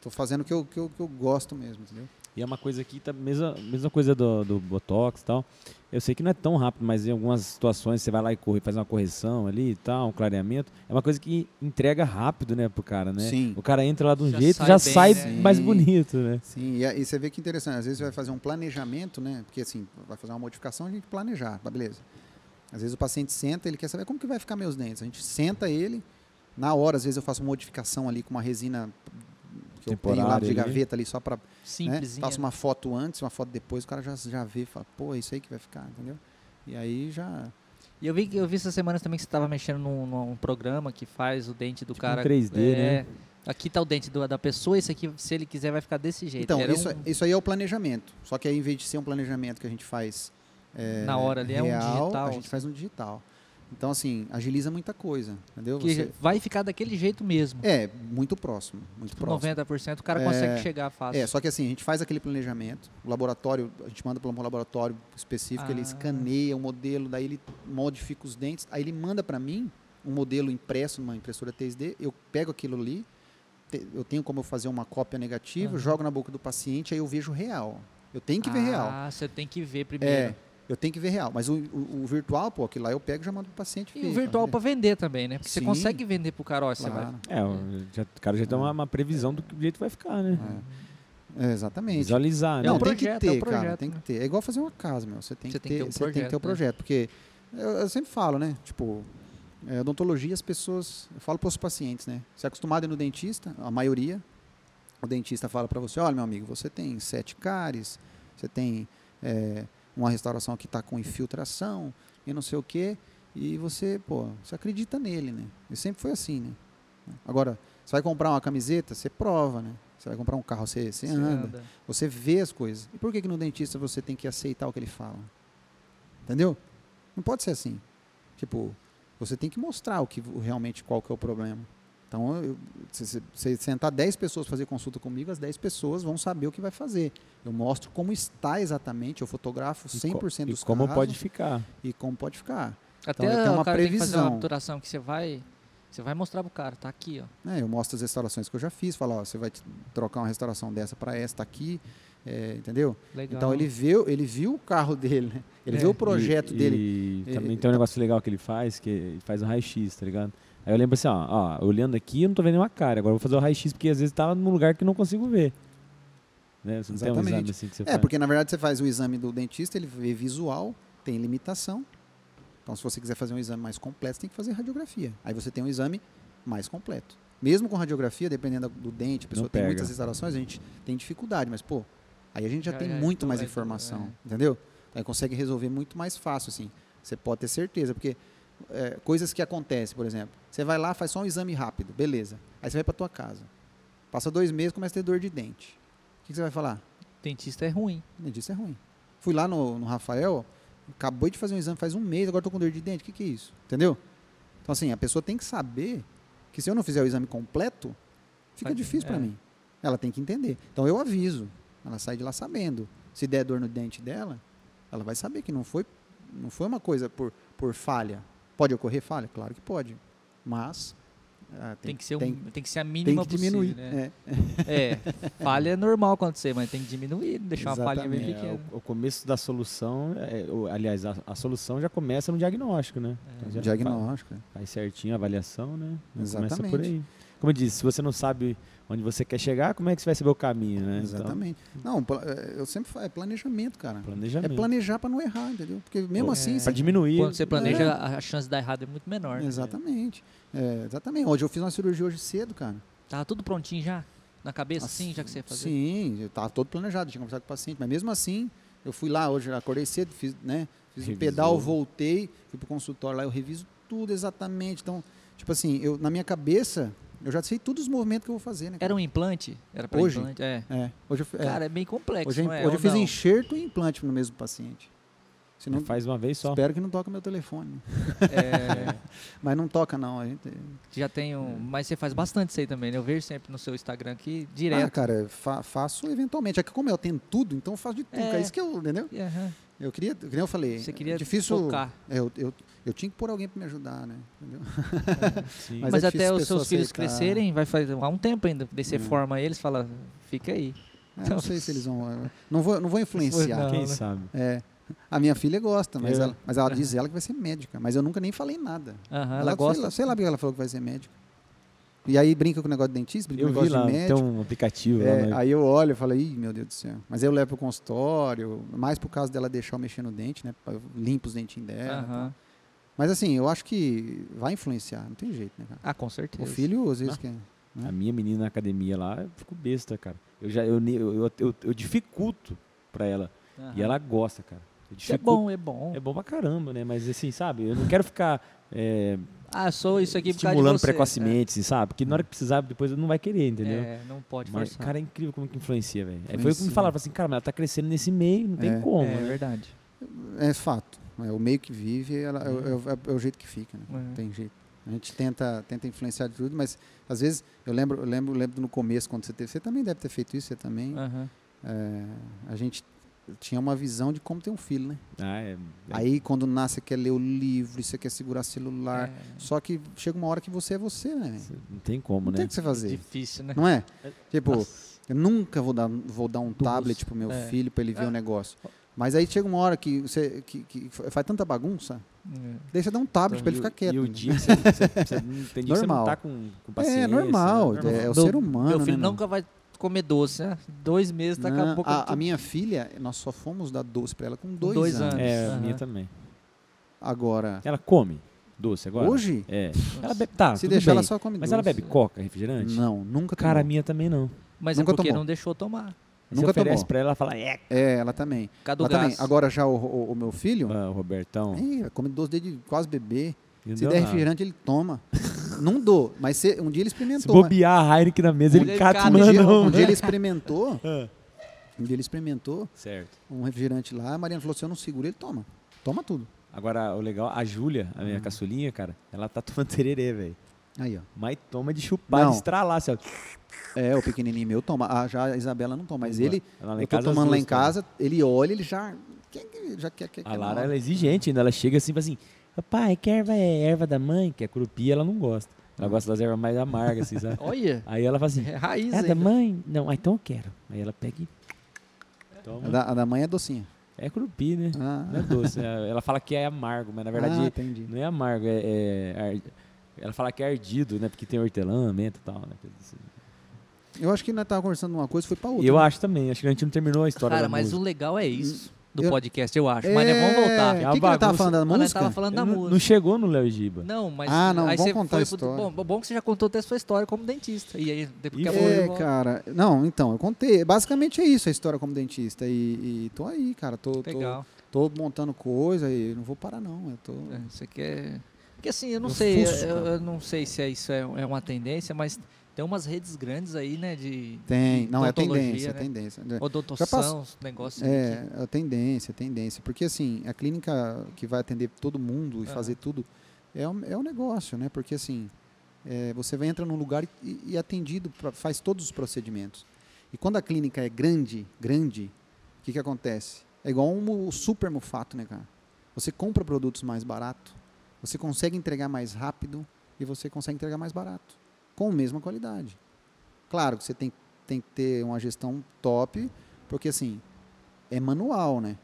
Speaker 3: tô fazendo o que eu, que, eu, que eu gosto mesmo, entendeu?
Speaker 2: E é uma coisa que tá mesma, mesma coisa do, do Botox e tal. Eu sei que não é tão rápido, mas em algumas situações você vai lá e corre, faz uma correção ali e tal, um clareamento. É uma coisa que entrega rápido, né, pro cara, né?
Speaker 3: Sim.
Speaker 2: O cara entra lá de um
Speaker 1: Já
Speaker 2: jeito
Speaker 1: sai
Speaker 2: já
Speaker 1: bem,
Speaker 2: sai
Speaker 1: né?
Speaker 2: mais
Speaker 3: Sim.
Speaker 2: bonito, né?
Speaker 3: Sim, e, a- e você vê que interessante. Às vezes você vai fazer um planejamento, né? Porque assim, vai fazer uma modificação, a gente planejar, tá, beleza. Às vezes o paciente senta, ele quer saber como que vai ficar meus dentes. A gente senta ele, na hora, às vezes eu faço uma modificação ali com uma resina que eu tenho lá
Speaker 2: Temporária
Speaker 3: de
Speaker 2: ali.
Speaker 3: gaveta ali só para né?
Speaker 1: Simplesinha.
Speaker 3: Faço uma foto antes, uma foto depois, o cara já, já vê e fala, pô, é isso aí que vai ficar, entendeu? E aí já.
Speaker 1: E eu vi, que- eu vi essa semana também que você tava mexendo num, num programa que faz o dente do
Speaker 2: Tipo um
Speaker 1: cara.
Speaker 2: 3D,
Speaker 1: é,
Speaker 3: né?
Speaker 1: Aqui tá o dente do- da pessoa, esse aqui, se ele quiser, vai ficar desse jeito.
Speaker 3: Então,
Speaker 1: Era
Speaker 3: isso,
Speaker 1: um-
Speaker 3: isso aí é o planejamento. Só que aí, em vez de ser um planejamento que a gente faz é,
Speaker 1: Na hora ali, é um digital,
Speaker 3: A gente faz um digital. Então, assim, agiliza muita coisa, entendeu?
Speaker 1: que
Speaker 3: Você-
Speaker 1: vai ficar daquele jeito mesmo.
Speaker 3: É, muito próximo, muito
Speaker 1: Tipo,
Speaker 3: próximo.
Speaker 1: 90%, o cara
Speaker 3: É,
Speaker 1: consegue chegar fácil.
Speaker 3: É, só que assim, a gente faz aquele planejamento, o laboratório, a gente manda para um laboratório específico, ele
Speaker 1: Ah.
Speaker 3: escaneia o modelo, daí ele modifica os dentes, aí ele manda para mim um modelo impresso numa impressora 3D, eu pego aquilo ali, te- eu tenho como eu fazer uma cópia negativa,
Speaker 1: Aham.
Speaker 3: jogo na boca do paciente, aí eu vejo real. Eu tenho que ver real.
Speaker 1: Ah, você tem que ver
Speaker 3: É,
Speaker 1: primeiro.
Speaker 3: eu tenho que ver real. Mas o, o- o virtual, pô, aquilo lá eu pego e já mando pro paciente
Speaker 1: E
Speaker 3: ver,
Speaker 1: o virtual
Speaker 3: pra
Speaker 1: pra vender também, né? Porque você
Speaker 3: Sim.
Speaker 1: consegue vender pro cara, ó, você vai.
Speaker 3: claro.
Speaker 2: É, o, já- o cara já tem uma, uma previsão do que jeito vai ficar, né?
Speaker 3: É, exatamente.
Speaker 2: Visualizar, né?
Speaker 1: É
Speaker 3: Não,
Speaker 1: um
Speaker 3: tem que
Speaker 1: projeto,
Speaker 3: ter,
Speaker 1: é um
Speaker 3: cara,
Speaker 1: projeto,
Speaker 3: tem
Speaker 1: né?
Speaker 3: que ter. É igual fazer uma casa, meu. Você tem,
Speaker 1: Você
Speaker 3: que, ter,
Speaker 1: um
Speaker 3: você tem que ter o
Speaker 1: projeto,
Speaker 3: projeto. Porque eu, eu sempre falo, né? Tipo, é, odontologia, as pessoas. Eu falo para os pacientes, né? Você é acostumado a ir no dentista, a maioria. O dentista fala para você: olha, meu amigo, você tem sete cáries, você tem é, uma restauração que está com infiltração e não sei o quê. E você, pô, você acredita nele, né? E sempre foi assim, né? Agora, você vai comprar uma camiseta, você prova, né? Você vai comprar um carro, você, você
Speaker 1: Você
Speaker 3: anda.
Speaker 1: anda.
Speaker 3: Você vê as coisas. E por que, que no dentista você tem que aceitar o que ele fala? Entendeu? Não pode ser assim. Tipo, você tem que mostrar o que o- realmente qual que é o problema. Então, eu- se se- se sentar 10 pessoas fazer consulta comigo, as 10 pessoas vão saber o que vai fazer. Eu mostro como está exatamente, eu fotografo
Speaker 2: E co-
Speaker 3: 100% dos
Speaker 2: E como
Speaker 3: casos
Speaker 2: pode ficar.
Speaker 3: e como pode ficar.
Speaker 1: Até
Speaker 3: Então, ele tem
Speaker 1: o
Speaker 3: uma
Speaker 1: cara tem que fazer uma
Speaker 3: previsão.
Speaker 1: obturação que você vai. Você vai mostrar pro cara, tá aqui, ó.
Speaker 3: né? Eu mostro as restaurações que eu já fiz, falo, ó, você vai t- trocar uma restauração dessa para essa aqui, é, entendeu?
Speaker 1: Legal.
Speaker 3: Então ele viu, ele viu o carro dele, né? Ele
Speaker 1: É.
Speaker 3: viu o projeto
Speaker 2: E-
Speaker 3: dele.
Speaker 2: E
Speaker 3: É,
Speaker 2: também tem um negócio legal que ele faz, que ele faz um raio-x, tá ligado? Aí eu lembro assim, ó, ó, olhando aqui eu não tô vendo nenhuma cara, agora eu vou fazer o raio-x porque às vezes tá num lugar que eu não consigo ver. Né? Você não tem um
Speaker 3: Exatamente.
Speaker 2: exame assim que você
Speaker 3: É,
Speaker 2: faz.
Speaker 3: porque na verdade você faz o exame do dentista, ele vê visual, tem limitação. Então, se você quiser fazer um exame mais completo, você tem que fazer radiografia. Aí você tem um exame mais completo. Mesmo com radiografia, dependendo do dente, a pessoa
Speaker 2: Não
Speaker 3: tem
Speaker 2: pega.
Speaker 3: muitas restaurações, a gente tem dificuldade, mas pô, aí a gente já
Speaker 1: Já
Speaker 3: tem
Speaker 1: é,
Speaker 3: muito
Speaker 1: então
Speaker 3: mais né?
Speaker 1: é,
Speaker 3: informação, entendeu? Aí consegue resolver muito mais fácil, assim. Você pode ter certeza, porque é, coisas que acontecem, por exemplo, você vai lá, faz só um exame rápido, beleza. Aí você vai para tua casa. Passa dois meses, começa a ter dor de dente. O que que você vai falar?
Speaker 1: Dentista é ruim.
Speaker 3: Dentista é ruim. Fui lá no, no Rafael, acabou de fazer um exame faz um mês, agora estou com dor de dente. O que, que é isso? Entendeu? Então, assim, a pessoa tem que saber que se eu não fizer o exame completo, fica
Speaker 1: Vai-
Speaker 3: difícil para
Speaker 1: é.
Speaker 3: mim. Ela tem que entender. Então, eu aviso. Ela sai de lá sabendo. Se der dor no dente dela, ela vai saber que não foi, não foi uma coisa por, por falha. Pode ocorrer falha? Claro que pode. Mas Ah,
Speaker 1: Tem que ser, um,
Speaker 3: tem,
Speaker 1: tem, que ser a
Speaker 3: tem
Speaker 1: mínima
Speaker 3: que diminuir.
Speaker 1: possível, né? É. falha é normal acontecer, mas tem que diminuir, deixar uma falhinha bem
Speaker 2: É,
Speaker 1: pequena.
Speaker 2: o, o começo da solução, é, o- aliás, a, a solução já começa no diagnóstico, né? Então já
Speaker 3: é. Diagnóstico. é.
Speaker 2: Faz, faz certinho a avaliação, né? Já Começa por
Speaker 3: Exatamente.
Speaker 2: aí. Como eu disse, se você não sabe onde você quer chegar, como é que você vai saber o caminho, né? Então,
Speaker 3: Exatamente. Não, pla- é, eu sempre falo, é planejamento, cara. É
Speaker 2: planejamento.
Speaker 3: planejar para não errar, entendeu? Porque mesmo
Speaker 2: Pô,
Speaker 3: assim.
Speaker 1: é.
Speaker 2: Pra
Speaker 3: você-
Speaker 2: diminuir.
Speaker 1: Quando você planeja,
Speaker 3: É.
Speaker 1: a a chance de dar errado é muito menor. né?
Speaker 3: Exatamente. É, exatamente. Hoje eu fiz uma cirurgia hoje cedo, cara.
Speaker 1: Tava tudo prontinho já? Na cabeça, assim, já que você ia fazer?
Speaker 3: Sim, eu tava todo planejado, tinha conversado com o paciente, mas mesmo assim, eu fui lá hoje, eu acordei cedo, fiz, né, fiz um
Speaker 2: Revisou.
Speaker 3: pedal, voltei, fui pro consultório lá, eu reviso tudo exatamente. Então, tipo assim, eu na minha cabeça, eu já sei todos os movimentos que eu vou fazer, né? cara?
Speaker 1: Era um implante? Era pra
Speaker 3: Hoje?
Speaker 1: implante? É.
Speaker 3: É, hoje eu, fi- é,
Speaker 1: Cara, é bem complexo,
Speaker 3: hoje, eu-
Speaker 1: não é?
Speaker 3: hoje eu
Speaker 1: Ou
Speaker 3: fiz
Speaker 1: não?
Speaker 3: enxerto e implante no mesmo paciente. Se não,
Speaker 2: né? Faz uma vez só.
Speaker 3: espero que não toque meu telefone.
Speaker 1: É,
Speaker 3: Mas não toca não, a gente
Speaker 1: já tem um... Mas você faz bastante isso aí também, né? Eu vejo sempre no seu Instagram aqui,
Speaker 3: Ah,
Speaker 1: direto.
Speaker 3: cara, fa- faço eventualmente. É que como eu tenho tudo, então eu faço de tudo.
Speaker 1: É.
Speaker 3: É, isso que eu, entendeu?
Speaker 1: E, aham,
Speaker 3: Eu queria, que nem eu falei,
Speaker 1: Você
Speaker 3: é
Speaker 1: queria
Speaker 3: difícil
Speaker 1: focar.
Speaker 3: É, eu, eu, eu tinha que pôr alguém pra me ajudar, né? Entendeu?
Speaker 2: Sim.
Speaker 1: Mas,
Speaker 3: Mas é
Speaker 1: até
Speaker 3: difícil
Speaker 1: os
Speaker 3: a pessoa
Speaker 1: seus filhos
Speaker 3: aceitar.
Speaker 1: crescerem, vai fazer há um tempo ainda. Daí você
Speaker 3: É.
Speaker 1: forma eles, fala, fica aí.
Speaker 3: É, não sei se eles vão. eu Não vou, não vou influenciar.
Speaker 2: Quem
Speaker 1: Não, né?
Speaker 2: sabe?
Speaker 3: É, a minha filha gosta, mas,
Speaker 2: Eu-
Speaker 3: ela, mas ela diz ela que vai ser médica. Mas eu nunca nem falei nada.
Speaker 1: Aham, Ah, ela gosta.
Speaker 3: Sei lá, sei lá porque ela falou que vai ser médica. E aí brinca com o negócio de dentista, brinca
Speaker 2: Eu
Speaker 3: com o
Speaker 2: vi
Speaker 3: negócio
Speaker 2: lá,
Speaker 3: de
Speaker 2: tem
Speaker 3: médico.
Speaker 2: um aplicativo
Speaker 3: É,
Speaker 2: lá. Mas...
Speaker 3: aí eu olho e falo, ih, meu Deus do céu. Mas aí eu levo pro consultório, mais por causa dela deixar eu mexer no dente, né? Eu limpo os dentinhos dela.
Speaker 1: Aham.
Speaker 3: Mas assim, eu acho que vai influenciar, não tem jeito, né, cara?
Speaker 1: Ah, com certeza.
Speaker 3: O filho, às vezes,
Speaker 2: Ah.
Speaker 3: quer.
Speaker 2: A minha menina na academia lá, eu fico besta, cara. Eu já eu, ne- eu, eu, eu- eu dificulto pra ela.
Speaker 1: Aham.
Speaker 2: E ela gosta, cara. Eu
Speaker 1: Isso é
Speaker 2: dificulto-
Speaker 1: bom, é bom.
Speaker 2: É bom pra caramba, né? Mas assim, sabe? Eu não quero ficar é,
Speaker 1: Ah, sou isso aqui por causa de
Speaker 2: estimulando
Speaker 1: você.
Speaker 2: precocemente, assim, sabe? Porque na hora que precisar, depois eu não vai querer,
Speaker 1: É,
Speaker 2: entendeu?
Speaker 1: é, não pode
Speaker 2: Mas,
Speaker 1: forçar.
Speaker 2: cara, é incrível como que influencia, velho. É, foi o que me
Speaker 3: Influencia.
Speaker 2: falaram, falaram assim, cara, mas ela tá crescendo nesse meio, não tem
Speaker 3: É.
Speaker 2: como,
Speaker 1: é
Speaker 2: né?
Speaker 1: verdade.
Speaker 3: É fato. É o meio que vive, ela, é,
Speaker 2: Uhum.
Speaker 3: o- é o- é o jeito que fica, né?
Speaker 1: É.
Speaker 3: Não tem jeito. A gente tenta, tenta influenciar de tudo, mas às vezes eu lembro, eu lembro, lembro no começo quando você teve, você também deve ter feito isso, você também.
Speaker 2: Ah.
Speaker 1: Aham.
Speaker 3: É, a gente tinha uma visão de como ter um filho, né?
Speaker 2: Ah, é, é,
Speaker 3: Aí quando nasce, você quer ler o livro, você quer segurar celular.
Speaker 1: É
Speaker 3: Só que chega uma hora que você é você, né? velho?
Speaker 2: não tem como,
Speaker 3: Não
Speaker 2: né?
Speaker 3: tem o que você fazer,
Speaker 1: difícil, né?
Speaker 3: não é? Tipo,
Speaker 1: Nossa.
Speaker 3: eu nunca vou dar, vou dar um tablet pro meu
Speaker 1: é.
Speaker 3: filho para ele ver
Speaker 1: É.
Speaker 3: o negócio. Mas aí chega uma hora que você que, que fa- faz tanta bagunça,
Speaker 1: É.
Speaker 3: Daí você dá um tablet pra ele ficar quieto.
Speaker 2: E o dia que você, você, você não, tem dia que você não
Speaker 3: Normal.
Speaker 2: tá com, com paciência.
Speaker 3: é normal,
Speaker 2: né?
Speaker 3: é, é
Speaker 1: Meu-
Speaker 3: o ser humano.
Speaker 1: Meu filho
Speaker 3: né,
Speaker 1: nunca vai comer doce, né? Dois meses,
Speaker 3: não,
Speaker 1: daqui a pouco...
Speaker 3: a, a minha filha, nós só fomos dar doce pra ela com dois,
Speaker 1: dois
Speaker 3: anos.
Speaker 1: anos.
Speaker 2: É, a
Speaker 1: Aham.
Speaker 2: minha também.
Speaker 3: Agora,
Speaker 2: Ela come doce É, agora?
Speaker 3: hoje,
Speaker 2: É. Ela bebe, tá,
Speaker 3: se
Speaker 2: tudo
Speaker 3: deixar,
Speaker 2: bem.
Speaker 3: ela só come
Speaker 2: Mas
Speaker 3: doce.
Speaker 2: ela bebe coca, refrigerante?
Speaker 3: Não, nunca
Speaker 2: Cara, a
Speaker 3: tomou.
Speaker 2: minha também não.
Speaker 1: Mas
Speaker 3: nunca
Speaker 1: é porque
Speaker 3: tomou.
Speaker 1: não deixou tomar.
Speaker 2: Você
Speaker 3: Nunca
Speaker 2: oferece
Speaker 3: tomou.
Speaker 2: pra ela, ela fala, é,
Speaker 3: É, ela também.
Speaker 1: Cadu
Speaker 3: Ela também.
Speaker 1: Gás.
Speaker 3: Agora já o, o- o meu filho,
Speaker 2: ah, Robertão.
Speaker 3: ih, ela come doce desde quase bebê.
Speaker 2: não
Speaker 3: Se
Speaker 2: deu
Speaker 3: der
Speaker 2: nada.
Speaker 3: refrigerante, ele toma. não dou, mas se- um dia ele
Speaker 2: Se
Speaker 3: experimentou. mas-
Speaker 2: bobear a Heineken na mesa, ele
Speaker 1: Ele
Speaker 2: cata e
Speaker 1: cata,
Speaker 3: um, dia,
Speaker 2: manda
Speaker 3: um
Speaker 2: um.
Speaker 3: dia ele experimentou.
Speaker 2: Ah.
Speaker 3: Um dia ele experimentou
Speaker 2: Certo.
Speaker 3: um refrigerante lá. A Mariana falou: se eu não seguro, ele toma. Toma tudo.
Speaker 2: Agora, o legal, a Júlia, a
Speaker 3: Uhum.
Speaker 2: minha caçulinha, cara, ela tá tomando tererê, velho.
Speaker 3: Aí, ó.
Speaker 2: Mas toma de chupar,
Speaker 3: Não.
Speaker 2: de estralar, assim, ó.
Speaker 3: É, o pequenininho meu toma. Ah, já a Isabela não toma, mas ele.
Speaker 2: Ela lá em
Speaker 3: Eu tô
Speaker 2: casa, é as
Speaker 3: tomando lá
Speaker 2: duas
Speaker 3: em casa, ele olha, ele já. quer que- Já quer, quer,
Speaker 2: tomam. A
Speaker 3: quer na
Speaker 2: Lara,
Speaker 3: hora.
Speaker 2: ela é exigente ainda. Ela chega assim, fala assim, papai, que erva é erva da mãe? Que é curupi, ela não gosta. Ela gosta das ervas mais amargas, assim, sabe?
Speaker 1: Olha,
Speaker 2: Aí ela fala assim,
Speaker 1: é raiz
Speaker 2: é da
Speaker 1: ainda.
Speaker 2: mãe? Não, ah, então eu quero. Aí ela pega e toma.
Speaker 3: A da, a da mãe é docinha.
Speaker 2: É curupi, né?
Speaker 3: Ah,
Speaker 2: Não é doce. É- Ela fala que é amargo, mas na
Speaker 3: ah,
Speaker 2: verdade
Speaker 1: tá.
Speaker 3: entendi.
Speaker 2: não é amargo, é. é ar- Ela fala que é ardido, né? Porque tem hortelã, menta e tal, né? coisa assim.
Speaker 3: Eu acho que nós tava conversando uma coisa e foi pra outra.
Speaker 2: E eu
Speaker 3: né?
Speaker 2: acho também, acho que a gente não terminou a história
Speaker 1: Cara,
Speaker 2: da
Speaker 1: mas
Speaker 2: música.
Speaker 1: o legal é isso do
Speaker 3: Hum, Eu-
Speaker 1: podcast, eu acho.
Speaker 3: É,
Speaker 1: Mas né, vamos
Speaker 3: O
Speaker 1: voltar.
Speaker 2: É
Speaker 3: que,
Speaker 2: uma
Speaker 3: que nós tava
Speaker 2: bagunça.
Speaker 3: falando da
Speaker 1: Mas nós
Speaker 3: música?
Speaker 1: tava falando da
Speaker 2: Eu não,
Speaker 1: música.
Speaker 2: não chegou no Léo Giba.
Speaker 1: Não, mas
Speaker 3: Ah, não,
Speaker 1: aí
Speaker 3: vamos
Speaker 1: você
Speaker 3: contar a
Speaker 1: foi pro-
Speaker 3: história.
Speaker 1: Bom, bom que você já contou até a sua história como dentista. E aí, depois
Speaker 2: E
Speaker 1: que
Speaker 2: foi,
Speaker 3: É,
Speaker 1: acabou,
Speaker 3: cara. Não, então, eu contei. Basicamente é isso a história como dentista. E, e tô aí, cara. Tô, tô,
Speaker 1: legal.
Speaker 3: tô montando coisa e não vou parar, não. Eu tô.
Speaker 1: É, Você quer. Porque assim, eu não
Speaker 2: Eu
Speaker 1: sei,
Speaker 2: fuço,
Speaker 1: eu,
Speaker 2: cara.
Speaker 1: eu não sei se é isso é, é uma tendência, mas tem umas redes grandes aí, né? De
Speaker 3: Tem. Não, é
Speaker 1: Odontologia,
Speaker 3: tendência, é
Speaker 1: né?
Speaker 3: tendência.
Speaker 1: odontossação, os negócios.
Speaker 3: É, a tendência, a tendência. Porque assim, a clínica que vai atender todo mundo e
Speaker 1: Aham.
Speaker 3: fazer tudo é um, é um negócio, né? Porque assim, é, você vai entra num lugar e, e é atendido, pra- faz todos os procedimentos. E quando a clínica é grande, grande, o que, que acontece? É igual um mu- super mufato, né, cara? Você compra produtos mais barato, você consegue entregar mais rápido, e você consegue entregar mais barato, com a mesma qualidade. Claro que você tem, tem que ter uma gestão top, porque assim, é manual, né?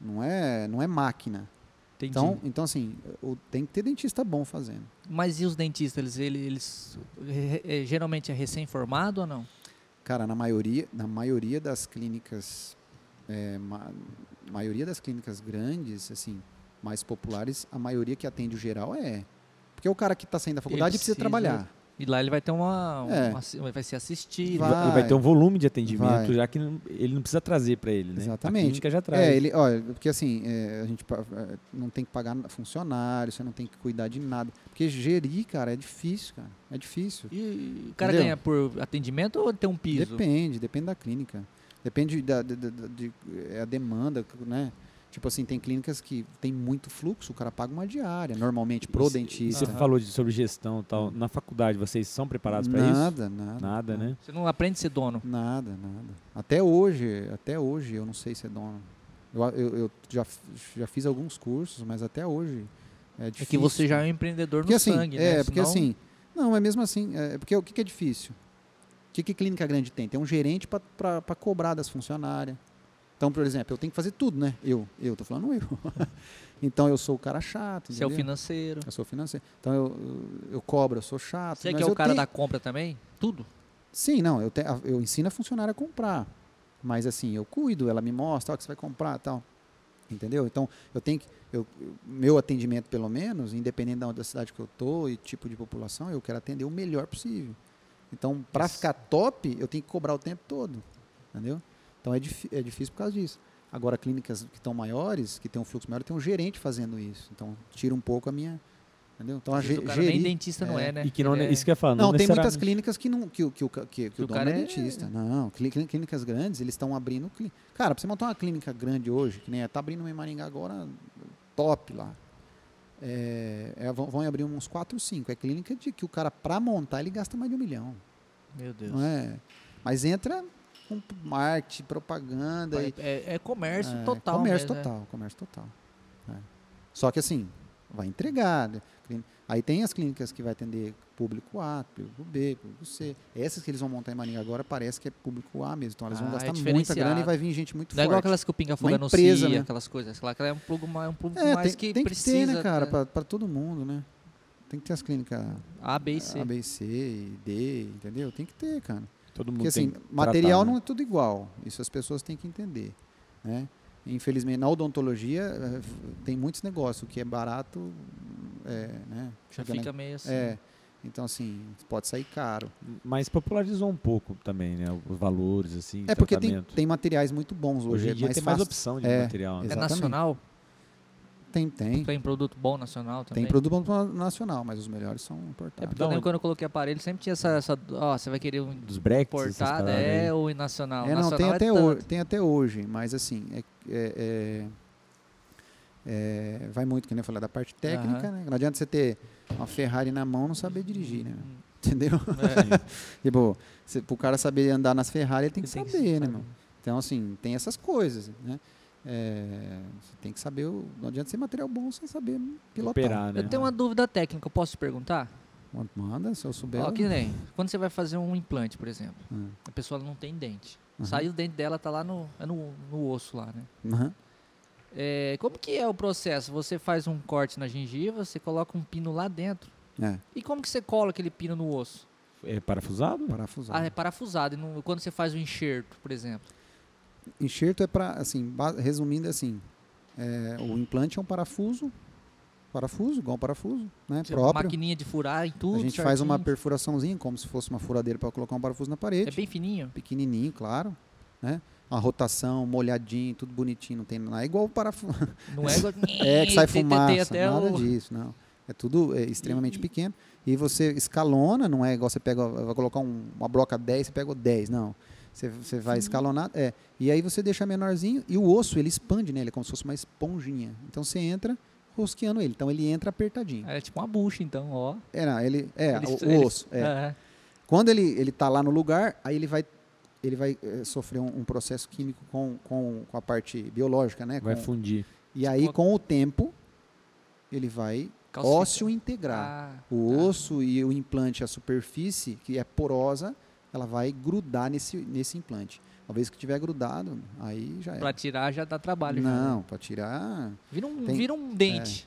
Speaker 3: Não é, não é máquina.
Speaker 1: Entendi.
Speaker 3: Então, então assim, o- tem que ter dentista bom fazendo.
Speaker 1: Mas e os dentistas? Eles, ele- eles, re- re- geralmente é recém-formado ou não?
Speaker 3: Cara, na maioria, na maioria das clínicas, é, ma- maioria das clínicas grandes, assim, mais populares, a maioria que atende o geral é. Porque o cara que está saindo da faculdade precisa,
Speaker 1: precisa-
Speaker 3: trabalhar.
Speaker 1: E lá ele vai ter uma,
Speaker 3: É.
Speaker 1: uma assi- vai ser assistido.
Speaker 2: Ele
Speaker 3: Vai.
Speaker 2: vai, ele vai ter um volume de atendimento,
Speaker 3: Vai.
Speaker 2: já que não- ele não precisa trazer para ele, né?
Speaker 3: Exatamente.
Speaker 2: A clínica já traz.
Speaker 3: É, ele, olha, porque assim, é, a gente pa- é, não tem que pagar funcionário, você não tem que cuidar de nada. Porque gerir, cara, é difícil, cara. É difícil.
Speaker 1: E o cara
Speaker 3: Entendeu?
Speaker 1: ganha por atendimento ou ele tem um piso?
Speaker 3: Depende, depende da clínica. Depende da de, de- de- de- é a demanda, né? Tipo assim, tem clínicas que tem muito fluxo, o cara paga uma diária, normalmente, pro
Speaker 2: E c- E
Speaker 3: dentista.
Speaker 2: você falou de- sobre gestão e tal. Na faculdade, vocês são preparados para isso?
Speaker 3: nada, nada.
Speaker 2: Nada, né?
Speaker 1: Você não aprende a ser dono.
Speaker 3: Nada, nada. Até hoje, até hoje eu não sei ser dono. Eu, eu, eu já, f- já fiz alguns cursos, mas até hoje é difícil.
Speaker 1: É que você já é um empreendedor
Speaker 3: porque
Speaker 1: no
Speaker 3: assim,
Speaker 1: sangue,
Speaker 3: é,
Speaker 1: né?
Speaker 3: porque
Speaker 1: Senão-
Speaker 3: assim, não, é mesmo assim, é porque o que, que é difícil? O que, que clínica grande tem? Tem um gerente para cobrar das funcionárias. Então, por exemplo, eu tenho que fazer tudo, né? Eu, eu tô falando eu. então eu sou o cara chato,
Speaker 1: Você é o
Speaker 3: entendeu?
Speaker 1: financeiro.
Speaker 3: Eu sou financeiro. Então eu, eu cobro, eu sou chato.
Speaker 1: Você
Speaker 3: Ah, mas
Speaker 1: que é
Speaker 3: eu
Speaker 1: o cara
Speaker 3: tenho-
Speaker 1: da compra também? Tudo.
Speaker 3: Sim, não, eu, te, a- eu ensino a funcionária a comprar. Mas assim, eu cuido, ela me mostra ó, o que você vai comprar tal. Entendeu? Então, eu tenho que. Eu, eu- meu atendimento, pelo menos, independente da, da cidade que eu tô e tipo de população, eu quero atender o melhor possível. Então, para
Speaker 1: Isso.
Speaker 3: ficar top, eu tenho que cobrar o tempo todo. Entendeu? Então, é, difí- é difícil por causa disso. Agora, clínicas que estão maiores, que tem um fluxo maior, tem um gerente fazendo isso. Então, tira um pouco a minha. Entendeu? Então, a
Speaker 1: Às vezes
Speaker 3: ge,
Speaker 1: o cara
Speaker 3: gerir-
Speaker 1: nem dentista não é, né?
Speaker 2: E que não,
Speaker 1: Ele é-
Speaker 2: Isso que eu ia falar,
Speaker 3: não,
Speaker 2: não,
Speaker 3: tem muitas
Speaker 2: necessariamente.
Speaker 3: clínicas que não que, o- que, o- que, o- que, que o
Speaker 1: o
Speaker 3: dono
Speaker 1: cara
Speaker 3: é
Speaker 1: é-
Speaker 3: dentista. Não, clí- clí- clínicas grandes, eles estão abrindo... clí- Cara, pra você montar uma clínica grande hoje, que nem está abrindo uma em Maringá agora, top lá. É, é, vão, vão abrir uns 4, 5. É clínica de que o cara, pra montar, ele gasta mais de um milhão.
Speaker 1: Meu Deus.
Speaker 3: Não é? Mas entra com marketing, propaganda... e-
Speaker 1: É, é- é comércio
Speaker 3: é,
Speaker 1: total.
Speaker 3: Comércio
Speaker 1: mesmo, né?
Speaker 3: total, comércio total. né? Só que assim, vai entregar. né? Clí- Aí tem as clínicas que vai atender público A, público B, público C. Essas que eles vão montar em Maringá agora parece que é público A mesmo. Então elas vão
Speaker 1: Ah, é
Speaker 3: gastar muita grana e
Speaker 1: diferenciado.
Speaker 3: vai vir gente muito
Speaker 1: Não é igual
Speaker 3: forte.
Speaker 1: aquelas que o Pinga Fogo
Speaker 3: Uma
Speaker 1: anuncia,
Speaker 3: empresa, né?
Speaker 1: aquelas coisas. Aquela que é um público mais, um público
Speaker 3: É,
Speaker 1: mais
Speaker 3: tem,
Speaker 1: que
Speaker 3: tem que ter,
Speaker 1: precisa.
Speaker 3: né, cara,
Speaker 1: né?
Speaker 3: pra para todo mundo, né? Tem que ter as clínicas
Speaker 1: A, B e C.
Speaker 3: A, B, C, e D, entendeu? Tem que ter, cara.
Speaker 2: Todo mundo
Speaker 3: Porque assim,
Speaker 2: tem que
Speaker 3: material
Speaker 2: tratar, né?
Speaker 3: não é tudo igual. Isso as pessoas têm que entender. Né? Infelizmente, na odontologia eh, f- tem muitos negócios. O que é barato, é, né?
Speaker 1: Já
Speaker 3: né?
Speaker 1: fica meio assim.
Speaker 3: É. Então, assim, pode sair caro.
Speaker 2: né? Mas popularizou um pouco também, né? Os valores, assim,
Speaker 3: É porque tem,
Speaker 2: tratamento.
Speaker 3: tem materiais muito bons hoje.
Speaker 2: Hoje em
Speaker 3: é
Speaker 2: dia
Speaker 3: mais
Speaker 2: tem mais
Speaker 3: fácil.
Speaker 2: opção de
Speaker 3: É,
Speaker 2: material. né?
Speaker 1: É
Speaker 3: Exatamente.
Speaker 1: nacional?
Speaker 3: Tem, tem.
Speaker 1: Tem produto bom nacional também?
Speaker 3: Tem produto nacional, mas os melhores são
Speaker 1: É
Speaker 3: importados.
Speaker 1: porque eu
Speaker 2: Da
Speaker 1: lembro
Speaker 2: onde?
Speaker 1: quando eu coloquei aparelho, sempre tinha essa... essa- Ó, você vai querer um
Speaker 2: Dos brackets, essas
Speaker 1: importado,
Speaker 2: paradas né? aí.
Speaker 1: é ou nacional?
Speaker 3: É, não,
Speaker 1: nacional
Speaker 3: tem,
Speaker 1: é
Speaker 3: até
Speaker 1: tanto.
Speaker 3: hoje, tem até hoje, mas assim, é, é- é- é- vai muito, que nem eu falei, da parte técnica, né? Não adianta você ter uma Ferrari na mão e não saber dirigir, né?
Speaker 1: Hum,
Speaker 3: Entendeu?
Speaker 1: é.
Speaker 3: Tipo, cê, pro cara saber andar nas Ferrari, ele tem que
Speaker 1: Ele tem que
Speaker 3: saber, né,
Speaker 1: saber.
Speaker 3: meu? Então, assim, tem essas coisas, né? É, você tem que saber, o- não adianta ser material bom sem saber pilotar.
Speaker 2: Operar, né?
Speaker 1: Eu tenho uma dúvida técnica, eu posso te perguntar?
Speaker 3: Manda, se eu souber.
Speaker 1: Ó,
Speaker 3: eu-
Speaker 1: que nem, quando você vai fazer um implante, por exemplo,
Speaker 3: Hum.
Speaker 1: a pessoa não tem dente.
Speaker 3: Uhum.
Speaker 1: Saiu o dente dela, tá lá no, é no, no osso lá, né?
Speaker 3: Aham.
Speaker 1: É, como que é o processo? Você faz um corte na gengiva, você coloca um pino lá dentro.
Speaker 3: É,
Speaker 1: E como que você cola aquele pino no osso?
Speaker 2: É parafusado?
Speaker 3: parafusar.
Speaker 1: Ah, é parafusado. e não- quando você faz o enxerto, por exemplo.
Speaker 3: Enxerto é para, assim, ba- resumindo assim, é, o implante é um parafuso, parafuso, igual um parafuso, né,
Speaker 1: Você-
Speaker 3: próprio.
Speaker 1: Tipo, Maquininha de furar em tudo.
Speaker 3: A gente faz uma
Speaker 1: certinho.
Speaker 3: perfuraçãozinha, como se fosse uma furadeira para colocar um parafuso na
Speaker 1: É
Speaker 3: parede,
Speaker 1: bem fininho.
Speaker 3: pequenininho, claro, né, uma rotação, molhadinho, tudo bonitinho, não tem nada, é igual o parafuso,
Speaker 1: Não é igual...
Speaker 3: é que sai
Speaker 1: Tem- tem- tem
Speaker 3: fumaça,
Speaker 1: até
Speaker 3: nada
Speaker 1: o-
Speaker 3: disso, não. É tudo é, extremamente
Speaker 1: E-
Speaker 3: pequeno. E você escalona, não é igual você pega, vai colocar um- uma bloca 10, você pega o 10, não. Você, você vai escalonar, é. E aí você deixa menorzinho e o osso, ele expande, né? Ele é como se fosse uma esponjinha. Então você entra rosqueando ele. Então ele entra apertadinho.
Speaker 1: É tipo uma bucha, então, ó.
Speaker 3: É, não, ele, é
Speaker 1: Ele-
Speaker 3: o, o
Speaker 1: ele-
Speaker 3: osso. é.
Speaker 1: Aham.
Speaker 3: Quando ele, ele tá lá no lugar, aí ele vai, ele vai eh, sofrer um, um processo químico com, com, com a parte biológica, né?
Speaker 2: Vai
Speaker 3: com,
Speaker 2: fundir.
Speaker 3: e aí, com o tempo, ele vai
Speaker 1: Calcifica.
Speaker 3: ósseo integrar.
Speaker 1: Ah,
Speaker 3: o
Speaker 1: tá.
Speaker 3: osso e o implante, a superfície, que é porosa, ela vai grudar nesse, nesse implante. Uma vez que tiver grudado, aí já é.
Speaker 1: Pra tirar já dá trabalho. já, né?
Speaker 3: Não, para tirar
Speaker 1: Vira um,
Speaker 3: Tem-
Speaker 1: vira um dente.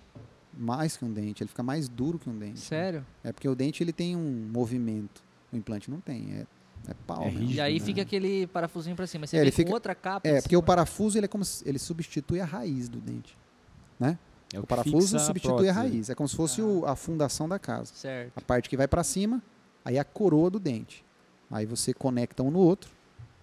Speaker 3: mais que um dente, ele fica mais duro que um dente.
Speaker 1: Sério.
Speaker 3: É porque o dente ele tem um movimento, o implante não tem, é, é pau.
Speaker 2: É
Speaker 3: mesmo.
Speaker 2: rígido,
Speaker 1: E aí
Speaker 2: né?
Speaker 1: fica aquele parafusinho pra cima. Você
Speaker 3: É,
Speaker 1: vem
Speaker 3: ele
Speaker 1: com
Speaker 3: fica-
Speaker 1: outra capa.
Speaker 3: É,
Speaker 1: em
Speaker 3: porque o
Speaker 1: cima.
Speaker 3: parafuso ele, é como se- ele substitui a raiz do dente.
Speaker 2: É
Speaker 3: O,
Speaker 2: que
Speaker 3: parafuso
Speaker 2: fixa
Speaker 3: substitui
Speaker 2: prótese.
Speaker 3: a,
Speaker 2: né?
Speaker 3: raiz, é como se fosse
Speaker 1: Ah.
Speaker 3: o- a fundação da casa.
Speaker 1: Certo.
Speaker 3: A parte que vai para cima, aí a coroa do dente. Aí você conecta um no outro,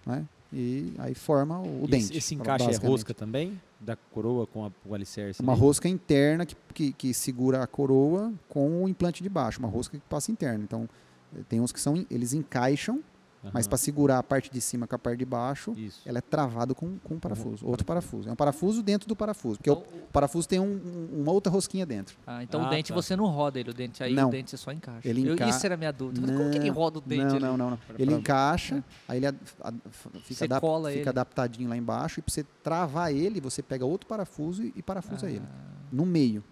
Speaker 3: né? E aí forma o, o
Speaker 2: E
Speaker 3: dente.
Speaker 2: Esse, esse encaixe é
Speaker 3: basicamente.
Speaker 2: rosca assim? também? Da coroa com, a, com o alicerce?
Speaker 3: Uma
Speaker 2: ali?
Speaker 3: rosca interna que, que, que segura a coroa com o implante de baixo, uma rosca que passa interna. Então, eh, tem uns que são in- eles encaixam,
Speaker 2: Aham.
Speaker 3: mas para segurar a parte de cima com a parte de baixo,
Speaker 2: Isso. Uhum.
Speaker 3: ela é travada com, com um parafuso, outro parafuso. É um parafuso dentro do parafuso, porque
Speaker 1: Então,
Speaker 3: o parafuso tem um- um- uma outra rosquinha dentro.
Speaker 1: Ah, então o
Speaker 2: Ah,
Speaker 1: dente
Speaker 2: tá.
Speaker 1: você não roda ele, o dente aí o
Speaker 3: Não.
Speaker 1: dente você só encaixa.
Speaker 3: Ele
Speaker 1: Eu-
Speaker 3: enca-
Speaker 1: Isso era a minha dúvida. Mas Como que ele
Speaker 3: Não,
Speaker 1: roda o dente
Speaker 3: não,
Speaker 1: ali?
Speaker 3: não, não, não. Ele
Speaker 2: pra-
Speaker 3: encaixa, aí ele a- a- f-
Speaker 1: Você
Speaker 3: fica, adap-
Speaker 1: cola
Speaker 3: fica
Speaker 1: ele.
Speaker 3: adaptadinho lá embaixo, e para você travar ele, você pega outro parafuso e, e parafusa
Speaker 1: Ah,
Speaker 3: ele. No meio,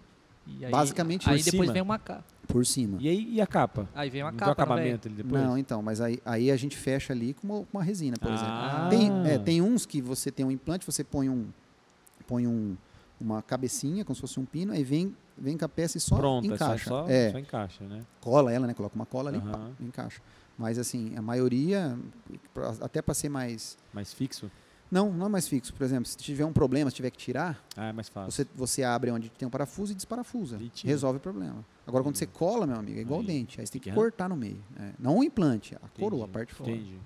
Speaker 1: e aí-
Speaker 3: Basicamente
Speaker 1: Aí
Speaker 2: por
Speaker 1: depois
Speaker 2: cima.
Speaker 1: vem uma capa.
Speaker 3: por cima.
Speaker 2: E aí, e a capa?
Speaker 1: Aí vem É uma
Speaker 2: Não tem
Speaker 1: capa.
Speaker 2: o
Speaker 1: não vem?
Speaker 2: acabamento ali depois?
Speaker 3: Não, então, mas aí, aí a gente fecha ali com uma, com uma resina, por exemplo.
Speaker 2: Ah.
Speaker 3: Tem, é, tem uns que você tem um implante, você põe um. Põe um, uma cabecinha, como se fosse um pino, aí vem, vem com a peça e só
Speaker 2: Pronta,
Speaker 3: encaixa.
Speaker 2: Só, só,
Speaker 3: é,
Speaker 2: só encaixa, né?
Speaker 3: cola ela, né? Coloca uma cola ali e pá,
Speaker 2: Aham.
Speaker 3: encaixa. Mas assim, a maioria, pra- até para ser mais.
Speaker 2: Mais fixo?
Speaker 3: Não, não é mais fixo. Por exemplo, se tiver um problema, se tiver que tirar,
Speaker 2: Ah, é mais fácil.
Speaker 3: você, você abre onde tem um parafuso e desparafusa.
Speaker 2: E tira.
Speaker 3: Resolve o problema. Agora, quando
Speaker 1: Uhum.
Speaker 3: você cola, meu amigo, é igual
Speaker 2: Aí,
Speaker 3: dente. Aí você tem que
Speaker 2: fica-
Speaker 3: cortar no meio. É, não o implante, a coroa, a
Speaker 2: Entendi,
Speaker 3: parte de fora.
Speaker 2: Entendi.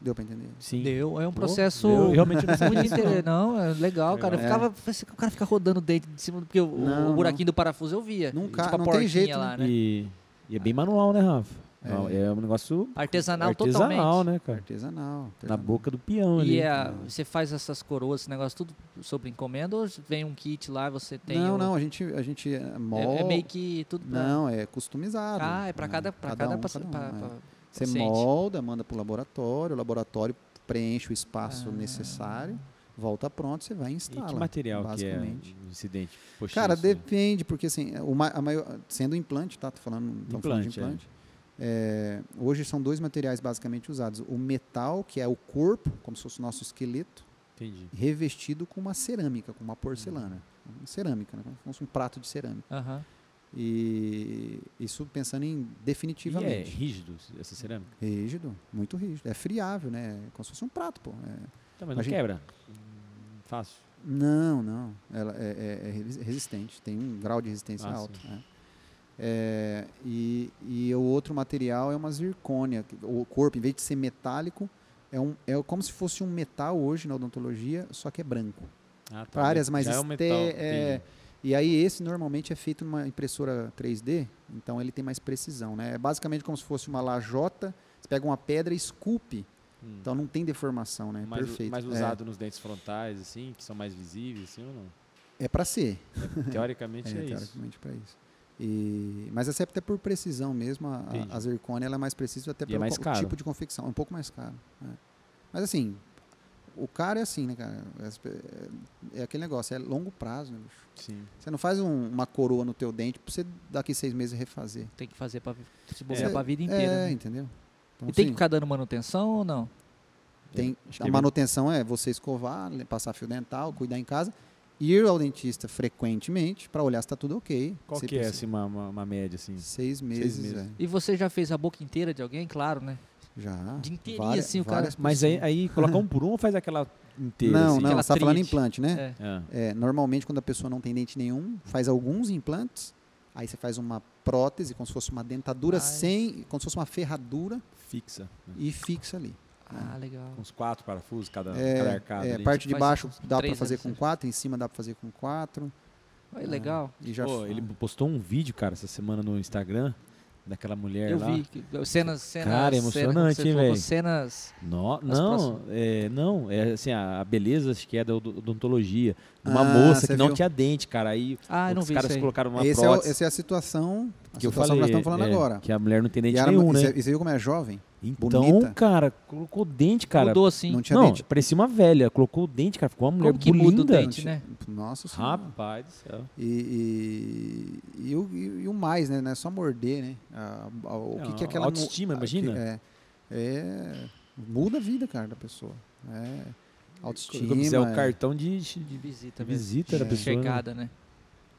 Speaker 3: Deu pra entender?
Speaker 2: Sim.
Speaker 1: Deu, é um
Speaker 2: Pô,
Speaker 1: processo
Speaker 2: eu realmente não sabia
Speaker 1: muito
Speaker 2: disso, não.
Speaker 1: interessante. Não, é legal, cara. Eu
Speaker 3: É.
Speaker 1: ficava, pensei que o cara fica rodando o dente de cima, porque o, o
Speaker 3: Não,
Speaker 1: buraquinho do parafuso eu via.
Speaker 3: Não
Speaker 1: Tipo
Speaker 3: ca-
Speaker 1: a
Speaker 3: não tem
Speaker 1: porquinha
Speaker 3: jeito,
Speaker 1: lá, né?
Speaker 2: E, e é bem manual, né, Rafa? É, um negócio
Speaker 1: Artesanal,
Speaker 2: artesanal,
Speaker 1: totalmente.
Speaker 2: né, cara?
Speaker 3: Artesanal.
Speaker 2: Na
Speaker 3: artesanal.
Speaker 2: boca do peão ali.
Speaker 1: E é, você faz essas coroas, esse negócio tudo sobre encomenda ou vem um kit lá, você tem
Speaker 3: Não,
Speaker 1: o-
Speaker 3: não, a gente, a gente é,
Speaker 1: É,
Speaker 3: molda.
Speaker 1: é meio que tudo pra...
Speaker 3: Não, é customizado.
Speaker 1: Ah, é pra
Speaker 3: né?
Speaker 1: cada, pra cada,
Speaker 3: um,
Speaker 1: paci-
Speaker 3: um,
Speaker 1: pra-
Speaker 3: é.
Speaker 1: pra-
Speaker 3: Você
Speaker 1: paciente.
Speaker 3: molda, manda pro laboratório, o laboratório preenche o espaço
Speaker 1: Ah.
Speaker 3: necessário, volta pronto, você vai e
Speaker 2: E
Speaker 3: instala.
Speaker 2: que material que é
Speaker 3: basicamente.
Speaker 2: o incidente? Postiço,
Speaker 3: Cara,
Speaker 2: né?
Speaker 3: depende, porque assim, o ma- a maior- sendo implante, tá? Tô falando, tô falando de
Speaker 2: Implante, é.
Speaker 3: implante. É, hoje são dois materiais basicamente usados. O metal, que é o corpo, como se fosse o nosso esqueleto,
Speaker 2: é. Entendi.
Speaker 3: revestido com uma cerâmica, com uma porcelana. Cerâmica, né? Como se fosse um prato de cerâmica.
Speaker 1: Aham.
Speaker 3: E isso pensando em
Speaker 2: E é
Speaker 3: definitivamente.
Speaker 2: rígido essa cerâmica?
Speaker 3: Rígido, muito rígido. É friável, né? É como se fosse um prato, pô. É-
Speaker 2: Tá, mas
Speaker 3: A
Speaker 2: não
Speaker 3: gente-
Speaker 2: quebra? Hum, Fácil.
Speaker 3: Não, não. Ela é, é- é resi- resistente, tem um grau de resistência
Speaker 2: Ah,
Speaker 3: alto. né? É, e, e o outro material é uma zircônia. que O corpo, em vez de ser metálico, é, um, é como se fosse um metal hoje na odontologia, só que é branco.
Speaker 2: Ah, tá.
Speaker 3: para áreas mais
Speaker 2: Já é um metal.
Speaker 3: este- é,
Speaker 2: entendi.
Speaker 3: E aí esse normalmente é feito numa impressora 3D, então ele tem mais precisão, né? É basicamente como se fosse uma lajota, você pega uma pedra e esculpe,
Speaker 2: Hum.
Speaker 3: então não tem deformação, né?
Speaker 2: mais,
Speaker 3: Perfeito.
Speaker 2: mais
Speaker 3: É,
Speaker 2: usado nos dentes frontais, assim, que são mais visíveis, assim ou não?
Speaker 3: É, pra ser,
Speaker 2: Teoricamente
Speaker 3: é,
Speaker 2: é, isso.
Speaker 3: teoricamente para isso. E, mas essa é até por precisão mesmo, a,
Speaker 2: Entendi.
Speaker 3: a zircônia ela é mais precisa até
Speaker 2: é
Speaker 3: pelo
Speaker 2: mais
Speaker 3: co-
Speaker 2: caro.
Speaker 3: tipo de confecção, é um pouco mais caro. né? Mas assim, o caro é assim, né, cara? As pe- É, é aquele negócio, é longo prazo, né, bicho?
Speaker 2: Sim.
Speaker 3: Você não faz um- uma coroa no teu dente pra você daqui seis meses refazer.
Speaker 1: Tem que fazer pra, vi- se bobear
Speaker 3: É,
Speaker 1: pra vida inteira.
Speaker 3: É,
Speaker 1: né?
Speaker 3: entendeu? Então,
Speaker 1: E tem que
Speaker 3: assim,
Speaker 1: ficar dando manutenção ou não?
Speaker 3: tem-
Speaker 2: Acho que
Speaker 3: a
Speaker 2: é
Speaker 3: manutenção é você escovar, le- passar fio dental, cuidar em casa, ir ao dentista frequentemente para olhar se está tudo ok.
Speaker 2: Qual
Speaker 3: Se
Speaker 2: que é,
Speaker 3: precisa-
Speaker 2: assim, uma, uma, uma média, assim?
Speaker 3: Seis meses,
Speaker 2: meses.
Speaker 3: é.
Speaker 1: E você já fez a boca inteira de alguém? Claro, né?
Speaker 3: já.
Speaker 1: De inteirinha,
Speaker 3: Várias-
Speaker 1: assim, o cara-
Speaker 3: várias
Speaker 2: Mas aí,
Speaker 3: pessoas.
Speaker 2: aí coloca um por um ou faz aquela inteira,
Speaker 3: Não,
Speaker 2: assim?
Speaker 3: não,
Speaker 1: Aquela
Speaker 3: você tá falando
Speaker 1: tríade.
Speaker 3: implante, né?
Speaker 1: É.
Speaker 2: Ah,
Speaker 3: É, normalmente quando a pessoa não tem dente nenhum, faz alguns implantes, aí você faz uma prótese, como se fosse uma dentadura
Speaker 1: Ai.
Speaker 3: sem, como se fosse uma ferradura
Speaker 2: fixa. né?
Speaker 3: e fixa ali.
Speaker 1: Ah, legal.
Speaker 2: Uns quatro parafusos cada, cada
Speaker 3: É,
Speaker 2: Tá, arcada.
Speaker 3: é,
Speaker 2: ali.
Speaker 3: parte de
Speaker 1: Faz
Speaker 3: baixo
Speaker 1: uns
Speaker 3: dá para
Speaker 1: três
Speaker 3: fazer
Speaker 1: anos,
Speaker 3: com
Speaker 1: né?
Speaker 3: quatro, em cima dá para fazer com quatro.
Speaker 1: Olha, legal.
Speaker 3: E já
Speaker 2: Pô, ele postou um vídeo, cara, essa semana no Instagram, daquela mulher
Speaker 1: Eu
Speaker 2: lá.
Speaker 1: vi. que- Cenas, cenas.
Speaker 2: Cara,
Speaker 1: cenas-
Speaker 2: emocionante,
Speaker 1: você
Speaker 2: hein,
Speaker 1: falou,
Speaker 2: velho?
Speaker 1: Cenas.
Speaker 2: No,
Speaker 1: As
Speaker 2: não, é, não, é assim, a, a beleza acho que é da od- odontologia. Uma
Speaker 3: Ah,
Speaker 2: moça
Speaker 3: cê
Speaker 2: que não
Speaker 3: viu?
Speaker 2: tinha dente, cara. Aí
Speaker 1: Ah, eu não
Speaker 2: os
Speaker 1: vi
Speaker 2: caras
Speaker 1: isso aí.
Speaker 2: colocaram uma
Speaker 3: Esse é, o-
Speaker 2: prótese.
Speaker 3: essa é a situação, a
Speaker 2: que eu
Speaker 3: situação
Speaker 2: falei,
Speaker 3: que nós estamos falando
Speaker 2: é,
Speaker 3: agora.
Speaker 2: Que a mulher não tem dente
Speaker 3: era-
Speaker 2: nenhum,
Speaker 3: e
Speaker 2: né?
Speaker 3: você- e você viu como é jovem?
Speaker 2: Então,
Speaker 3: Bonita.
Speaker 2: cara, colocou dente, cara.
Speaker 1: Mudou assim.
Speaker 3: Não tinha
Speaker 2: Não,
Speaker 3: dente.
Speaker 2: parecia uma velha. Colocou o dente, cara. Ficou uma mulher
Speaker 1: Como que muda o
Speaker 2: linda.
Speaker 1: dente, né?
Speaker 3: Nossa senhora.
Speaker 2: Rapaz do céu.
Speaker 3: E, e, e o, e- e o mais, né? Não é só morder, né? A- a- o que,
Speaker 2: É,
Speaker 3: que
Speaker 2: a
Speaker 3: aquela. mu-
Speaker 2: autoestima,
Speaker 3: a- que-
Speaker 2: imagina.
Speaker 3: é, é- Muda a vida, cara, da pessoa. É, autoestima.
Speaker 2: Como quiser, o
Speaker 3: é-
Speaker 2: cartão de, de
Speaker 1: De visita
Speaker 2: de
Speaker 1: mesmo.
Speaker 2: visita da
Speaker 3: É.
Speaker 2: pessoa. né?
Speaker 1: Chegada, né?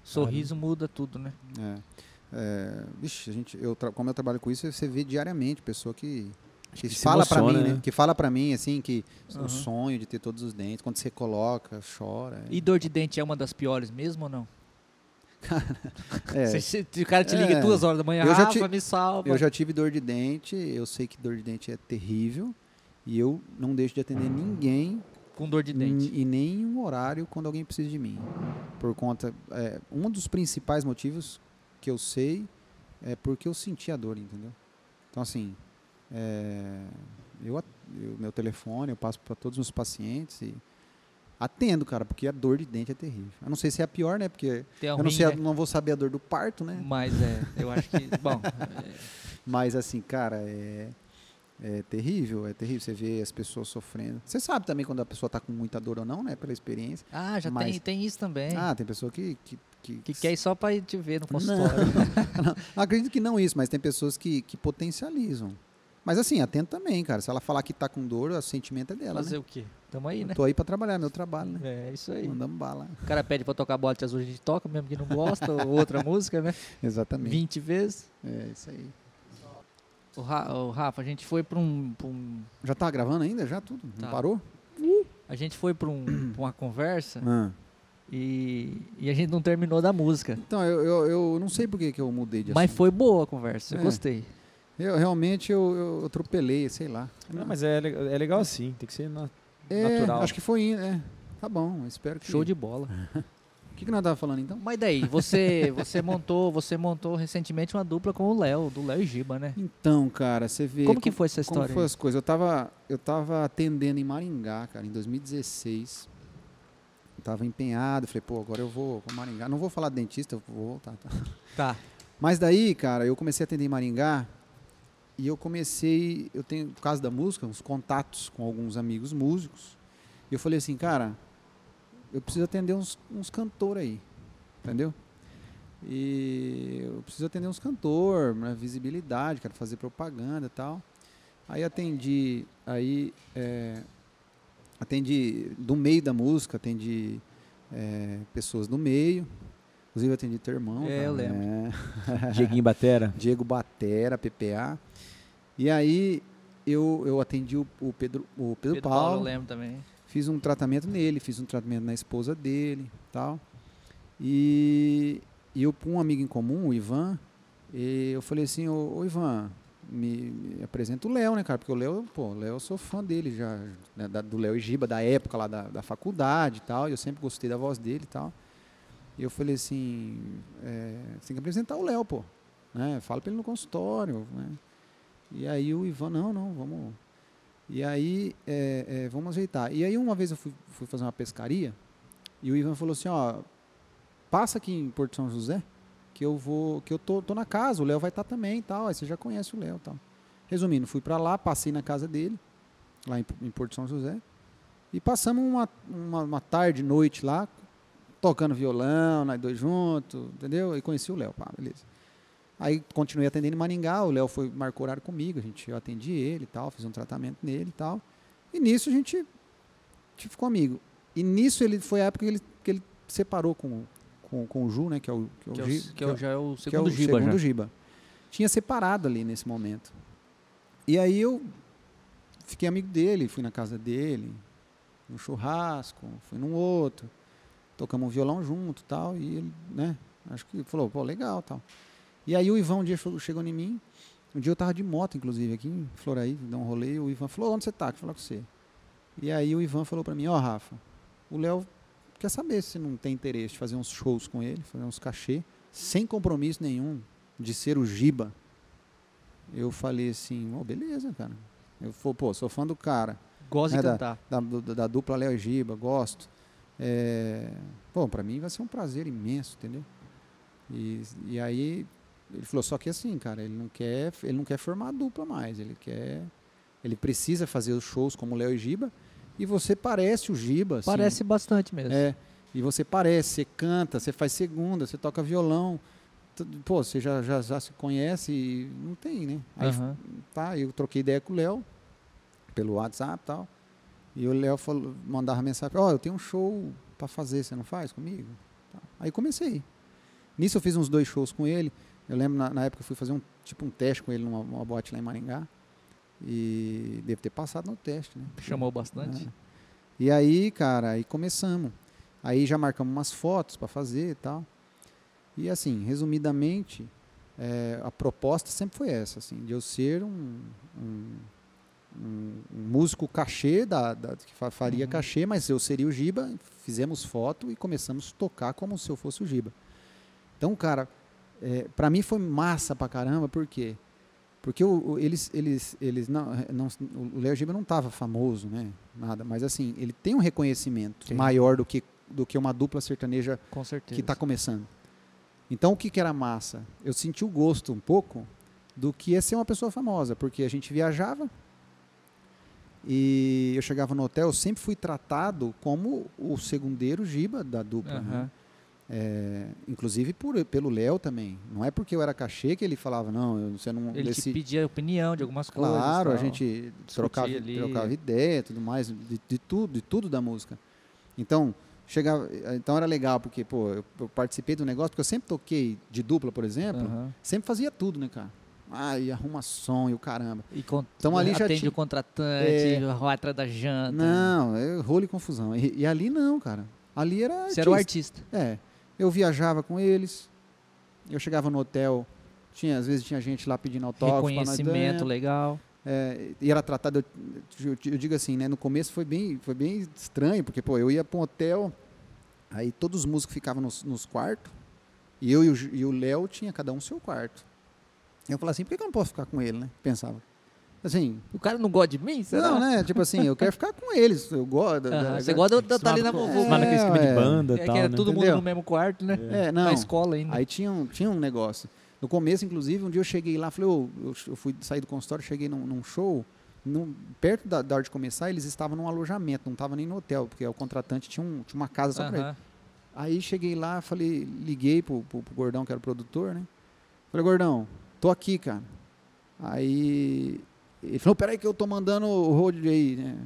Speaker 1: Sorriso muda tudo, né?
Speaker 3: é. É, vixe, a gente, eu tra- como eu trabalho com isso, você vê diariamente pessoa que, que
Speaker 2: se
Speaker 3: fala pra mim,
Speaker 2: emociona,
Speaker 3: né?
Speaker 2: né?
Speaker 3: Que fala pra mim, assim, que
Speaker 1: Aham.
Speaker 3: o sonho de ter todos os dentes, quando você coloca, chora.
Speaker 1: E dor de dente é uma das piores mesmo ou não?
Speaker 3: É,
Speaker 1: Se- se o cara te liga
Speaker 3: É.
Speaker 1: duas horas da manhã,
Speaker 3: Eu já
Speaker 1: Rafa,
Speaker 3: te-
Speaker 1: me salva.
Speaker 3: Eu já tive dor de dente, eu sei que dor de dente é terrível. E eu não deixo de atender
Speaker 2: Hum.
Speaker 3: ninguém
Speaker 1: Com dor de
Speaker 3: Hum,
Speaker 1: dente.
Speaker 3: e nem um horário quando alguém precisa de mim. Por conta. é, um dos principais motivos que eu sei é porque eu senti a dor, entendeu? Então, assim. é, eu, at- eu- meu telefone, eu passo para todos os meus pacientes e atendo, cara, porque a dor de dente é terrível. Eu não sei se é a pior, né? Porque
Speaker 1: Tem a
Speaker 3: eu não,
Speaker 1: ruim,
Speaker 3: sei, a-
Speaker 1: né?
Speaker 3: não vou saber a dor do parto, né?
Speaker 1: Mas é, eu acho que. Bom, é,
Speaker 3: Mas assim, cara, é, é terrível, é terrível. Você vê as pessoas sofrendo. Você sabe também quando a pessoa tá com muita dor ou não, né? Pela experiência.
Speaker 1: ah, já
Speaker 3: Mas-
Speaker 1: tem, tem isso também.
Speaker 3: Ah, tem pessoa que. Que, que,
Speaker 1: É. que quer ir só pra te ver no
Speaker 3: Não.
Speaker 1: consultório.
Speaker 3: Não, acredito que não isso, mas tem pessoas que, que potencializam. Mas assim, atento também, cara. Se ela falar que tá com dor, o sentimento é dela.
Speaker 1: Fazer
Speaker 3: Né?
Speaker 1: o quê? Tamo aí, né?
Speaker 3: Tô aí pra trabalhar, meu trabalho, né?
Speaker 1: É isso aí.
Speaker 3: Mandamos bala.
Speaker 1: O cara pede pra tocar bola de azul, a gente toca, mesmo que não gosta, ou outra música, né?
Speaker 3: Exatamente.
Speaker 1: 20 vezes.
Speaker 3: É isso aí.
Speaker 1: O, Ra- o Rafa, a gente foi pra um. pra um-
Speaker 3: Já tá gravando ainda? Já tudo?
Speaker 1: Tá.
Speaker 3: Não parou?
Speaker 1: a gente foi pra, um- pra uma conversa
Speaker 3: Ah.
Speaker 1: e, e a gente não terminou da música.
Speaker 3: Então, eu, eu, eu não sei por que, que eu mudei de
Speaker 1: Mas
Speaker 3: assunto.
Speaker 1: foi boa a conversa, eu
Speaker 3: É.
Speaker 1: gostei.
Speaker 3: Eu, realmente eu, eu atropelei, sei lá.
Speaker 2: Não, mas é, le- é legal assim. Tem que ser na-
Speaker 3: É,
Speaker 2: Natural.
Speaker 3: acho que foi indo, é. Tá bom, espero que...
Speaker 1: Show de bola.
Speaker 3: É. O que, que nós tava falando então?
Speaker 1: Mas daí, você, você montou, você montou recentemente uma dupla com o Léo, do Léo e Giba, né?
Speaker 3: Então, cara, você vê...
Speaker 1: Como que foi essa história?
Speaker 3: Como foi as coisas? Eu tava, eu tava atendendo em Maringá, cara, em 2016. Eu tava empenhado, falei, pô, agora eu vou pra Maringá. Não vou falar de dentista, eu vou voltar, tá?
Speaker 1: Tá.
Speaker 3: Mas daí, cara, eu comecei a atender em Maringá e eu comecei, eu tenho, por causa da música, uns contatos com alguns amigos músicos. E eu falei assim, cara, eu preciso atender uns, uns cantor aí, entendeu? E eu preciso atender uns cantor, né, visibilidade, quero fazer propaganda e tal. Aí atendi, aí é, atendi do meio da música, atendi é, pessoas do meio. Inclusive atendi teu irmão.
Speaker 1: É, eu
Speaker 3: cara,
Speaker 1: lembro.
Speaker 3: né?
Speaker 2: Dieguinho Batera.
Speaker 3: Diego Batera, PPA. E aí eu, eu atendi o, o Pedro, o Pedro,
Speaker 1: Pedro
Speaker 3: Paulo,
Speaker 1: eu lembro também.
Speaker 3: fiz um tratamento nele, fiz um tratamento na esposa dele tal. E, e eu, com um amigo em comum, o Ivan, e eu falei assim, ô, ô, Ivan, me, me apresenta o Léo, né, cara? Porque o Léo, pô, o Léo eu sou fã dele já, né, da- do Léo e Giba, da época lá da, da faculdade e tal, e eu sempre gostei da voz dele e tal. E eu falei assim, é, você tem que apresentar o Léo, pô. Né? Fala pra ele no consultório, né? E aí o Ivan, não, não, vamos... E aí, é, é, vamos ajeitar. E aí uma vez eu fui, fui fazer uma pescaria e o Ivan falou assim, ó, passa aqui em Porto São José que eu vou, que eu tô, tô na casa, o Léo vai estar também e tal, aí você já conhece o Léo e tal. Resumindo, fui pra lá, passei na casa dele, lá em, em Porto São José, e passamos uma, uma, uma tarde, noite lá, tocando violão, nós dois juntos, entendeu? E conheci o Léo, pá, beleza. Aí continuei atendendo em Maringá, o Léo foi, marcou horário comigo, a gente, eu atendi ele e tal, fiz um tratamento nele e tal. E nisso a gente, a gente ficou amigo. E nisso ele foi a época que ele, que ele separou com, com, com o Ju, né? Que é o, que é o,
Speaker 1: Que, é o-
Speaker 3: Gi-
Speaker 1: que é o- já é o
Speaker 3: que é
Speaker 1: segundo
Speaker 3: o
Speaker 1: Giba
Speaker 3: segundo
Speaker 1: já.
Speaker 3: Giba. Tinha separado ali nesse momento. E aí eu fiquei amigo dele, fui na casa dele, no churrasco, fui num outro, tocamos um violão junto tal, e ele, né, acho que falou, pô, legal tal. E aí o Ivan um dia chegou, chegou em mim, um dia eu tava de moto, inclusive, aqui em Floraí, dar um rolê, e o Ivan falou, onde você tá? Quer falar com você. E aí o Ivan falou pra mim, ó, Rafa, o Léo quer saber se não tem interesse de fazer uns shows com ele, fazer uns cachê, sem compromisso nenhum de ser o Giba. Eu falei assim, ó, beleza, cara. Eu falei, pô, sou fã do cara,
Speaker 1: Gosta de
Speaker 3: É da-
Speaker 1: cantar.
Speaker 3: da, da, da dupla Léo e Giba, gosto. É, bom, pra mim vai ser um prazer imenso, entendeu? E, e aí ele falou, só que assim, cara, ele não quer, ele não quer formar dupla mais, ele quer Ele precisa fazer os shows como Léo e Giba. E você parece o Giba. assim.
Speaker 1: Parece bastante mesmo.
Speaker 3: É. E você parece, você canta, você faz segunda, você toca violão. Tudo- Pô, você já, já, já se conhece e não tem, né? Aí
Speaker 1: Aham.
Speaker 3: tá, eu troquei ideia com o Léo pelo WhatsApp e tal. E o Léo falou- mandava mensagem: Ó, eu tenho um show pra fazer, você não faz comigo? Tá. Aí comecei. Nisso eu fiz uns dois shows com ele. Eu lembro na, na época eu fui fazer um tipo um teste com ele numa, numa boate lá em Maringá. E devo ter passado no teste, né?
Speaker 1: Chamou bastante.
Speaker 3: É. E aí, cara, aí começamos. Aí já marcamos umas fotos para fazer e tal. E assim, resumidamente, é, a proposta sempre foi essa, assim, de eu ser um, um, um- um músico cachê, da, da- que fa- faria
Speaker 1: Uhum.
Speaker 3: cachê, mas eu seria o Giba, fizemos foto e começamos a tocar como se eu fosse o Giba. Então, cara, é, para mim foi massa pra caramba, por quê? Porque o- o- eles, eles, eles não, é, não, o Léo Giba não estava famoso, né? Nada, mas assim, ele tem um reconhecimento
Speaker 1: Sim.
Speaker 3: maior do que, do que uma dupla sertaneja
Speaker 1: Com certeza.
Speaker 3: que tá está começando. Então, o que, que era massa? Eu senti o gosto um pouco do que é ser uma pessoa famosa, porque a gente viajava e eu chegava no hotel, eu sempre fui tratado como o segundeiro giba da dupla. né?
Speaker 1: Aham.
Speaker 3: É, inclusive por, pelo Léo também. Não é porque eu era cachê que ele falava, não, eu- você não...
Speaker 1: Ele
Speaker 3: Então, desse-
Speaker 1: te pedia opinião de algumas coisas.
Speaker 3: Claro, a
Speaker 1: tal.
Speaker 3: gente trocava,
Speaker 1: ali.
Speaker 3: trocava ideia, tudo mais, de, de tudo, de tudo da música. Então, chegava, então era legal porque, pô, eu, eu participei do negócio porque eu sempre toquei de dupla, por exemplo,
Speaker 1: Aham.
Speaker 3: sempre fazia tudo, né, cara? Ah, e arruma som e o caramba.
Speaker 1: E con-
Speaker 3: Então, ali já
Speaker 1: atende
Speaker 3: tinha-
Speaker 1: o contratante,
Speaker 3: É.
Speaker 1: vai atrás da janta.
Speaker 3: Não, é rolo e confusão. E, e ali não, cara. Ali era
Speaker 1: Você era o artista.
Speaker 3: É, eu viajava com eles. Eu chegava no hotel, tinha às vezes tinha gente lá pedindo autógrafo, pra nós
Speaker 1: Reconhecimento né?
Speaker 3: dar.
Speaker 1: legal.
Speaker 3: É, e era tratado, eu, eu digo assim, né? No começo foi bem, foi bem estranho, porque, pô, eu ia para um hotel, aí todos os músicos ficavam nos, nos quartos, e eu e o Ju- e o Léo tinha cada um seu quarto. Eu falava assim, por que que eu não posso ficar com ele, né? Pensava. Assim,
Speaker 1: O cara não gosta de mim? Será?
Speaker 3: não, né? Tipo assim, eu quero ficar com eles, eu gosto. da-
Speaker 1: Aham,
Speaker 3: da-
Speaker 1: Você gosta de estar tá ali na
Speaker 2: Acostumado
Speaker 1: muvuca.
Speaker 2: com- acostumado com aquele esquema
Speaker 3: É,
Speaker 2: de banda e
Speaker 1: É
Speaker 2: tal,
Speaker 1: que era
Speaker 2: né?
Speaker 1: todo mundo
Speaker 3: Entendeu?
Speaker 1: no mesmo quarto, né?
Speaker 3: É, não.
Speaker 1: Na escola ainda.
Speaker 3: Aí tinha um, tinha um negócio. No começo, inclusive, um dia eu cheguei lá, falei, ô, eu, eu fui sair do consultório, cheguei num, num show, num- perto da, da hora de começar, eles estavam num alojamento, não estavam nem no hotel, porque o contratante tinha, um- tinha uma casa só pra ele.
Speaker 1: Aham.
Speaker 3: Aí cheguei lá, falei, liguei pro, pro- pro Gordão, que era o produtor, né? Falei, Gordão, tô aqui, cara. Aí ele falou, peraí que eu tô mandando o road aí, né?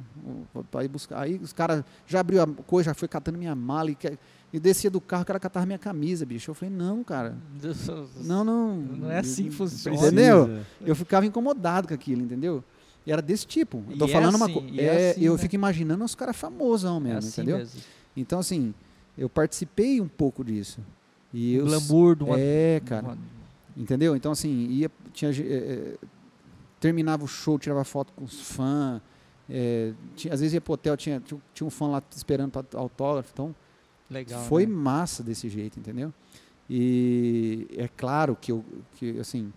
Speaker 3: O- Pra ir buscar. Aí os caras já abriu a coisa, já foi catando minha mala e, que- e descia do carro, o cara catava minha camisa, bicho. Eu falei, não, cara. Não, não.
Speaker 1: Não é assim que funciona.
Speaker 2: Precisa.
Speaker 3: Entendeu? Eu ficava incomodado com aquilo, entendeu? E era desse tipo. Eu tô
Speaker 1: E é
Speaker 3: falando uma
Speaker 1: assim,
Speaker 3: coisa.
Speaker 1: e é assim,
Speaker 3: eu
Speaker 1: né?
Speaker 3: fico imaginando os caras famosão
Speaker 1: É
Speaker 3: mesmo,
Speaker 1: assim
Speaker 3: entendeu?
Speaker 1: mesmo.
Speaker 3: Então, assim, eu participei um pouco disso. E eu,
Speaker 1: Um glamour de uma...
Speaker 3: É, cara.
Speaker 1: uma-
Speaker 3: Entendeu? Então, assim, ia, tinha, ge- eh, eh, terminava o show, tirava foto com os fãs. eh, tinha- às vezes ia pro hotel, tinha, tinha, um- tinha um fã lá esperando para autógrafo. Então,
Speaker 1: Legal,
Speaker 3: foi
Speaker 1: né?
Speaker 3: massa desse jeito, entendeu? E é claro que, eu, que assim,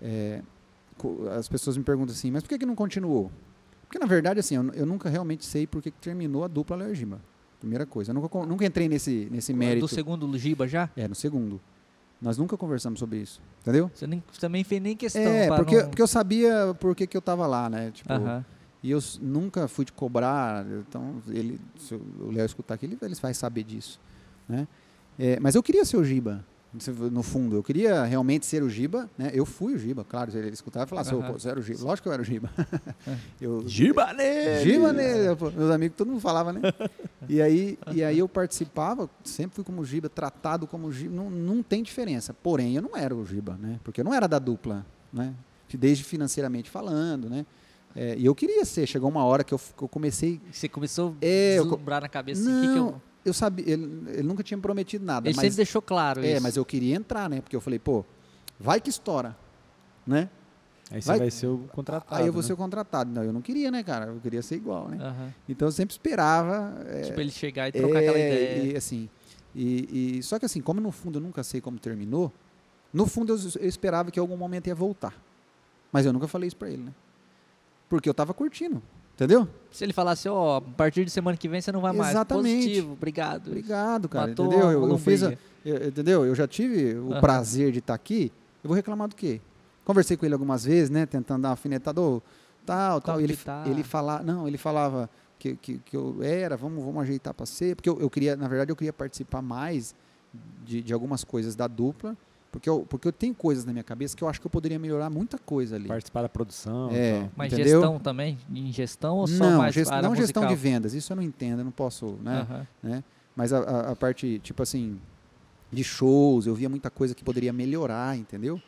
Speaker 3: eh, co- as pessoas me perguntam assim, mas por que, que não continuou? Porque, na verdade, assim, eu, nu- eu nunca realmente sei por que, que terminou a dupla Léo e Gima. Primeira coisa. Eu nunca, con- nunca entrei nesse, nesse mérito.
Speaker 1: Do segundo Giba já?
Speaker 3: É, no segundo. Nós nunca conversamos sobre isso, entendeu?
Speaker 1: Você, nem, você também fez nem questão.
Speaker 3: É,
Speaker 1: pra
Speaker 3: porque,
Speaker 1: não...
Speaker 3: porque eu sabia por que, que eu tava lá, né? Tipo,
Speaker 1: Aham.
Speaker 3: E eu s- nunca fui te cobrar, então ele, se o Léo escutar aqui, ele, ele vai saber disso, né? É, mas eu queria ser o Giba, se- no fundo. Eu queria realmente ser o Giba, né? Eu fui o Giba, claro. Se ele escutar, ele vai falar, assim,
Speaker 1: Aham.
Speaker 3: "Pô, você era o Giba. Lógico que eu era o Giba. eu,
Speaker 2: Giba nele!
Speaker 3: Giba, né? Pô, Meus amigos, todo mundo falava, né? E aí, e aí eu participava, sempre fui como Giba, tratado como Giba, não, não tem diferença. Porém, eu não era o Giba, né? Porque eu não era da dupla, né? Desde financeiramente falando, né? É, e eu queria ser, chegou uma hora que eu, f- que eu comecei.
Speaker 1: Você começou a
Speaker 3: É, eu co-
Speaker 1: deslumbrar na cabeça. assim, que que eu...
Speaker 3: Não, Eu sabia, ele, ele nunca tinha prometido nada.
Speaker 1: Ele
Speaker 3: mas,
Speaker 1: sempre deixou claro
Speaker 3: é,
Speaker 1: isso.
Speaker 3: mas eu queria entrar, né? Porque eu falei, pô, vai que estoura, né?
Speaker 2: Aí você
Speaker 3: Vai-
Speaker 2: vai, ser o contratado.
Speaker 3: aí eu vou
Speaker 2: né?
Speaker 3: ser o contratado. Não, eu não queria, né, cara? Eu queria ser igual, né?
Speaker 1: Aham.
Speaker 3: Então eu sempre esperava. é,
Speaker 1: Ah. Tipo, ele chegar e trocar aquela
Speaker 3: É,
Speaker 1: ideia.
Speaker 3: E, assim, e, e- só que assim, como no fundo eu nunca sei como terminou, no fundo eu, eu esperava que em algum momento ia voltar. Mas eu nunca falei isso pra ele, né? Porque eu tava curtindo, entendeu?
Speaker 1: Se ele falasse, ó, a partir de semana que vem você não vai mais.
Speaker 3: Exatamente.
Speaker 1: Positivo, obrigado.
Speaker 3: Obrigado, cara,
Speaker 1: Matou
Speaker 3: entendeu?
Speaker 1: a
Speaker 3: Eu, eu fiz a-
Speaker 1: lombriga.
Speaker 3: eu- entendeu? Eu já tive o tá
Speaker 1: Aham.
Speaker 3: prazer de estar aqui, eu vou reclamar do quê? Conversei com ele algumas vezes, né? Tentando dar uma afinetada, ô, tal, tal.
Speaker 1: Como
Speaker 3: E Ele,
Speaker 1: que tá?
Speaker 3: ele falava, não, ele falava que, que, que eu era, vamos, vamos ajeitar para ser, porque eu, eu queria, na verdade, eu queria participar mais de, de algumas coisas da dupla, porque eu, porque eu tenho coisas na minha cabeça que eu acho que eu poderia melhorar muita coisa ali.
Speaker 2: Participar da produção.
Speaker 3: É.
Speaker 2: tal.
Speaker 1: Mas
Speaker 3: Entendeu?
Speaker 1: gestão também? Em gestão ou só
Speaker 3: não,
Speaker 1: mais
Speaker 3: gest-
Speaker 1: área
Speaker 3: não
Speaker 1: musical?
Speaker 3: gestão de vendas, isso eu não entendo, eu não posso, né?
Speaker 1: Aham.
Speaker 3: Mas a, a- a parte, tipo assim, de shows, eu via muita coisa que poderia melhorar, entendeu?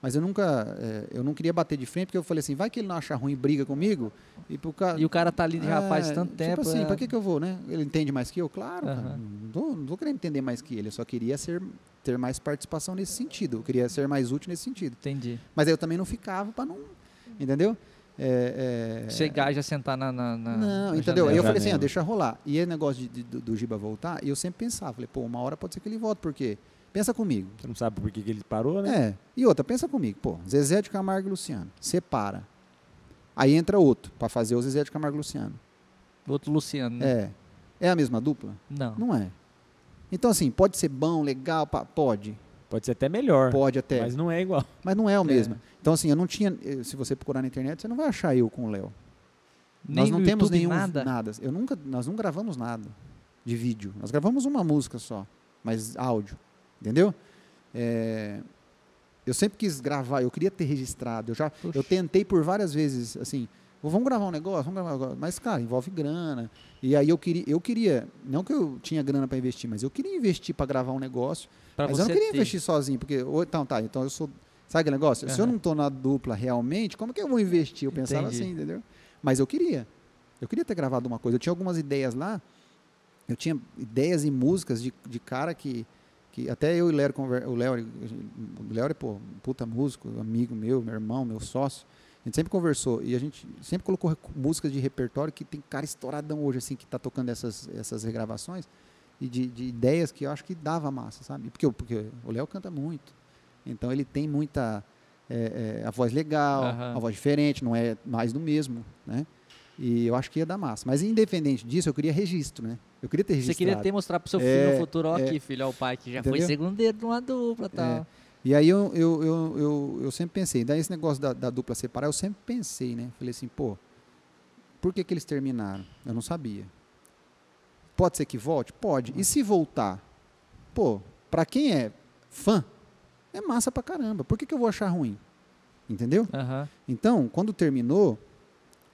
Speaker 3: Mas eu nunca, eh, eu não queria bater de frente, porque eu falei assim, vai que ele não acha ruim, briga comigo, e pro cara...
Speaker 1: E o cara tá ali já
Speaker 3: É,
Speaker 1: faz tanto tempo.
Speaker 3: Tipo assim,
Speaker 1: é-
Speaker 3: pra que, que eu vou, né? Ele entende mais que eu? Claro, cara.
Speaker 1: Aham.
Speaker 3: Não, tô, não tô querendo entender mais que ele, eu só queria ser, ter mais participação nesse sentido. Eu queria ser mais útil nesse sentido.
Speaker 1: Entendi.
Speaker 3: Mas aí eu também não ficava pra não. Entendeu? É, é,
Speaker 1: Chegar e já sentar na. na, na-
Speaker 3: Não,
Speaker 1: na
Speaker 3: entendeu? Aí eu
Speaker 1: janela.
Speaker 3: falei assim,
Speaker 2: Janela.
Speaker 3: ah, deixa rolar. E esse negócio de- de- do, do Giba voltar, eu sempre pensava, falei, pô, uma hora pode ser que ele volte, porque. Pensa comigo.
Speaker 2: Você não sabe por que, que ele parou, né?
Speaker 3: É. E outra, pensa comigo, pô, Zezé de Camargo e Luciano, separa. Aí entra outro, pra fazer o Zezé de Camargo e Luciano.
Speaker 1: Outro Luciano, né?
Speaker 3: É. É a mesma dupla?
Speaker 1: Não.
Speaker 3: Não é. Então, assim, pode ser bom, legal, pá, pode.
Speaker 2: Pode ser até melhor.
Speaker 3: Pode até.
Speaker 2: Mas não é igual.
Speaker 3: Mas não é o
Speaker 1: É.
Speaker 3: mesmo. Então, assim, eu não tinha. eh, Se você procurar na internet, você não vai achar eu com o Léo.
Speaker 1: Nem
Speaker 3: nós não
Speaker 1: no
Speaker 3: temos
Speaker 1: YouTube,
Speaker 3: nenhum
Speaker 1: Nada.
Speaker 3: Eu nunca, nós não gravamos nada de vídeo. Nós gravamos uma música só, mas áudio, entendeu? É, eu sempre quis gravar, eu queria ter registrado. Eu já,
Speaker 1: Puxa.
Speaker 3: eu tentei por várias vezes, assim, "Ô, vamos gravar um negócio, vamos gravar um negócio. mas cara, envolve grana. E aí eu queria, eu queria, não que eu tinha grana para investir, mas eu queria investir para gravar um negócio
Speaker 1: Pra
Speaker 3: mas
Speaker 1: você
Speaker 3: eu não queria
Speaker 1: ter.
Speaker 3: investir sozinho, porque. ou Então, tá, então eu sou. Sabe aquele negócio? Se eu
Speaker 1: Aham.
Speaker 3: não tô na dupla realmente, como que eu vou investir? Eu pensava
Speaker 1: Entendi.
Speaker 3: assim, entendeu? Mas eu queria. Eu queria ter gravado uma coisa. Eu tinha algumas ideias lá. Eu tinha ideias e músicas de, de cara que, que. Até eu e o Léo. conver- O Léo, o Léo é, pô, um puta músico, amigo meu, meu irmão, meu sócio. A gente sempre conversou e a gente sempre colocou recu- músicas de repertório que tem cara estouradão hoje, assim, que tá tocando essas, essas regravações e de, de ideias que eu acho que dava massa, sabe? Porque, o- porque o Léo canta muito. Então ele tem muita. é, é, a voz legal,
Speaker 1: Aham.
Speaker 3: a voz diferente, não é mais do mesmo, né? E eu acho que ia dar massa. Mas independente disso, eu queria registro, né? Eu queria ter
Speaker 1: Você
Speaker 3: registrado.
Speaker 1: queria ter mostrar pro seu filho
Speaker 3: É,
Speaker 1: no futuro, ó
Speaker 3: é.
Speaker 1: aqui, filho, ó, o pai que já foi
Speaker 3: Entendeu? É.
Speaker 1: segundeiro de uma dupla e tal.
Speaker 3: E aí eu, eu, eu, eu, eu sempre pensei, daí esse negócio da, da dupla separar, eu sempre pensei, né? Falei assim, pô, por que, que eles terminaram? Eu não sabia. Pode ser que volte? Pode. E se voltar? Pô, pra quem é fã, é massa pra caramba. Por que, que eu vou achar ruim? Entendeu?
Speaker 1: Aham.
Speaker 3: Então, quando terminou,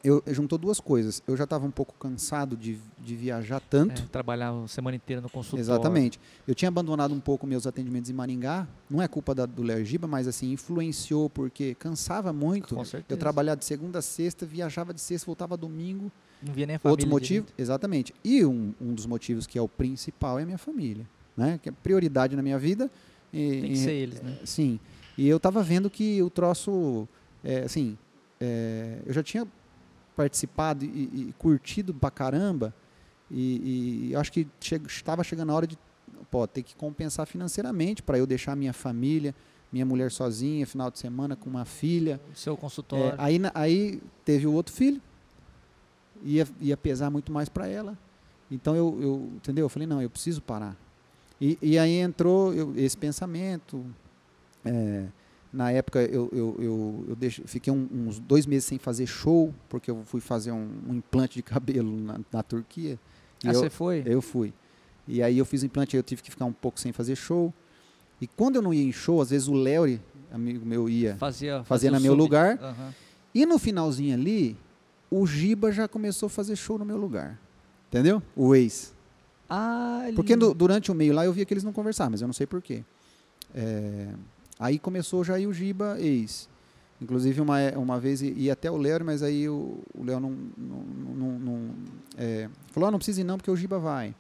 Speaker 3: eu, eu juntou duas coisas. Eu já estava um pouco cansado de, de viajar tanto.
Speaker 1: É, trabalhava a semana inteira no consultório.
Speaker 3: Exatamente. Eu tinha abandonado um pouco meus atendimentos em Maringá. Não é culpa da- do Léo Giba, mas assim, influenciou porque cansava muito.
Speaker 1: Com certeza.
Speaker 3: Eu trabalhava de segunda a sexta, viajava de sexta, voltava domingo.
Speaker 1: Não via nem a família.
Speaker 3: Outro motivo?
Speaker 1: direito.
Speaker 3: Exatamente. E um, um dos motivos que é o principal é a minha família. Né? Que é prioridade na minha vida. E-
Speaker 1: Tem que
Speaker 3: e-
Speaker 1: ser eles, né?
Speaker 3: Sim. E eu tava vendo que o troço, é, assim, é, eu já tinha participado e, e curtido pra caramba e, e eu acho que che- estava chegando a hora de pô, ter que compensar financeiramente para eu deixar minha família, minha mulher sozinha, final de semana com uma filha.
Speaker 1: O seu
Speaker 3: É,
Speaker 1: consultório. Ah,
Speaker 3: aí, na- aí teve o outro filho, ia, ia pesar muito mais para ela. Então eu, eu, entendeu? Eu falei, não, eu preciso parar. E, e aí entrou eu- esse pensamento. é, na época eu, eu, eu, eu deixei- fiquei um- uns dois meses sem fazer show, porque eu fui fazer um, um implante de cabelo na, na Turquia. E
Speaker 1: ah,
Speaker 3: eu-
Speaker 1: você foi?
Speaker 3: eu fui. E aí eu fiz o implante, aí eu tive que ficar um pouco sem fazer show. E quando eu não ia em show, às vezes o Léo, amigo meu, ia.
Speaker 1: Fazia,
Speaker 3: fazia
Speaker 1: o
Speaker 3: na meu
Speaker 1: sub.
Speaker 3: lugar.
Speaker 1: Aham.
Speaker 3: E no finalzinho ali, o Giba já começou a fazer show no meu lugar. Entendeu? O ex.
Speaker 1: Ah, ele...
Speaker 3: Porque no- durante o meio lá eu via que eles não conversavam, mas eu não sei porquê. aí começou já aí o Giba ex. Inclusive, uma, é, uma vez i- ia até o Léo, mas aí o, o Léo não, não, não- não- é, falou: ah, não precisa ir não, porque o Giba vai.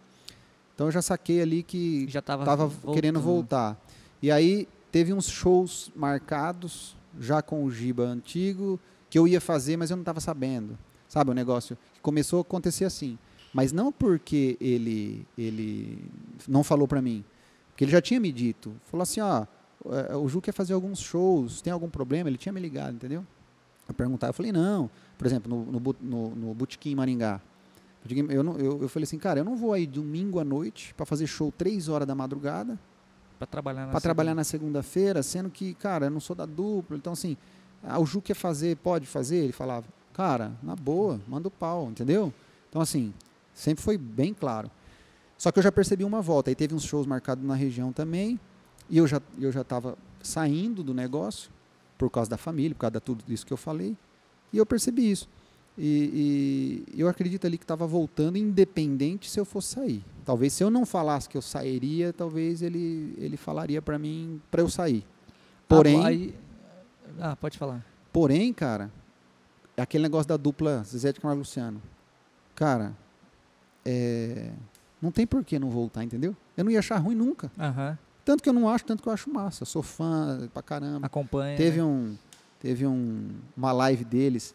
Speaker 3: Então eu já saquei ali que
Speaker 1: já tava,
Speaker 3: tava
Speaker 1: voltando.
Speaker 3: querendo voltar. E aí teve uns shows marcados já com o Giba antigo que eu ia fazer, mas eu não tava sabendo. Sabe o negócio que começou a acontecer assim, mas não porque ele ele não falou pra mim, porque ele já tinha me dito. Falou assim, ó, eh, o Ju quer fazer alguns shows, tem algum problema? Ele tinha me ligado, entendeu? Eu perguntava, eu falei, não. Por exemplo, no, no, bu- no, no Botequim em Maringá, Botequim- eu, não- eu, eu falei assim, cara, eu não vou aí domingo à noite pra fazer show três horas da madrugada,
Speaker 1: Pra trabalhar na
Speaker 3: Pra trabalhar
Speaker 1: segunda.
Speaker 3: na "Ah, segunda-feira, sendo que, cara, eu não sou da dupla, então assim, ah, o Ju quer fazer, pode fazer? Ele falava. cara, na boa, manda o pau, entendeu? Então, assim, sempre foi bem claro. Só que eu já percebi uma volta. Aí teve uns shows marcados na região também. E eu já, eu já tava saindo do negócio, por causa da família, por causa de tudo isso que eu falei. E eu percebi isso. E, e eu acredito ali que estava voltando, independente se eu fosse sair. Talvez se eu não falasse que eu sairia, talvez ele, ele falaria para mim para eu sair. Porém,
Speaker 1: Ah, aí- ah, pode falar.
Speaker 3: Porém, cara, é aquele negócio da dupla Zezé de Camargo e Luciano. Cara, é, não tem por que não voltar, entendeu? Eu não ia achar ruim nunca.
Speaker 1: Aham.
Speaker 3: Tanto que eu não acho, tanto que eu acho massa. Eu sou fã pra caramba.
Speaker 1: Acompanha.
Speaker 3: teve
Speaker 1: né?
Speaker 3: um, teve um, uma live deles.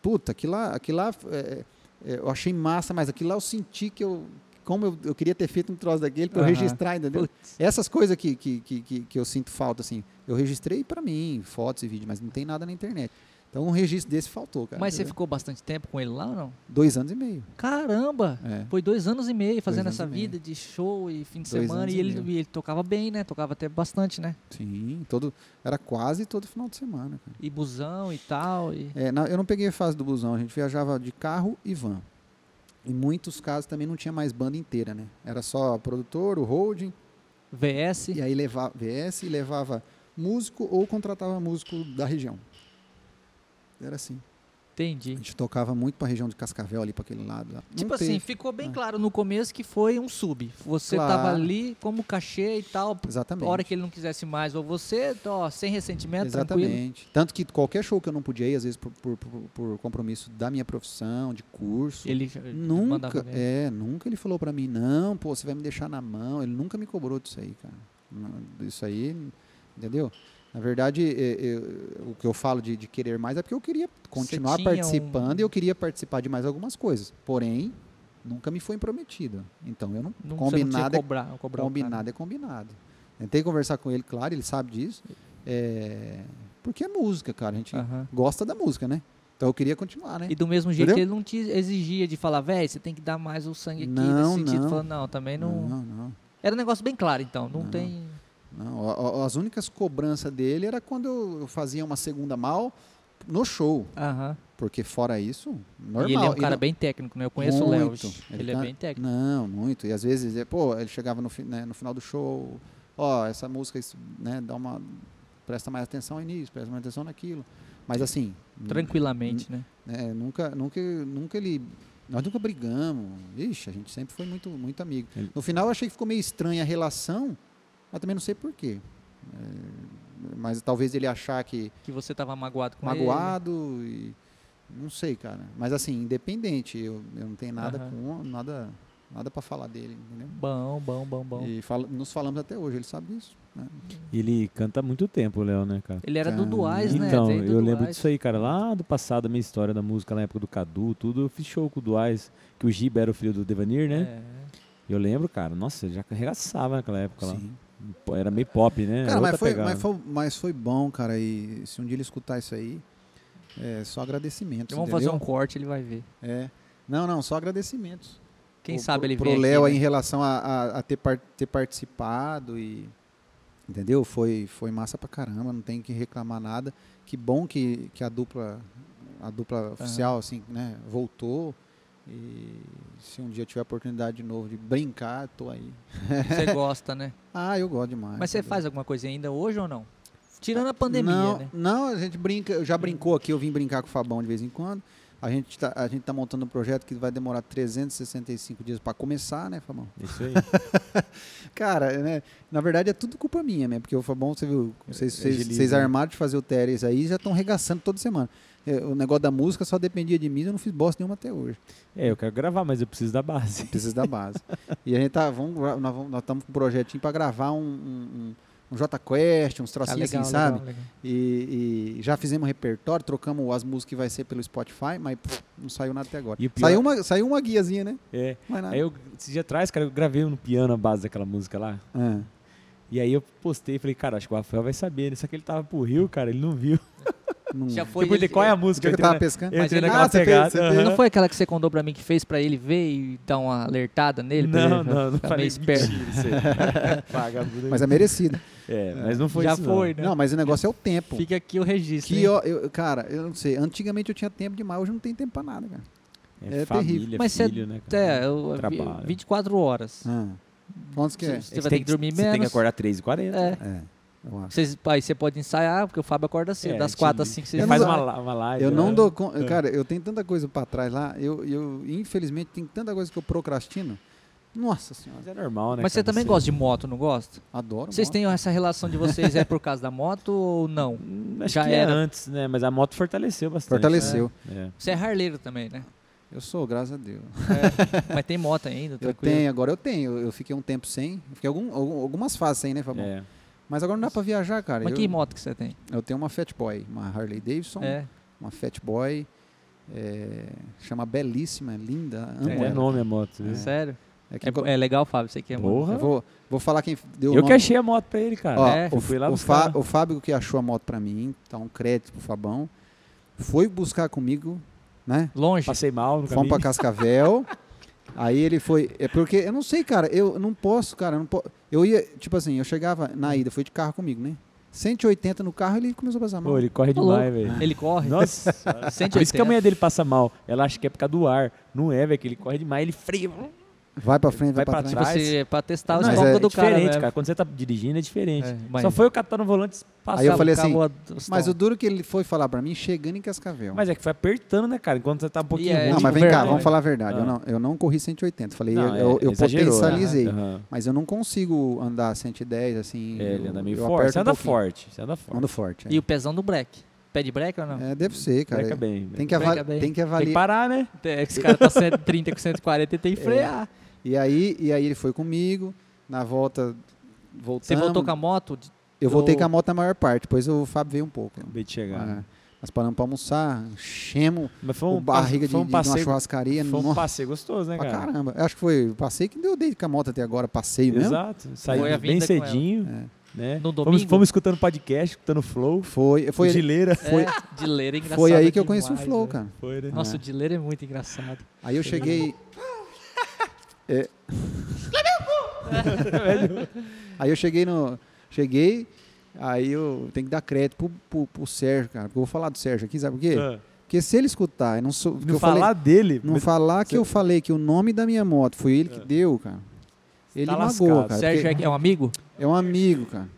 Speaker 3: Puta, aquilo lá, aquilo lá é, é, eu achei massa, mas aquilo lá eu senti que eu. Como eu, eu queria ter feito um troço daquele pra eu
Speaker 1: Aham.
Speaker 3: registrar, entendeu?
Speaker 1: Putz,
Speaker 3: Essas coisas que, que, que, que, que eu sinto falta, assim, eu registrei pra mim, fotos e vídeo, mas não tem nada na internet. Então um registro desse faltou, cara. né?
Speaker 1: mas você
Speaker 3: entendeu?
Speaker 1: ficou bastante tempo com ele lá ou não?
Speaker 3: Dois anos e meio.
Speaker 1: Caramba!
Speaker 3: É.
Speaker 1: Foi dois anos e meio fazendo
Speaker 3: anos
Speaker 1: essa
Speaker 3: e meio.
Speaker 1: vida de show e fim de
Speaker 3: Dois
Speaker 1: semana.
Speaker 3: anos
Speaker 1: E
Speaker 3: e
Speaker 1: ele,
Speaker 3: meio.
Speaker 1: e ele tocava bem, né? Tocava até bastante, né?
Speaker 3: Sim, todo, era quase todo final de semana. cara.
Speaker 1: E busão e tal. E...
Speaker 3: É, na- eu não peguei a fase do busão, a gente viajava de carro e van. Em muitos casos também não tinha mais banda inteira, né? Era só produtor, o holding,
Speaker 1: VS.
Speaker 3: e aí levava VS e levava músico ou contratava músico da região. Era assim. A
Speaker 1: Entendi.
Speaker 3: gente tocava muito pra região de Cascavel ali, pra aquele lado. lá. Não
Speaker 1: Tipo
Speaker 3: teve- Ah.
Speaker 1: assim, ficou bem claro no começo que foi um sub. Você
Speaker 3: Claro.
Speaker 1: tava ali como cachê e tal. A
Speaker 3: Exatamente.
Speaker 1: hora que ele não quisesse mais, ou você, ó, sem ressentimento, tranquilo.
Speaker 3: Exatamente. Tanto que qualquer show que eu não podia ir, às vezes por, por- por- por compromisso da minha profissão, de curso.
Speaker 1: Ele mandava
Speaker 3: nunca,
Speaker 1: bem.
Speaker 3: é, nunca ele falou pra mim, não, pô, você vai me deixar na mão. Ele nunca me cobrou disso aí, cara. Não, Isso aí, entendeu? Na verdade, é, eu- o que eu falo de, de querer mais é porque eu queria continuar
Speaker 1: tinha
Speaker 3: participando
Speaker 1: um-
Speaker 3: e eu queria participar de mais algumas coisas. Porém, nunca me foi prometido. Então eu não,
Speaker 1: Não, você não tinha
Speaker 3: combinado é
Speaker 1: cobrar, cobrar o cara.
Speaker 3: Combinado é combinado. Tentei conversar com ele, claro, ele sabe disso. É, Porque é música, cara. A gente
Speaker 1: Aham.
Speaker 3: gosta da música, né? Então eu queria continuar, né?
Speaker 1: E do mesmo jeito,
Speaker 3: Entendeu?
Speaker 1: ele não te exigia de falar, velho, você tem que dar mais o sangue aqui
Speaker 3: Não,
Speaker 1: nesse sentido.
Speaker 3: não.
Speaker 1: Falando, não, também não.
Speaker 3: Não, não.
Speaker 1: Era um negócio bem claro, então. Não,
Speaker 3: Não.
Speaker 1: tem.
Speaker 3: não. Né? A- a- As únicas cobranças dele era quando eu eu fazia uma segunda mal no show.
Speaker 1: Aham.
Speaker 3: Porque fora isso, normal.
Speaker 1: E ele é um
Speaker 3: E
Speaker 1: cara
Speaker 3: não-
Speaker 1: bem técnico, né? Eu conheço o Léo.
Speaker 3: Muito.
Speaker 1: Ele, é
Speaker 3: tá-
Speaker 1: bem técnico.
Speaker 3: Não, muito. E às vezes, é, pô, ele chegava no, fi- né, no final do show, ó, essa música, isso, né, dá uma... Presta mais atenção nisso, presta mais atenção naquilo. Mas assim...
Speaker 1: Tranquilamente, né?
Speaker 3: né, nunca, nunca, nunca ele... Nós nunca brigamos. Ixi, a gente sempre foi muito, muito amigo.
Speaker 2: Ele-
Speaker 3: No final, eu achei que ficou meio estranha a relação, mas também não sei porquê. mas talvez ele achar que
Speaker 1: Que você tava magoado com ele.
Speaker 3: magoado e não sei, cara. Mas assim, independente, eu, eu não tenho nada
Speaker 1: Aham.
Speaker 3: com nada, nada para falar dele, entendeu?
Speaker 1: Bom, bom, bom, bom.
Speaker 3: E fala- nos falamos até hoje, ele sabe disso. né?
Speaker 2: E ele canta há muito tempo, o Léo, né, cara?
Speaker 1: Ele era do
Speaker 3: Cara,
Speaker 1: Duais, né?
Speaker 2: Então,
Speaker 1: Veio do
Speaker 2: eu lembro
Speaker 1: Duais.
Speaker 2: disso aí, cara. Lá do passado, a minha história da música, na época do Cadu, tudo, eu fiz show com o Duais, que o Giba era o filho do Devanir, né?
Speaker 1: É.
Speaker 2: Eu lembro, cara. Nossa, já arregaçava naquela época lá.
Speaker 3: Sim.
Speaker 2: Pô, Era meio pop,
Speaker 1: É,
Speaker 2: né?
Speaker 3: Cara,
Speaker 2: Era
Speaker 3: mas
Speaker 2: outra
Speaker 3: foi,
Speaker 2: pegada.
Speaker 3: mas, foi, mas foi bom, cara. E se um dia ele escutar isso aí, é só agradecimentos.
Speaker 1: Vamos fazer
Speaker 3: entendeu?
Speaker 1: um corte, ele vai ver.
Speaker 3: É. Não, não, só agradecimentos.
Speaker 1: Quem
Speaker 3: Pro-
Speaker 1: sabe ele
Speaker 3: pro,
Speaker 1: vem
Speaker 3: pro Léo
Speaker 1: aqui,
Speaker 3: aí
Speaker 1: né?
Speaker 3: em relação a, a- a ter, par- ter participado e entendeu? Foi foi massa pra caramba, não tem que reclamar nada. Que bom que, que a dupla a dupla oficial assim, né, voltou e se um dia eu tiver a oportunidade de novo de brincar, tô aí.
Speaker 1: Você gosta, né?
Speaker 3: Ah, eu gosto demais.
Speaker 1: Mas você
Speaker 3: entendeu?
Speaker 1: faz alguma coisa ainda hoje ou não? Tirando a pandemia,
Speaker 3: não,
Speaker 1: né?
Speaker 3: Não, a gente brinca, já brincou aqui, eu vim brincar com o Fabão de vez em quando. A gente tá, a gente tá montando um projeto que vai demorar 365 dias pra começar, né, Fabão?
Speaker 2: Isso aí.
Speaker 3: Cara, né? Na verdade é tudo culpa minha, né? Porque o Fabão, você viu, vocês, vocês,
Speaker 2: agiliza,
Speaker 3: vocês
Speaker 2: né?
Speaker 3: armaram de fazer o Teres aí e já estão regaçando toda semana. É, O negócio da música só dependia de mim, eu não fiz bosta nenhuma até hoje.
Speaker 2: É, eu quero gravar, mas eu preciso da base.
Speaker 3: Preciso da base. e a gente tá, vamos, gra- nós vamos- nós estamos com um projetinho pra gravar um, um, um, um J Quest, uns
Speaker 1: Ah,
Speaker 2: Tá
Speaker 3: trocinhos
Speaker 1: legal,
Speaker 3: assim,
Speaker 1: legal,
Speaker 3: sabe?
Speaker 1: legal.
Speaker 3: E, e já fizemos repertório, trocamos as músicas que vai ser pelo Spotify, mas pff, não saiu nada até agora.
Speaker 2: E o pior-
Speaker 3: Saiu, uma, saiu uma guiazinha, né?
Speaker 2: É.
Speaker 3: Mas nada.
Speaker 2: Aí eu, esse dia atrás, cara, eu gravei no piano a base daquela música lá.
Speaker 3: Ah.
Speaker 2: E aí eu postei e falei, cara, acho que o Rafael vai saber, né? Só que ele tava pro Rio, cara, ele não viu.
Speaker 3: Não,
Speaker 1: Já foi
Speaker 2: Tipo, de
Speaker 1: ele-
Speaker 2: qual é a né? música?
Speaker 3: que eu
Speaker 2: entrei
Speaker 3: tava
Speaker 2: na-
Speaker 3: pescando.
Speaker 1: Mas
Speaker 2: Entrei
Speaker 1: ele-
Speaker 2: naquela
Speaker 3: Ah, você fez-
Speaker 2: pegada.
Speaker 3: você fez-
Speaker 2: aham.
Speaker 1: Não foi aquela que você contou pra mim que fez pra ele ver e dar uma alertada nele? pra
Speaker 2: Não,
Speaker 1: ele
Speaker 2: não, não
Speaker 3: Tá
Speaker 1: ficar
Speaker 2: falei
Speaker 1: meio esperto.
Speaker 2: mentira isso aí. Vagabundo.
Speaker 3: Mas é merecido.
Speaker 2: É, mas não foi
Speaker 1: Já
Speaker 2: isso não.
Speaker 1: foi, né?
Speaker 3: Não, mas o negócio é o tempo.
Speaker 1: Fica aqui o registro.
Speaker 3: Que,
Speaker 1: hein?
Speaker 3: ó, eu, cara, eu não sei. Antigamente eu tinha tempo demais, hoje eu não tenho tempo pra nada, cara.
Speaker 2: É,
Speaker 3: É
Speaker 2: família,
Speaker 3: terrível.
Speaker 1: Mas você-
Speaker 2: filho, né, cara?
Speaker 1: É, eu, vi-
Speaker 2: Trabalho.
Speaker 1: 24 horas.
Speaker 3: Ah. Quantos que é?
Speaker 1: Você vai ter que dormir
Speaker 2: você tem que
Speaker 1: menos.
Speaker 2: acordar 3h40.
Speaker 1: É.
Speaker 3: É, eu acho.
Speaker 1: Vocês- aí você pode ensaiar, porque o Fábio acorda cedo,
Speaker 2: É,
Speaker 1: das
Speaker 2: te-
Speaker 1: 4 às 5
Speaker 2: Você
Speaker 1: você
Speaker 3: Eu
Speaker 2: faz
Speaker 3: não-
Speaker 2: uma, la- uma live.
Speaker 3: Eu
Speaker 2: né?
Speaker 3: não dou conta. Cara, eu tenho tanta coisa pra trás lá. Eu, eu, infelizmente, tem tanta coisa que eu procrastino. Nossa
Speaker 2: Mas
Speaker 3: senhora,
Speaker 2: é normal, né?
Speaker 1: Mas você
Speaker 2: cara?
Speaker 1: também gosta de moto, não gosta?
Speaker 3: adoro.
Speaker 1: Vocês
Speaker 3: moto.
Speaker 1: têm essa relação de vocês é por causa da moto ou não?
Speaker 2: Hum, Acho
Speaker 1: Já
Speaker 2: que é
Speaker 1: era.
Speaker 2: antes, né? Mas a moto fortaleceu bastante.
Speaker 3: Fortaleceu.
Speaker 2: né?
Speaker 1: Você é harleiro também, né? É.
Speaker 3: Eu sou, graças a Deus.
Speaker 1: Mas tem moto ainda,
Speaker 2: Tá
Speaker 3: Eu
Speaker 1: tranquilo.
Speaker 3: tenho, agora eu tenho. Eu fiquei um tempo sem. Eu Fiquei algum, algum- algumas fases sem, né,
Speaker 2: É.
Speaker 3: Fabão?
Speaker 2: é.
Speaker 3: Mas agora não dá pra viajar, cara.
Speaker 1: Mas
Speaker 3: eu, Então,
Speaker 1: que moto que você tem?
Speaker 3: eu tenho uma Fat Boy, uma Harley Davidson,
Speaker 1: É.
Speaker 3: uma Fat Boy. é, chama belíssima, linda.
Speaker 1: É
Speaker 3: Amo
Speaker 1: um
Speaker 2: Tem até
Speaker 3: ela.
Speaker 2: nome a moto. viu?
Speaker 1: Sério?
Speaker 3: É que
Speaker 1: É,
Speaker 3: co-
Speaker 1: é legal, Fábio, você que é moto.
Speaker 2: Porra.
Speaker 3: eu vou, vou falar quem deu o
Speaker 2: Eu
Speaker 3: nome.
Speaker 2: que achei a moto pra ele, cara.
Speaker 3: Ó,
Speaker 1: É.
Speaker 2: Eu
Speaker 3: o,
Speaker 2: fui lá
Speaker 3: o,
Speaker 2: buscar.
Speaker 3: Fá- o Fábio que achou a moto pra mim, então crédito pro Fabão, foi buscar comigo, né?
Speaker 1: Longe?
Speaker 2: Passei mal no
Speaker 3: Fomos
Speaker 2: caminho.
Speaker 3: pra Cascavel. aí ele foi. É porque eu não sei, cara, eu não posso, cara, eu não po- Eu ia, tipo assim, eu chegava na ida, foi de carro comigo, né? 180 no carro, ele começou a passar mal.
Speaker 2: Pô, ele corre
Speaker 1: Ô,
Speaker 2: demais,
Speaker 1: Tá louco.
Speaker 2: velho.
Speaker 1: Ele corre?
Speaker 2: Nossa. senhora. Por isso que a
Speaker 1: 180.
Speaker 2: mulher dele passa mal. Ela acha que é por causa do ar. Não é, velho, que ele corre demais, ele freia.
Speaker 3: Vai pra frente,
Speaker 2: Vai
Speaker 3: vai, pra
Speaker 2: pra
Speaker 3: trás.
Speaker 1: Tipo, você- pra testar o
Speaker 3: Não, mas
Speaker 1: estômago
Speaker 3: é
Speaker 1: Tá do cara,
Speaker 2: diferente,
Speaker 1: né?
Speaker 2: cara, Quando você tá dirigindo é diferente.
Speaker 1: É, mas-
Speaker 2: Só foi eu catar no volante e passar.
Speaker 3: Aí eu falei assim,
Speaker 1: Acabou a- os
Speaker 3: Mas o
Speaker 1: tom.
Speaker 3: duro que ele foi falar pra mim, chegando em Cascavel.
Speaker 2: então. Mas é que foi apertando, né, cara? Enquanto você tá um pouquinho
Speaker 1: é,
Speaker 2: ruim.
Speaker 3: não,
Speaker 1: tipo,
Speaker 3: mas vem cá,
Speaker 1: verdade.
Speaker 3: vamos falar a verdade. Eu,
Speaker 2: Ah.
Speaker 3: não, eu não corri 180. Falei,
Speaker 2: Não,
Speaker 3: eu, eu, eu
Speaker 2: exagerou, né?
Speaker 3: potencializei.
Speaker 2: Aham.
Speaker 3: Mas eu não consigo andar 110 assim.
Speaker 2: É,
Speaker 3: eu-
Speaker 2: ele anda meio
Speaker 3: eu
Speaker 2: forte.
Speaker 3: aperto
Speaker 2: Você
Speaker 3: um
Speaker 2: anda
Speaker 3: pouquinho.
Speaker 2: forte. Você anda forte.
Speaker 3: Ando forte.
Speaker 1: E o pezão do break. Pé de break ou não?
Speaker 3: É. É, deve ser, cara.
Speaker 2: Breca bem. velho.
Speaker 3: Tem que,
Speaker 1: Breca
Speaker 3: avali-
Speaker 1: bem.
Speaker 3: tem
Speaker 2: Tem
Speaker 3: que
Speaker 2: que
Speaker 3: avaliar.
Speaker 2: parar, né?
Speaker 1: É, Esse cara tá 130 com 140 e tem que
Speaker 3: É.
Speaker 1: frear.
Speaker 3: E aí, e aí ele foi comigo. Na volta, voltamos.
Speaker 1: Você voltou com a moto? de-
Speaker 3: Eu voltei
Speaker 1: eu-
Speaker 3: com a moto a maior parte. Depois o Fábio veio um pouco.
Speaker 2: Acabei de chegar. né?
Speaker 3: Ah, nós paramos pra almoçar, enchemos
Speaker 2: Mas foi
Speaker 3: o
Speaker 2: um
Speaker 3: barriga
Speaker 2: passe-
Speaker 3: de,
Speaker 2: foi um
Speaker 3: de uma
Speaker 2: passeio,
Speaker 3: churrascaria.
Speaker 2: Foi um
Speaker 3: nossa,
Speaker 2: passeio gostoso, né,
Speaker 3: pra
Speaker 2: cara?
Speaker 3: caramba. Eu acho que foi o passeio que deu desde com a moto até agora, passeio mesmo.
Speaker 2: Exato.
Speaker 1: Foi a
Speaker 2: Saímos bem
Speaker 1: vinda com ela.
Speaker 2: cedinho.
Speaker 3: É.
Speaker 2: Né?
Speaker 1: No
Speaker 2: Fomos-
Speaker 1: domingo?
Speaker 2: Fomos escutando podcast, escutando flow.
Speaker 3: Foi, foi,
Speaker 2: Dileira.
Speaker 1: Foi, de ler é engraçado.
Speaker 3: foi aí que eu conheci o
Speaker 1: demais,
Speaker 3: Flow,
Speaker 1: né?
Speaker 3: cara.
Speaker 2: Foi, né?
Speaker 1: Nossa, o de ler é muito engraçado.
Speaker 3: Aí eu cheguei. É. aí eu cheguei no. Cheguei, aí eu tenho que dar crédito pro, pro, pro Sérgio, cara. Porque eu vou falar do Sérgio aqui, sabe por quê?
Speaker 2: Ah,
Speaker 3: Porque se ele escutar e não, sou, que
Speaker 2: não
Speaker 3: eu falei-
Speaker 2: falar dele.
Speaker 3: não
Speaker 2: mas-
Speaker 3: falar que eu falei que o nome da minha moto foi ele que
Speaker 2: É.
Speaker 3: deu, cara. Ele
Speaker 2: Tá
Speaker 3: magoa,
Speaker 2: lascado.
Speaker 3: cara.
Speaker 1: Sérgio
Speaker 3: porque
Speaker 1: é, é um amigo?
Speaker 3: é um amigo, cara.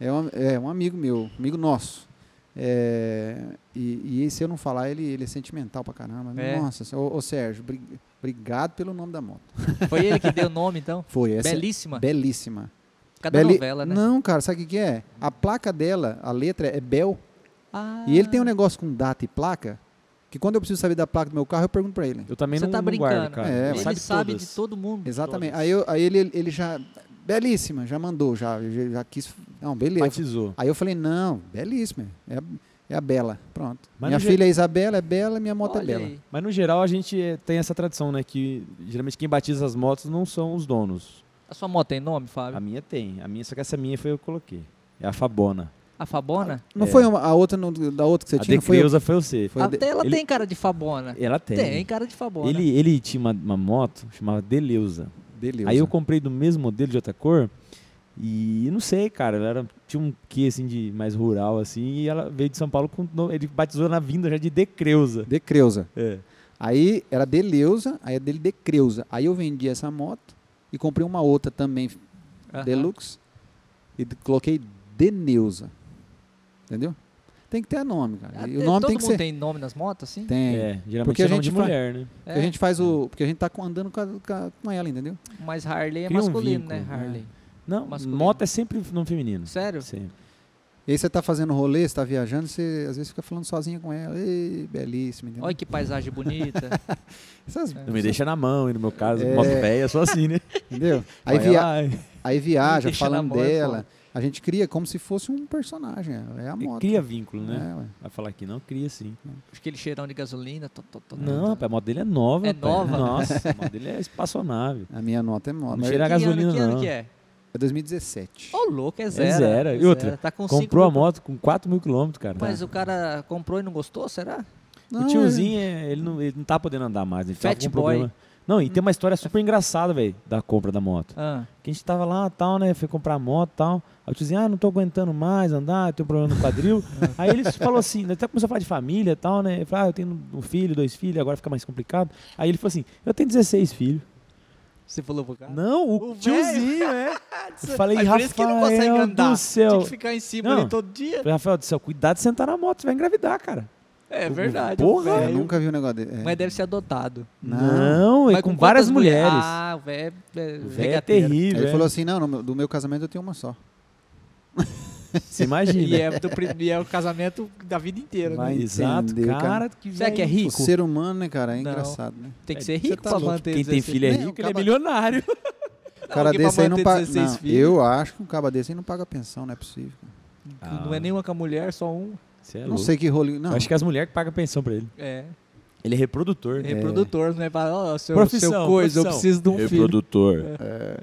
Speaker 3: É um, é um amigo meu, amigo nosso. É, e, e se eu não falar, ele, ele é sentimental pra caramba.
Speaker 1: É.
Speaker 3: Nossa, Senhora. ô, ô Sérgio, bri- obrigado pelo nome da moto.
Speaker 1: Foi ele que deu o nome, então?
Speaker 3: Foi, essa
Speaker 1: Belíssima.
Speaker 3: é belíssima.
Speaker 1: Por causa da
Speaker 3: Beli-
Speaker 1: novela, né?
Speaker 3: Não, cara, sabe o que, que é? A placa dela, a letra é Bel.
Speaker 1: Ah,
Speaker 3: E ele tem um negócio com data e placa, que quando eu preciso saber da placa do meu carro, eu pergunto pra ele.
Speaker 2: Eu também
Speaker 1: Você
Speaker 2: não,
Speaker 1: tá
Speaker 2: não guardo,
Speaker 1: brincando.
Speaker 2: cara.
Speaker 3: É,
Speaker 1: Ele sabe,
Speaker 2: todas.
Speaker 1: de todo mundo.
Speaker 3: Exatamente.
Speaker 2: todas.
Speaker 3: Aí, eu- aí ele, ele já. Belíssima, já mandou, já, já, já quis. Não, beleza.
Speaker 2: Batizou.
Speaker 3: Aí eu falei, não, belíssima. É a, é a Bela. Pronto.
Speaker 2: Mas
Speaker 3: minha
Speaker 2: no
Speaker 3: filha é Isabela, é Bela, minha moto é
Speaker 1: Olha
Speaker 3: Bela.
Speaker 1: aí.
Speaker 2: Mas no geral a gente eh, tem essa tradição, né? Que geralmente quem batiza as motos não são os donos.
Speaker 1: A sua moto tem nome,
Speaker 2: A
Speaker 1: Fábio?
Speaker 2: minha tem. A minha, só que essa minha foi eu que coloquei. É a Fabona.
Speaker 1: A Fabona?
Speaker 3: Não
Speaker 2: É.
Speaker 3: foi uma- a outra no- da outra que você
Speaker 2: a
Speaker 3: tinha?
Speaker 2: de
Speaker 3: não Foi
Speaker 2: Creuza foi você.
Speaker 3: Foi de-
Speaker 1: Até ela
Speaker 2: ele-
Speaker 1: tem cara de Fabona.
Speaker 2: Ela tem.
Speaker 1: Tem cara de Fabona.
Speaker 2: Ele, ele tinha uma, uma moto, chamava Deleuza.
Speaker 3: Beleza.
Speaker 2: Aí eu comprei do mesmo modelo de outra cor. E não sei, cara, ela era, tinha um quê assim de mais rural assim, e ela veio de São Paulo com no- ele batizou na vinda já de Decreuza.
Speaker 3: De Creuza.
Speaker 2: É.
Speaker 3: Aí era de Leusa, aí é dele de Creuza. Aí eu vendi essa moto e comprei uma outra também,
Speaker 1: Aham.
Speaker 3: Deluxe, e d- coloquei Deneuza. Entendeu? Tem que ter nome, cara. E
Speaker 1: Até
Speaker 3: o nome
Speaker 1: todo
Speaker 3: tem que
Speaker 1: mundo
Speaker 3: ser.
Speaker 1: Ah, tem nome nas motos, assim? É,
Speaker 3: Tem.
Speaker 2: É, geralmente
Speaker 3: Porque
Speaker 2: é
Speaker 3: a
Speaker 2: nome
Speaker 3: gente
Speaker 2: de
Speaker 3: fala-
Speaker 2: mulher, né?
Speaker 3: Porque A gente faz o. Porque a gente tá com- andando com, a- com a- com ela, entendeu?
Speaker 1: Mas Harley é
Speaker 2: Cria um
Speaker 1: masculino, né?
Speaker 2: vínculo, né?
Speaker 1: Harley.
Speaker 2: Não,
Speaker 1: Masculino.
Speaker 2: moto é sempre nome feminino.
Speaker 1: Sério?
Speaker 2: Sempre.
Speaker 3: E aí você tá fazendo rolê, você tá viajando, você às vezes fica falando sozinha com ela. Ei, belíssima, entendeu?
Speaker 1: Olha que paisagem bonita. né?
Speaker 3: Essas-
Speaker 1: É.
Speaker 2: Não me deixa na mão, e no meu caso,
Speaker 3: É.
Speaker 2: moto velha, só assim, né?
Speaker 3: Entendeu? Aí,
Speaker 2: Vai
Speaker 3: via-
Speaker 2: lá, e-
Speaker 3: aí viaja,
Speaker 1: Deixa na
Speaker 3: falando
Speaker 1: mão, é
Speaker 3: dela.
Speaker 1: foda.
Speaker 3: A gente cria como se fosse um personagem. É a
Speaker 2: e
Speaker 3: moto.
Speaker 2: cria vínculo, né?
Speaker 3: É, ué.
Speaker 2: Vai falar que não, cria sim.
Speaker 1: Aquele cheirão de gasolina. tó, tó, tó, tó,
Speaker 2: Não,
Speaker 1: tó.
Speaker 2: rapaz, a moto dele é nova.
Speaker 1: É
Speaker 2: rapaz.
Speaker 1: nova?
Speaker 2: Nossa, a moto dele é espaçonave.
Speaker 3: A minha nota é moto.
Speaker 2: Não cheira a
Speaker 1: Que ano-
Speaker 2: gasolina,
Speaker 1: que ano
Speaker 2: não.
Speaker 1: que é?
Speaker 3: É 2017.
Speaker 1: Ô, louco, é zero.
Speaker 2: zero. E outra,
Speaker 1: Tá com cinco
Speaker 2: Comprou a
Speaker 1: mil-
Speaker 2: moto né? com 4 mil quilômetros, cara.
Speaker 1: Mas o cara comprou e não gostou, será?
Speaker 3: Não,
Speaker 2: o tiozinho, é- ele, não, ele não tá podendo andar mais. Ele tava
Speaker 1: Ah. Fat
Speaker 2: com um
Speaker 1: boy.
Speaker 2: problema. Não, e tem uma história super engraçada, velho, da compra da moto.
Speaker 1: Ah,
Speaker 2: Que a gente tava lá, tal, né? Foi comprar a moto, tal. Aí o tiozinho, ah, não tô aguentando mais andar, eu tenho um problema no quadril. Aí ele falou assim, até começou a falar de família, tal, né? Ele falou, ah, eu tenho um filho, dois filhos, agora fica mais complicado. Aí ele falou assim, eu tenho 16 filhos.
Speaker 1: você falou pro cara?
Speaker 2: Não, o,
Speaker 1: O
Speaker 2: tiozinho, é. Eu falei,
Speaker 1: Mas por isso que não consegue
Speaker 2: Rafael
Speaker 1: andar.
Speaker 2: do
Speaker 1: Tinha
Speaker 2: céu.
Speaker 1: que ficar em cima
Speaker 2: Não.
Speaker 1: ali todo dia.
Speaker 2: Falei, Rafael do céu, cuidado de sentar na moto, você vai engravidar, cara.
Speaker 1: É verdade.
Speaker 2: Porra,
Speaker 1: o
Speaker 3: Eu
Speaker 1: velho.
Speaker 3: nunca vi um negócio dele. É.
Speaker 1: Mas deve ser adotado.
Speaker 3: Não.
Speaker 2: Não, é
Speaker 1: Mas
Speaker 2: com,
Speaker 1: quantas
Speaker 2: várias
Speaker 1: mulher-
Speaker 2: mulheres.
Speaker 1: Ah, o velho é,
Speaker 2: O velho é
Speaker 1: pegateiro.
Speaker 3: Aí
Speaker 2: terrível.
Speaker 3: ele
Speaker 2: é.
Speaker 3: falou assim, não, no meu- do meu casamento eu tenho uma só.
Speaker 2: Você imagina.
Speaker 1: E é, do pri- e é o casamento da vida inteira, né?
Speaker 3: Vai
Speaker 2: Exato,
Speaker 3: entender,
Speaker 2: cara.
Speaker 3: cara.
Speaker 2: que
Speaker 1: Será que é
Speaker 2: velho.
Speaker 3: O
Speaker 1: rico?
Speaker 3: ser humano, né, cara, é
Speaker 1: Não.
Speaker 3: engraçado, né?
Speaker 1: Tem que ser
Speaker 2: Você
Speaker 1: rico
Speaker 2: tá
Speaker 1: pra
Speaker 2: louco.
Speaker 1: manter
Speaker 2: Quem tem
Speaker 1: 16.
Speaker 2: filho é
Speaker 3: Não,
Speaker 2: rico, ele é
Speaker 3: acaba-
Speaker 2: milionário.
Speaker 3: O cara
Speaker 1: alguém pra
Speaker 3: desse aí não
Speaker 1: manter
Speaker 3: paga.
Speaker 1: 16
Speaker 3: não,
Speaker 1: filhos.
Speaker 3: Eu acho que um cara desse aí não paga pensão, não é possível.
Speaker 1: Não é nenhuma com a mulher, só um.
Speaker 2: Você é
Speaker 3: não
Speaker 2: louco.
Speaker 3: sei que rolinho. Não,
Speaker 2: Eu Acho que é as mulheres que pagam pensão pra ele.
Speaker 1: É.
Speaker 2: Ele é reprodutor.
Speaker 1: Reprodutor, né? Fala, ó, seu,
Speaker 2: Profissão,
Speaker 1: seu coisa, eu
Speaker 2: profissão.
Speaker 1: preciso de um filho.
Speaker 2: Reprodutor.
Speaker 3: é,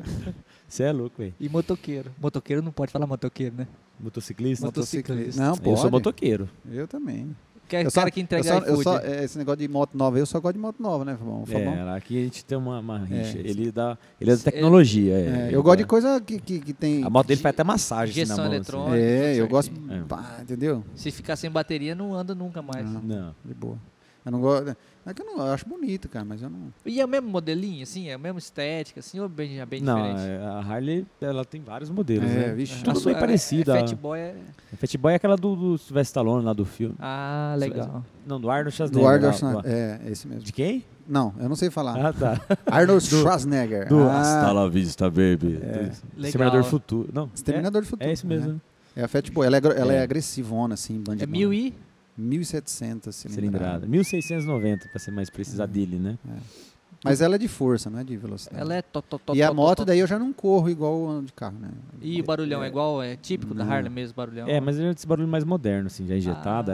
Speaker 2: Você é louco, velho.
Speaker 1: E motoqueiro. Motoqueiro não pode falar motoqueiro, né?
Speaker 2: Motociclista.
Speaker 1: Motociclista.
Speaker 3: motociclista. Não,
Speaker 2: Eu
Speaker 3: pode.
Speaker 2: sou motoqueiro.
Speaker 3: Eu também.
Speaker 1: Que é
Speaker 3: eu
Speaker 1: o
Speaker 3: só-
Speaker 1: cara que entrega
Speaker 3: eu só, eu
Speaker 1: iFood.
Speaker 3: só- é, Esse negócio de moto nova, eu só gosto de moto nova, né, Fabão? Fabão?
Speaker 2: É, lá que a gente tem uma, uma rixa.
Speaker 3: É.
Speaker 2: Ele, dá, ele é da tecnologia. é.
Speaker 3: É,
Speaker 2: Ele
Speaker 3: eu gosto de
Speaker 2: dá-
Speaker 3: coisa que, que, que tem.
Speaker 2: A moto dele faz até massagem assim, na
Speaker 1: Injeção
Speaker 2: mão. assim.
Speaker 1: eletrônica.
Speaker 3: É, eu
Speaker 1: Tudo
Speaker 3: gosto.
Speaker 2: É.
Speaker 3: pá, entendeu?
Speaker 1: Se ficar sem bateria, não anda nunca mais.
Speaker 3: Não.
Speaker 2: Não.
Speaker 3: De boa. Eu não gosto. É que eu não eu acho bonito, cara, mas eu não.
Speaker 1: E é o mesmo modelinho, assim? É a mesma estética, assim? Ou bem, já bem
Speaker 2: Não, é,
Speaker 1: diferente?
Speaker 2: a Harley, ela tem vários modelos,
Speaker 3: É,
Speaker 2: né?
Speaker 3: vixe.
Speaker 2: Tudo
Speaker 1: A
Speaker 2: bem ah.
Speaker 1: sua-
Speaker 2: parecida.
Speaker 1: É, é Fat Boy é...
Speaker 2: A Fat Boy é aquela do, do Sylvester Stallone lá do filme.
Speaker 1: Ah, legal.
Speaker 2: Não, do Arnold Schwarzenegger.
Speaker 3: Do Arnold
Speaker 2: lá, lá.
Speaker 3: Schwarzenegger. É, é esse mesmo.
Speaker 2: De quem?
Speaker 3: Não, eu não sei falar.
Speaker 2: Ah, tá.
Speaker 3: Arnold Schwarzenegger.
Speaker 2: Do
Speaker 3: Ah,
Speaker 2: Hasta la Vista, baby.
Speaker 3: É.
Speaker 2: Do
Speaker 1: Legal.
Speaker 2: Exterminador Futuro. Não, é,
Speaker 3: Exterminador do Futuro.
Speaker 2: é isso mesmo.
Speaker 3: né?
Speaker 2: né?
Speaker 3: É, a Fat Boy. Ela é, gro- ela é.
Speaker 2: É.
Speaker 3: agressivona, assim, bandidona.
Speaker 1: É mil e...
Speaker 3: 1700 cilindrada.
Speaker 2: Cilindrada. 1690, pra ser mais precisa
Speaker 1: Hum.
Speaker 2: dele, né?
Speaker 3: Mas ela é de força, não é de velocidade.
Speaker 1: Ela é... to- to- to-
Speaker 3: e a
Speaker 1: to-
Speaker 3: moto,
Speaker 1: to-
Speaker 3: daí eu já não corro igual o ano de carro, né?
Speaker 1: E o barulhão é igual? É típico da
Speaker 3: Não.
Speaker 1: Harley mesmo, barulhão?
Speaker 2: É, mas ele é esse barulho mais moderno, assim, já injetada,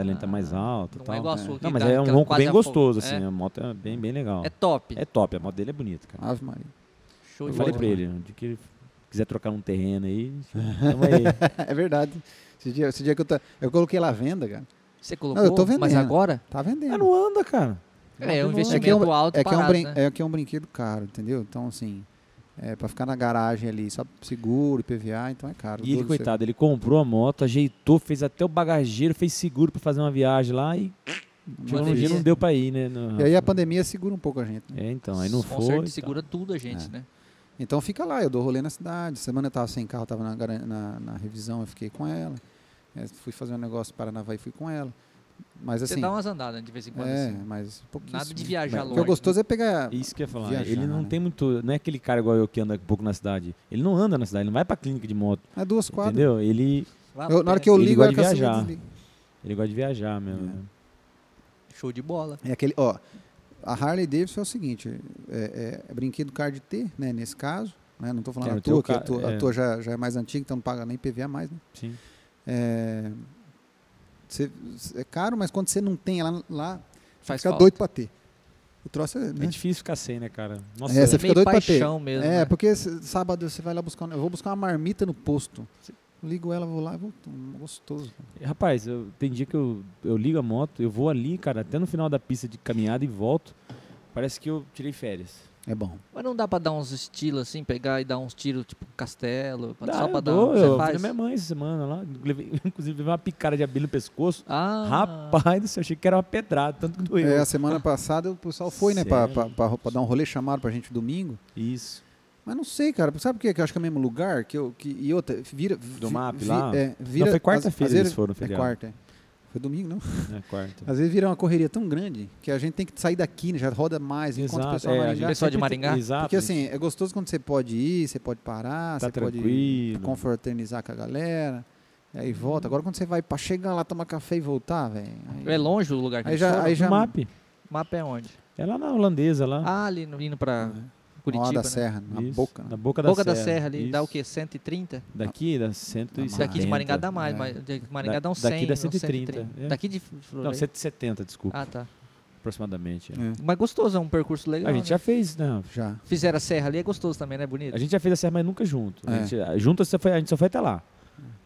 Speaker 1: Então, Ah,
Speaker 2: a lenta mais alta e
Speaker 1: Não
Speaker 2: tal.
Speaker 1: é igual a sua. que
Speaker 2: Não, mas
Speaker 1: dá
Speaker 2: é um
Speaker 1: aquela
Speaker 2: ronco
Speaker 1: quase
Speaker 2: bem
Speaker 1: afogo.
Speaker 2: gostoso, assim.
Speaker 1: É,
Speaker 2: A moto é bem, bem legal.
Speaker 1: é top. Ah,
Speaker 2: É top, a moto dele é bonita, cara.
Speaker 3: Ave Maria.
Speaker 1: Show
Speaker 2: Eu
Speaker 1: de
Speaker 2: falei
Speaker 1: bola.
Speaker 2: pra ele, de que ele quiser trocar um terreno aí, tamo aí.
Speaker 3: é verdade. Esse dia, esse dia que eu, ta- eu coloquei ela à venda, cara.
Speaker 1: Você colocou?
Speaker 3: Não, eu tô
Speaker 1: Mas
Speaker 3: vendendo.
Speaker 1: agora?
Speaker 3: Tá vendendo.
Speaker 2: Mas não anda, cara.
Speaker 1: É, é um
Speaker 2: Não,
Speaker 3: É que é
Speaker 1: investimento
Speaker 3: um,
Speaker 1: alto
Speaker 3: é que é,
Speaker 1: parado,
Speaker 3: um brin-
Speaker 1: né?
Speaker 3: é que é um brinquedo caro, entendeu? Então, assim, é pra ficar na garagem ali, só seguro, IPVA, então é caro.
Speaker 2: E ele,
Speaker 3: Doze-
Speaker 2: coitado, ele comprou a moto, ajeitou, fez até o bagageiro, fez seguro pra fazer uma viagem lá e
Speaker 1: Uma
Speaker 2: um dia
Speaker 1: delícia.
Speaker 2: não deu pra ir, né? no-
Speaker 3: E aí a pandemia segura um pouco a gente. né?
Speaker 2: É, então, aí não foi.
Speaker 1: Sponsor
Speaker 2: e tal.
Speaker 1: segura tudo a gente,
Speaker 3: É.
Speaker 1: né?
Speaker 3: Então fica lá, eu dou rolê na cidade. Semana eu tava sem carro, tava na, garan- na, na revisão, eu fiquei com ela. É, fui fazer um negócio em Paranavaí, fui com ela. Mas
Speaker 1: Você
Speaker 3: assim.
Speaker 1: dá umas andadas de vez em quando,
Speaker 3: é,
Speaker 1: assim.
Speaker 3: mas pouquíssimo.
Speaker 1: Nada de viajar
Speaker 3: Mas O que é
Speaker 1: longe, né?
Speaker 3: gostoso é pegar.
Speaker 2: Isso que eu ia falar.
Speaker 3: Viajar,
Speaker 2: ele não
Speaker 3: né?
Speaker 2: tem muito. Não é aquele cara igual eu que anda pouco na cidade. Ele não anda na cidade, ele não vai pra clínica de moto.
Speaker 3: É duas quadras.
Speaker 2: Entendeu? Ele,
Speaker 1: Lá
Speaker 3: Eu- na hora que eu
Speaker 2: Ele
Speaker 3: ligo,
Speaker 2: gosta
Speaker 3: ela
Speaker 2: de
Speaker 3: cancela e
Speaker 2: viajar.
Speaker 3: desliga.
Speaker 2: ele gosta de viajar mesmo.
Speaker 3: É.
Speaker 2: né?
Speaker 1: Show de bola.
Speaker 3: É aquele, ó, a Harley Davidson é o seguinte, é, é- é brinquedo caro de ter, né, nesse caso, né, não estou falando
Speaker 2: É,
Speaker 3: a
Speaker 2: o teu
Speaker 3: tua, que a
Speaker 2: ca-
Speaker 3: tua, a
Speaker 2: é.
Speaker 3: tua já, já é mais antiga, então não paga nem PVA mais, né.
Speaker 2: Sim.
Speaker 3: É, cê- cê- é caro, mas quando você não tem ela lá,
Speaker 1: Faz
Speaker 3: fica
Speaker 1: falta.
Speaker 3: doido pra ter. O troço é,
Speaker 2: É
Speaker 3: né?
Speaker 2: difícil ficar sem, né, cara? Nossa,
Speaker 3: É, você
Speaker 1: Meio
Speaker 3: fica doido pra ter.
Speaker 1: paixão mesmo.
Speaker 3: é,
Speaker 1: né?
Speaker 3: porque cê- sábado você vai lá buscar, um- eu vou buscar uma marmita no posto, ligo ela, vou lá, vou, hum, gostoso.
Speaker 2: Rapaz, eu, tem dia que eu, eu ligo a moto, eu vou ali, cara, até no final da pista de caminhada e volto. Parece que eu tirei férias.
Speaker 3: É bom.
Speaker 1: Mas não dá pra dar uns estilos assim, pegar e dar uns tiros tipo castelo, pra- só
Speaker 2: eu
Speaker 1: pra dar um,
Speaker 2: dou,
Speaker 1: você
Speaker 2: eu fui na
Speaker 1: faz?
Speaker 2: minha mãe essa semana lá. levei- inclusive, levei uma picada de abelha no pescoço.
Speaker 1: Ah,
Speaker 2: Rapaz do céu, achei que era uma pedrada, tanto que doeu.
Speaker 3: É, a semana passada o pessoal foi, né, pra, pra,
Speaker 2: Sério?
Speaker 3: pra- pra dar um rolê, chamaram pra gente domingo,
Speaker 2: Isso.
Speaker 3: Mas não sei, cara. Sabe por quê? Que eu acho que é o mesmo lugar. Que eu, que, e outra, vira.
Speaker 2: Do
Speaker 3: vi-
Speaker 2: MAP
Speaker 3: vi-
Speaker 2: lá?
Speaker 3: É, vira,
Speaker 2: Não, foi
Speaker 3: às- às
Speaker 2: quarta-feira
Speaker 3: vezes-
Speaker 2: eles foram,
Speaker 3: É
Speaker 2: feriado.
Speaker 3: quarta. é. Foi domingo, não?
Speaker 2: É quarta.
Speaker 3: Às vezes vira uma correria tão grande que a gente tem que sair daqui, né? já roda mais, encontra o pessoal em
Speaker 2: é, a
Speaker 3: Maringá.
Speaker 2: gente
Speaker 1: Pessoal de
Speaker 2: sempre-
Speaker 1: Maringá?
Speaker 2: Exato.
Speaker 3: Porque assim, é gostoso quando você pode ir, você pode parar,
Speaker 2: Tá
Speaker 3: você
Speaker 2: tranquilo. Uhum.
Speaker 3: pode confraternizar com a galera. e Aí volta. Agora quando você vai pra chegar lá, tomar café e voltar, velho. aí-
Speaker 1: é longe o lugar que
Speaker 3: Aí
Speaker 1: eles
Speaker 3: já-
Speaker 1: foram?
Speaker 3: aí
Speaker 2: já...
Speaker 3: já-
Speaker 2: MAP.
Speaker 1: O mapa é onde?
Speaker 2: É lá na holandesa, lá.
Speaker 1: Ah, ali no- indo pra
Speaker 3: Na hora
Speaker 1: Curitiba,
Speaker 3: da
Speaker 1: né?
Speaker 3: serra, na
Speaker 2: Isso,
Speaker 3: boca. né?
Speaker 2: Na boca da
Speaker 1: Boca
Speaker 2: serra.
Speaker 1: da Serra ali, dá
Speaker 2: Isso.
Speaker 1: o quê? 130?
Speaker 2: Daqui dá 170.
Speaker 1: Daqui de Maringá dá mais,
Speaker 3: É.
Speaker 1: mas de Maringá dá uns 100.
Speaker 2: daqui dá
Speaker 1: uns
Speaker 2: 130, é.
Speaker 1: Daqui de
Speaker 2: Não,
Speaker 1: Floresta.
Speaker 2: 170, desculpa.
Speaker 1: um Ah, tá.
Speaker 2: aproximadamente. é.
Speaker 3: É,
Speaker 1: Mas gostoso, é um percurso legal.
Speaker 2: A gente
Speaker 1: né?
Speaker 2: já fez, não,
Speaker 3: já.
Speaker 1: Fizeram a serra ali, é gostoso também, né? Bonito.
Speaker 2: a gente já fez a Serra, mas nunca junto.
Speaker 3: É.
Speaker 2: A gente, a- junto só foi- a gente só foi até lá.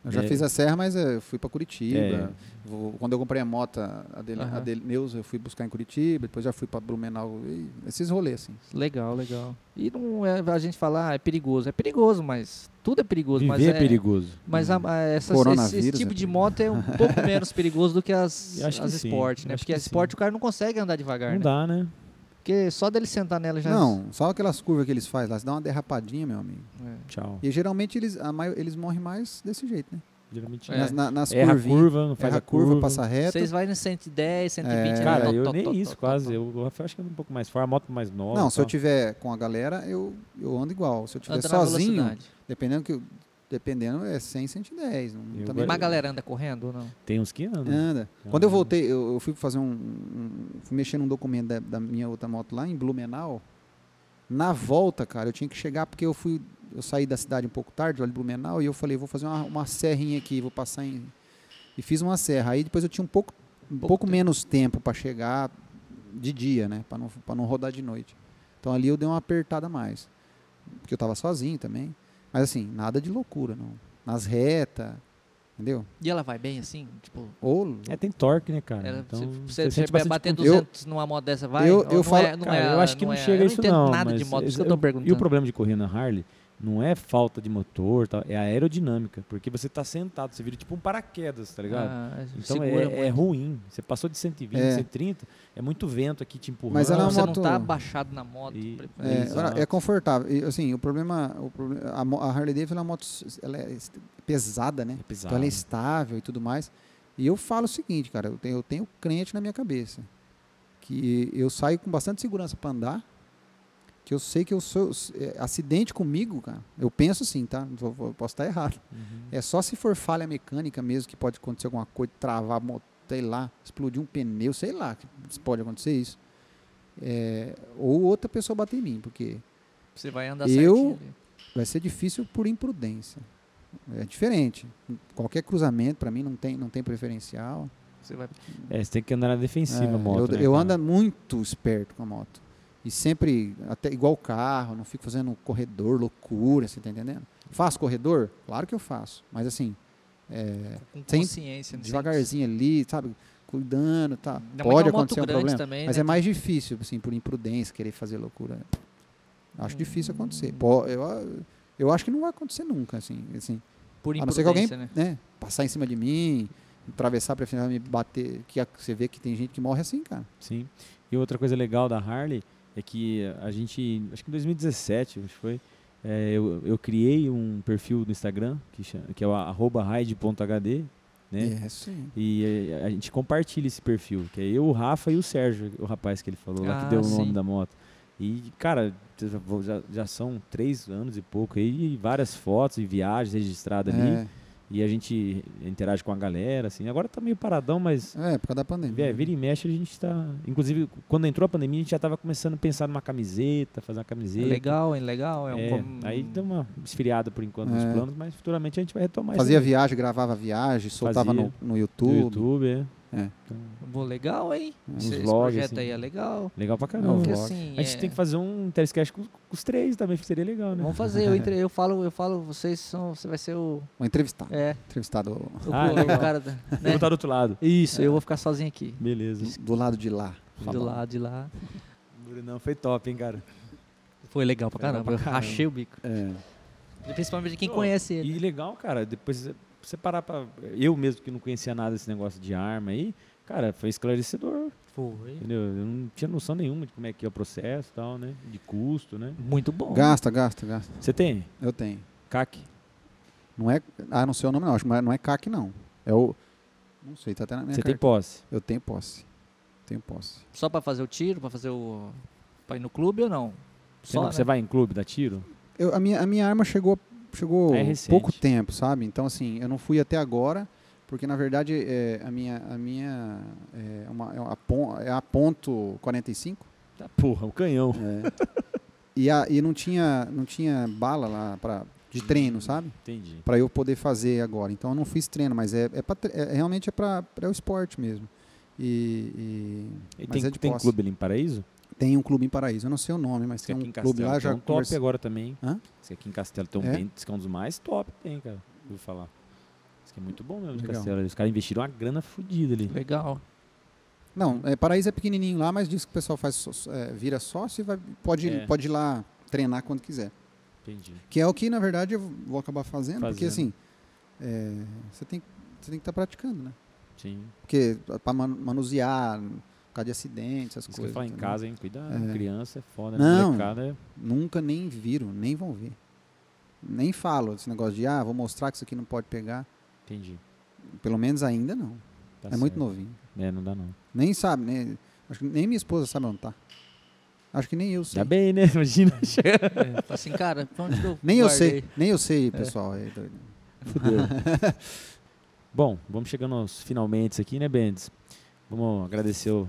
Speaker 3: Eu já
Speaker 2: É.
Speaker 3: fiz a serra, mas eh, eu fui para Curitiba.
Speaker 2: É.
Speaker 3: Vou- quando eu comprei a moto, a dele,
Speaker 1: Aham.
Speaker 3: a dele Neuza, eu fui buscar em Curitiba, depois já fui para Blumenau, e esses rolês assim.
Speaker 1: Legal, legal. E não é a gente falar, ah, é perigoso. É perigoso, mas tudo é perigoso. mas
Speaker 2: Viver é né? perigoso.
Speaker 1: Mas a- a- essas-
Speaker 3: Coronavírus
Speaker 1: esse, esse tipo
Speaker 3: é
Speaker 1: de moto é um pouco menos perigoso do que as,
Speaker 2: Eu acho que
Speaker 1: as
Speaker 2: sim,
Speaker 1: esporte, né?
Speaker 2: eu acho
Speaker 1: Porque
Speaker 2: que
Speaker 1: a esporte
Speaker 2: sim.
Speaker 1: o cara não consegue andar devagar,
Speaker 2: Não
Speaker 1: né?
Speaker 2: dá, né?
Speaker 1: Porque só dele sentar nela já.
Speaker 3: Não, só aquelas curvas que eles fazem lá, se dá uma derrapadinha, meu amigo.
Speaker 1: É.
Speaker 2: Tchau.
Speaker 3: E geralmente eles, a maio- eles morrem mais desse jeito, né?
Speaker 2: Geralmente
Speaker 1: É.
Speaker 3: Nas, na- nas
Speaker 2: erra a
Speaker 3: curvinhas.
Speaker 2: curva, não faz
Speaker 3: Erra
Speaker 2: a curva.
Speaker 3: passa reto.
Speaker 1: Vocês vai no 110, 120,
Speaker 3: É.
Speaker 1: né?
Speaker 2: Cara,
Speaker 1: Tó,
Speaker 2: eu
Speaker 1: tó, tó,
Speaker 2: nem isso,
Speaker 1: tó, tó,
Speaker 2: quase.
Speaker 1: tó.
Speaker 2: Eu, o Rafael acho que é um pouco mais forte, a moto mais nova.
Speaker 3: Não,
Speaker 2: e
Speaker 3: se eu
Speaker 2: tal.
Speaker 3: tiver com a galera, eu, eu ando igual. Se eu tiver
Speaker 1: Anda na
Speaker 3: Tipo, é sozinho,
Speaker 1: velocidade.
Speaker 3: dependendo que eu- dependendo é 100, 110, não
Speaker 2: Eu
Speaker 3: também
Speaker 1: Mas a
Speaker 2: gosto-
Speaker 1: galera anda correndo ou não?
Speaker 2: Tem uns que andam.
Speaker 3: anda. Quando eu voltei, eu, eu fui fazer um, um- fui mexer num documento da, da minha outra moto lá em Blumenau. Na volta, cara, eu tinha que chegar porque eu fui, eu saí da cidade um pouco tarde, lá de Blumenau, e eu falei, vou fazer uma, uma serrinha aqui, vou passar em e fiz uma serra. Aí depois eu tinha um pouco um pouco,
Speaker 1: tempo.
Speaker 3: menos tempo para chegar de dia, né, para não para não rodar de noite. Então ali eu dei uma apertada a mais. Porque eu tava sozinho também. Mas assim, nada de loucura, não. Nas retas, entendeu?
Speaker 1: E ela vai bem assim? Tipo,
Speaker 3: Ou
Speaker 2: É, tem torque, né, cara?
Speaker 1: ela-
Speaker 2: então,
Speaker 1: se
Speaker 2: você
Speaker 1: você, você
Speaker 2: sente bastante
Speaker 1: bater
Speaker 3: confiança.
Speaker 1: 200 numa moto dessa, vai?
Speaker 3: eu-
Speaker 1: Ou
Speaker 3: eu
Speaker 1: não
Speaker 3: falo-
Speaker 1: é- não
Speaker 2: Cara,
Speaker 1: é-
Speaker 2: eu acho que não,
Speaker 1: é-
Speaker 2: chega isso
Speaker 1: Eu não
Speaker 2: não.
Speaker 1: entendo nada de
Speaker 2: mas
Speaker 1: moto, por isso que eu
Speaker 2: eu-
Speaker 1: tô perguntando.
Speaker 3: né?
Speaker 2: E o problema de correr na Harley não é falta de motor, tal, é a aerodinâmica, porque você tá sentado, você vira tipo um paraquedas, tá ligado?
Speaker 1: Ah,
Speaker 2: então
Speaker 1: segura
Speaker 2: é, é ruim. Você passou de 120,
Speaker 3: É.
Speaker 2: 130, é muito vento aqui te empurrando.
Speaker 3: Mas ela é uma
Speaker 1: você
Speaker 3: moto-
Speaker 1: não tá abaixado na moto.
Speaker 2: E-
Speaker 1: pre-
Speaker 2: É,
Speaker 3: É,
Speaker 2: exato.
Speaker 3: é confortável. E, assim, o problema, o problema- a, mo- a Harley Davidson ela é uma moto, s- ela é est- pesada, né?
Speaker 2: é
Speaker 3: Então
Speaker 2: pesado.
Speaker 3: ela é estável e tudo mais. E eu falo o seguinte, cara, eu tenho, eu tenho crente na minha cabeça que eu saio com bastante segurança para andar, que eu sei que eu sou é, acidente comigo, cara. Eu penso assim, tá? Vou- vou- Posso estar errado.
Speaker 2: Uhum.
Speaker 3: É só se for falha mecânica mesmo que pode acontecer alguma coisa, travar, a moto, sei lá, explodir um pneu, sei lá, que pode acontecer isso. É, ou outra pessoa bater em mim, porque
Speaker 1: Você vai andar
Speaker 3: Eu-
Speaker 1: certinho ali.
Speaker 3: vai ser difícil por imprudência. É diferente. Qualquer cruzamento, para mim, não tem, não tem preferencial.
Speaker 1: Você vai...
Speaker 2: É, você tem que andar na defensiva
Speaker 3: É,
Speaker 2: a moto.
Speaker 3: eu
Speaker 2: né,
Speaker 3: eu
Speaker 2: cara?
Speaker 3: ando muito esperto com a moto. E sempre, até igual o carro, não fico fazendo corredor, loucura, você tá entendendo? Faço corredor? Claro que eu faço. Mas assim, é,
Speaker 1: Com
Speaker 3: Sem-
Speaker 1: consciência. né? Sem-
Speaker 3: devagarzinho ali, sabe? Cuidando, tá?
Speaker 1: Ainda mais
Speaker 3: Pode
Speaker 1: uma moto
Speaker 3: acontecer um
Speaker 1: grande
Speaker 3: problema.
Speaker 1: também,
Speaker 3: mas
Speaker 1: né?
Speaker 3: é mais difícil, assim, por imprudência, querer fazer loucura. Acho difícil acontecer.
Speaker 1: Hum.
Speaker 3: Po- Eu, eu acho que não vai acontecer nunca, assim. assim
Speaker 1: Por
Speaker 3: a não ser que alguém
Speaker 1: imprudência, né?
Speaker 3: né, passar em cima de mim, atravessar pra final me bater. Que a- você vê que tem gente que morre assim, cara.
Speaker 2: Sim. E outra coisa legal da Harley é que a gente, acho que em 2017, acho que foi, é, eu, eu criei um perfil no Instagram, que, chama, que é o arroba raid.hd, né?
Speaker 3: É, sim.
Speaker 2: E é, a gente compartilha esse perfil, que é eu, o Rafa e o Sérgio, o rapaz que ele falou lá,
Speaker 1: Ah,
Speaker 2: que deu o
Speaker 1: sim.
Speaker 2: nome da moto. E, cara, já, vou- já- já são três anos e pouco aí, e várias fotos e viagens registradas ali.
Speaker 3: É,
Speaker 2: E a gente interage com a galera, assim. Agora tá meio paradão, mas
Speaker 3: é, por causa da pandemia.
Speaker 2: é, vira e mexe a gente tá. Inclusive, quando entrou a pandemia, a gente já tava começando a pensar numa camiseta, fazer uma camiseta.
Speaker 1: É Legal, hein? Legal. É um...
Speaker 2: É,
Speaker 1: com-
Speaker 2: Aí deu uma esfriada por enquanto
Speaker 3: É.
Speaker 2: nos planos, mas futuramente a gente vai retomar
Speaker 3: Fazia
Speaker 2: isso.
Speaker 3: viagem, gravava viagem, soltava
Speaker 2: né? Fazia.
Speaker 3: no, no
Speaker 2: no
Speaker 3: YouTube.
Speaker 2: YouTube, é.
Speaker 3: É.
Speaker 2: Então,
Speaker 1: Bom, legal, hein?
Speaker 2: Uns
Speaker 1: Esse esse
Speaker 2: vlogs,
Speaker 1: projeto
Speaker 2: assim.
Speaker 1: aí é legal.
Speaker 2: legal pra caramba.
Speaker 3: Não,
Speaker 1: Porque
Speaker 3: vlog.
Speaker 1: assim...
Speaker 2: A gente
Speaker 1: é-
Speaker 2: tem que fazer um telescast com, com os três também, que seria legal, né?
Speaker 1: Vamos fazer, eu, entre- eu falo, eu falo, vocês são, você vai ser o,
Speaker 3: Um entrevistado.
Speaker 1: é,
Speaker 3: Entrevistado
Speaker 1: o,
Speaker 2: Ah,
Speaker 1: o
Speaker 2: legal.
Speaker 1: cara da-
Speaker 2: Eu
Speaker 1: né?
Speaker 2: vou estar do outro lado.
Speaker 1: Isso, eu vou ficar sozinho aqui,
Speaker 2: Beleza.
Speaker 3: do lado de lá.
Speaker 1: do
Speaker 3: falando.
Speaker 1: lado de lá.
Speaker 2: Brunão, foi top, hein, cara?
Speaker 1: Foi legal pra
Speaker 2: Foi legal
Speaker 1: caramba, eu
Speaker 2: pra caramba.
Speaker 1: rachei o bico.
Speaker 3: É.
Speaker 1: Principalmente quem
Speaker 2: Ô,
Speaker 1: conhece ele.
Speaker 2: E legal, cara, depois você- você parar pra. Eu mesmo que não conhecia nada desse negócio de arma aí, cara, foi esclarecedor,
Speaker 1: Foi.
Speaker 2: entendeu? Eu não tinha noção nenhuma de como é que é o processo e tal, né? De custo, né?
Speaker 1: Muito bom.
Speaker 3: Gasta, gasta, gasta.
Speaker 2: Você tem?
Speaker 3: Eu tenho.
Speaker 2: CAC?
Speaker 3: Não é. Ah, não sei o nome, não. Acho que não é CAC, não. É o. Não sei, tá até na minha
Speaker 2: Você tem
Speaker 3: carta.
Speaker 2: posse?
Speaker 3: Eu tenho posse. Tenho posse.
Speaker 1: Só pra fazer o tiro, pra fazer o. pra ir no clube ou não?
Speaker 2: Você, não-
Speaker 1: Só,
Speaker 2: você
Speaker 1: né?
Speaker 2: vai em clube, dá tiro?
Speaker 3: Eu- a, minha, a minha arma chegou chegou
Speaker 2: É recente.
Speaker 3: pouco tempo, sabe? Então, assim, eu não fui até agora, porque na verdade é, a minha. A minha é, uma, é, uma pon- é a ponto 45.
Speaker 2: Tá, porra, um canhão.
Speaker 3: é. e, a, e não tinha não tinha bala lá pra, de treino, sabe?
Speaker 2: Entendi.
Speaker 3: Pra eu poder fazer agora. Então eu não fiz treino, mas é, é, pra tre- é- realmente é para o esporte mesmo. E, e-
Speaker 2: E
Speaker 3: mas
Speaker 2: tem,
Speaker 3: é de
Speaker 2: tem
Speaker 3: posse.
Speaker 2: clube ali em Paraíso?
Speaker 3: Tem um clube em Paraíso, eu não sei o nome, mas tem
Speaker 2: aqui
Speaker 3: um
Speaker 2: em
Speaker 3: clube
Speaker 2: Castelo
Speaker 3: lá.
Speaker 2: tem
Speaker 3: Já
Speaker 2: um top
Speaker 3: conversei-
Speaker 2: agora também.
Speaker 3: Hã?
Speaker 2: Diz que aqui em Castelo tem um
Speaker 3: É?
Speaker 2: bem, diz que é um dos mais top que tem, cara. Ouvi falar. Diz que é muito bom mesmo de
Speaker 3: Legal.
Speaker 2: Castelo. Os caras investiram uma grana fodida ali.
Speaker 1: né? Legal.
Speaker 3: Não, é, Paraíso é pequenininho lá, mas diz que o pessoal faz, só- é, vira sócio e vai, pode,
Speaker 2: É.
Speaker 3: pode ir lá treinar quando quiser.
Speaker 2: Entendi.
Speaker 3: Que é o que, na verdade, eu vou acabar fazendo, porque assim,
Speaker 2: Fazendo.
Speaker 3: é, você tem, você tem que estar praticando, né?
Speaker 2: Sim.
Speaker 3: Porque para manusear, por causa de acidente, essas
Speaker 2: Isso que eu
Speaker 3: coisas.
Speaker 2: falo em
Speaker 3: entendeu?
Speaker 2: casa, hein? Cuidado,
Speaker 3: É.
Speaker 2: criança é foda.
Speaker 3: Não.
Speaker 2: Não. Molecada,
Speaker 3: Nunca nem viram, nem vão ver. Nem falo esse negócio de, ah, vou mostrar que isso aqui não pode pegar.
Speaker 2: entendi.
Speaker 3: Pelo menos ainda não.
Speaker 2: Tá
Speaker 3: é muito
Speaker 2: certo.
Speaker 3: novinho.
Speaker 2: É, não dá não.
Speaker 3: Nem sabe, né? Acho que nem minha esposa sabe onde tá. Acho que nem eu sei.
Speaker 2: Ainda bem, né? Imagina.
Speaker 1: É, fala assim, cara, pra onde que eu
Speaker 3: Nem eu
Speaker 1: guardei?
Speaker 3: sei, nem eu sei, pessoal. É doido.
Speaker 2: Fudeu. Bom, vamos chegando aos finalmente aqui, né, Bendes? Vamos agradecer o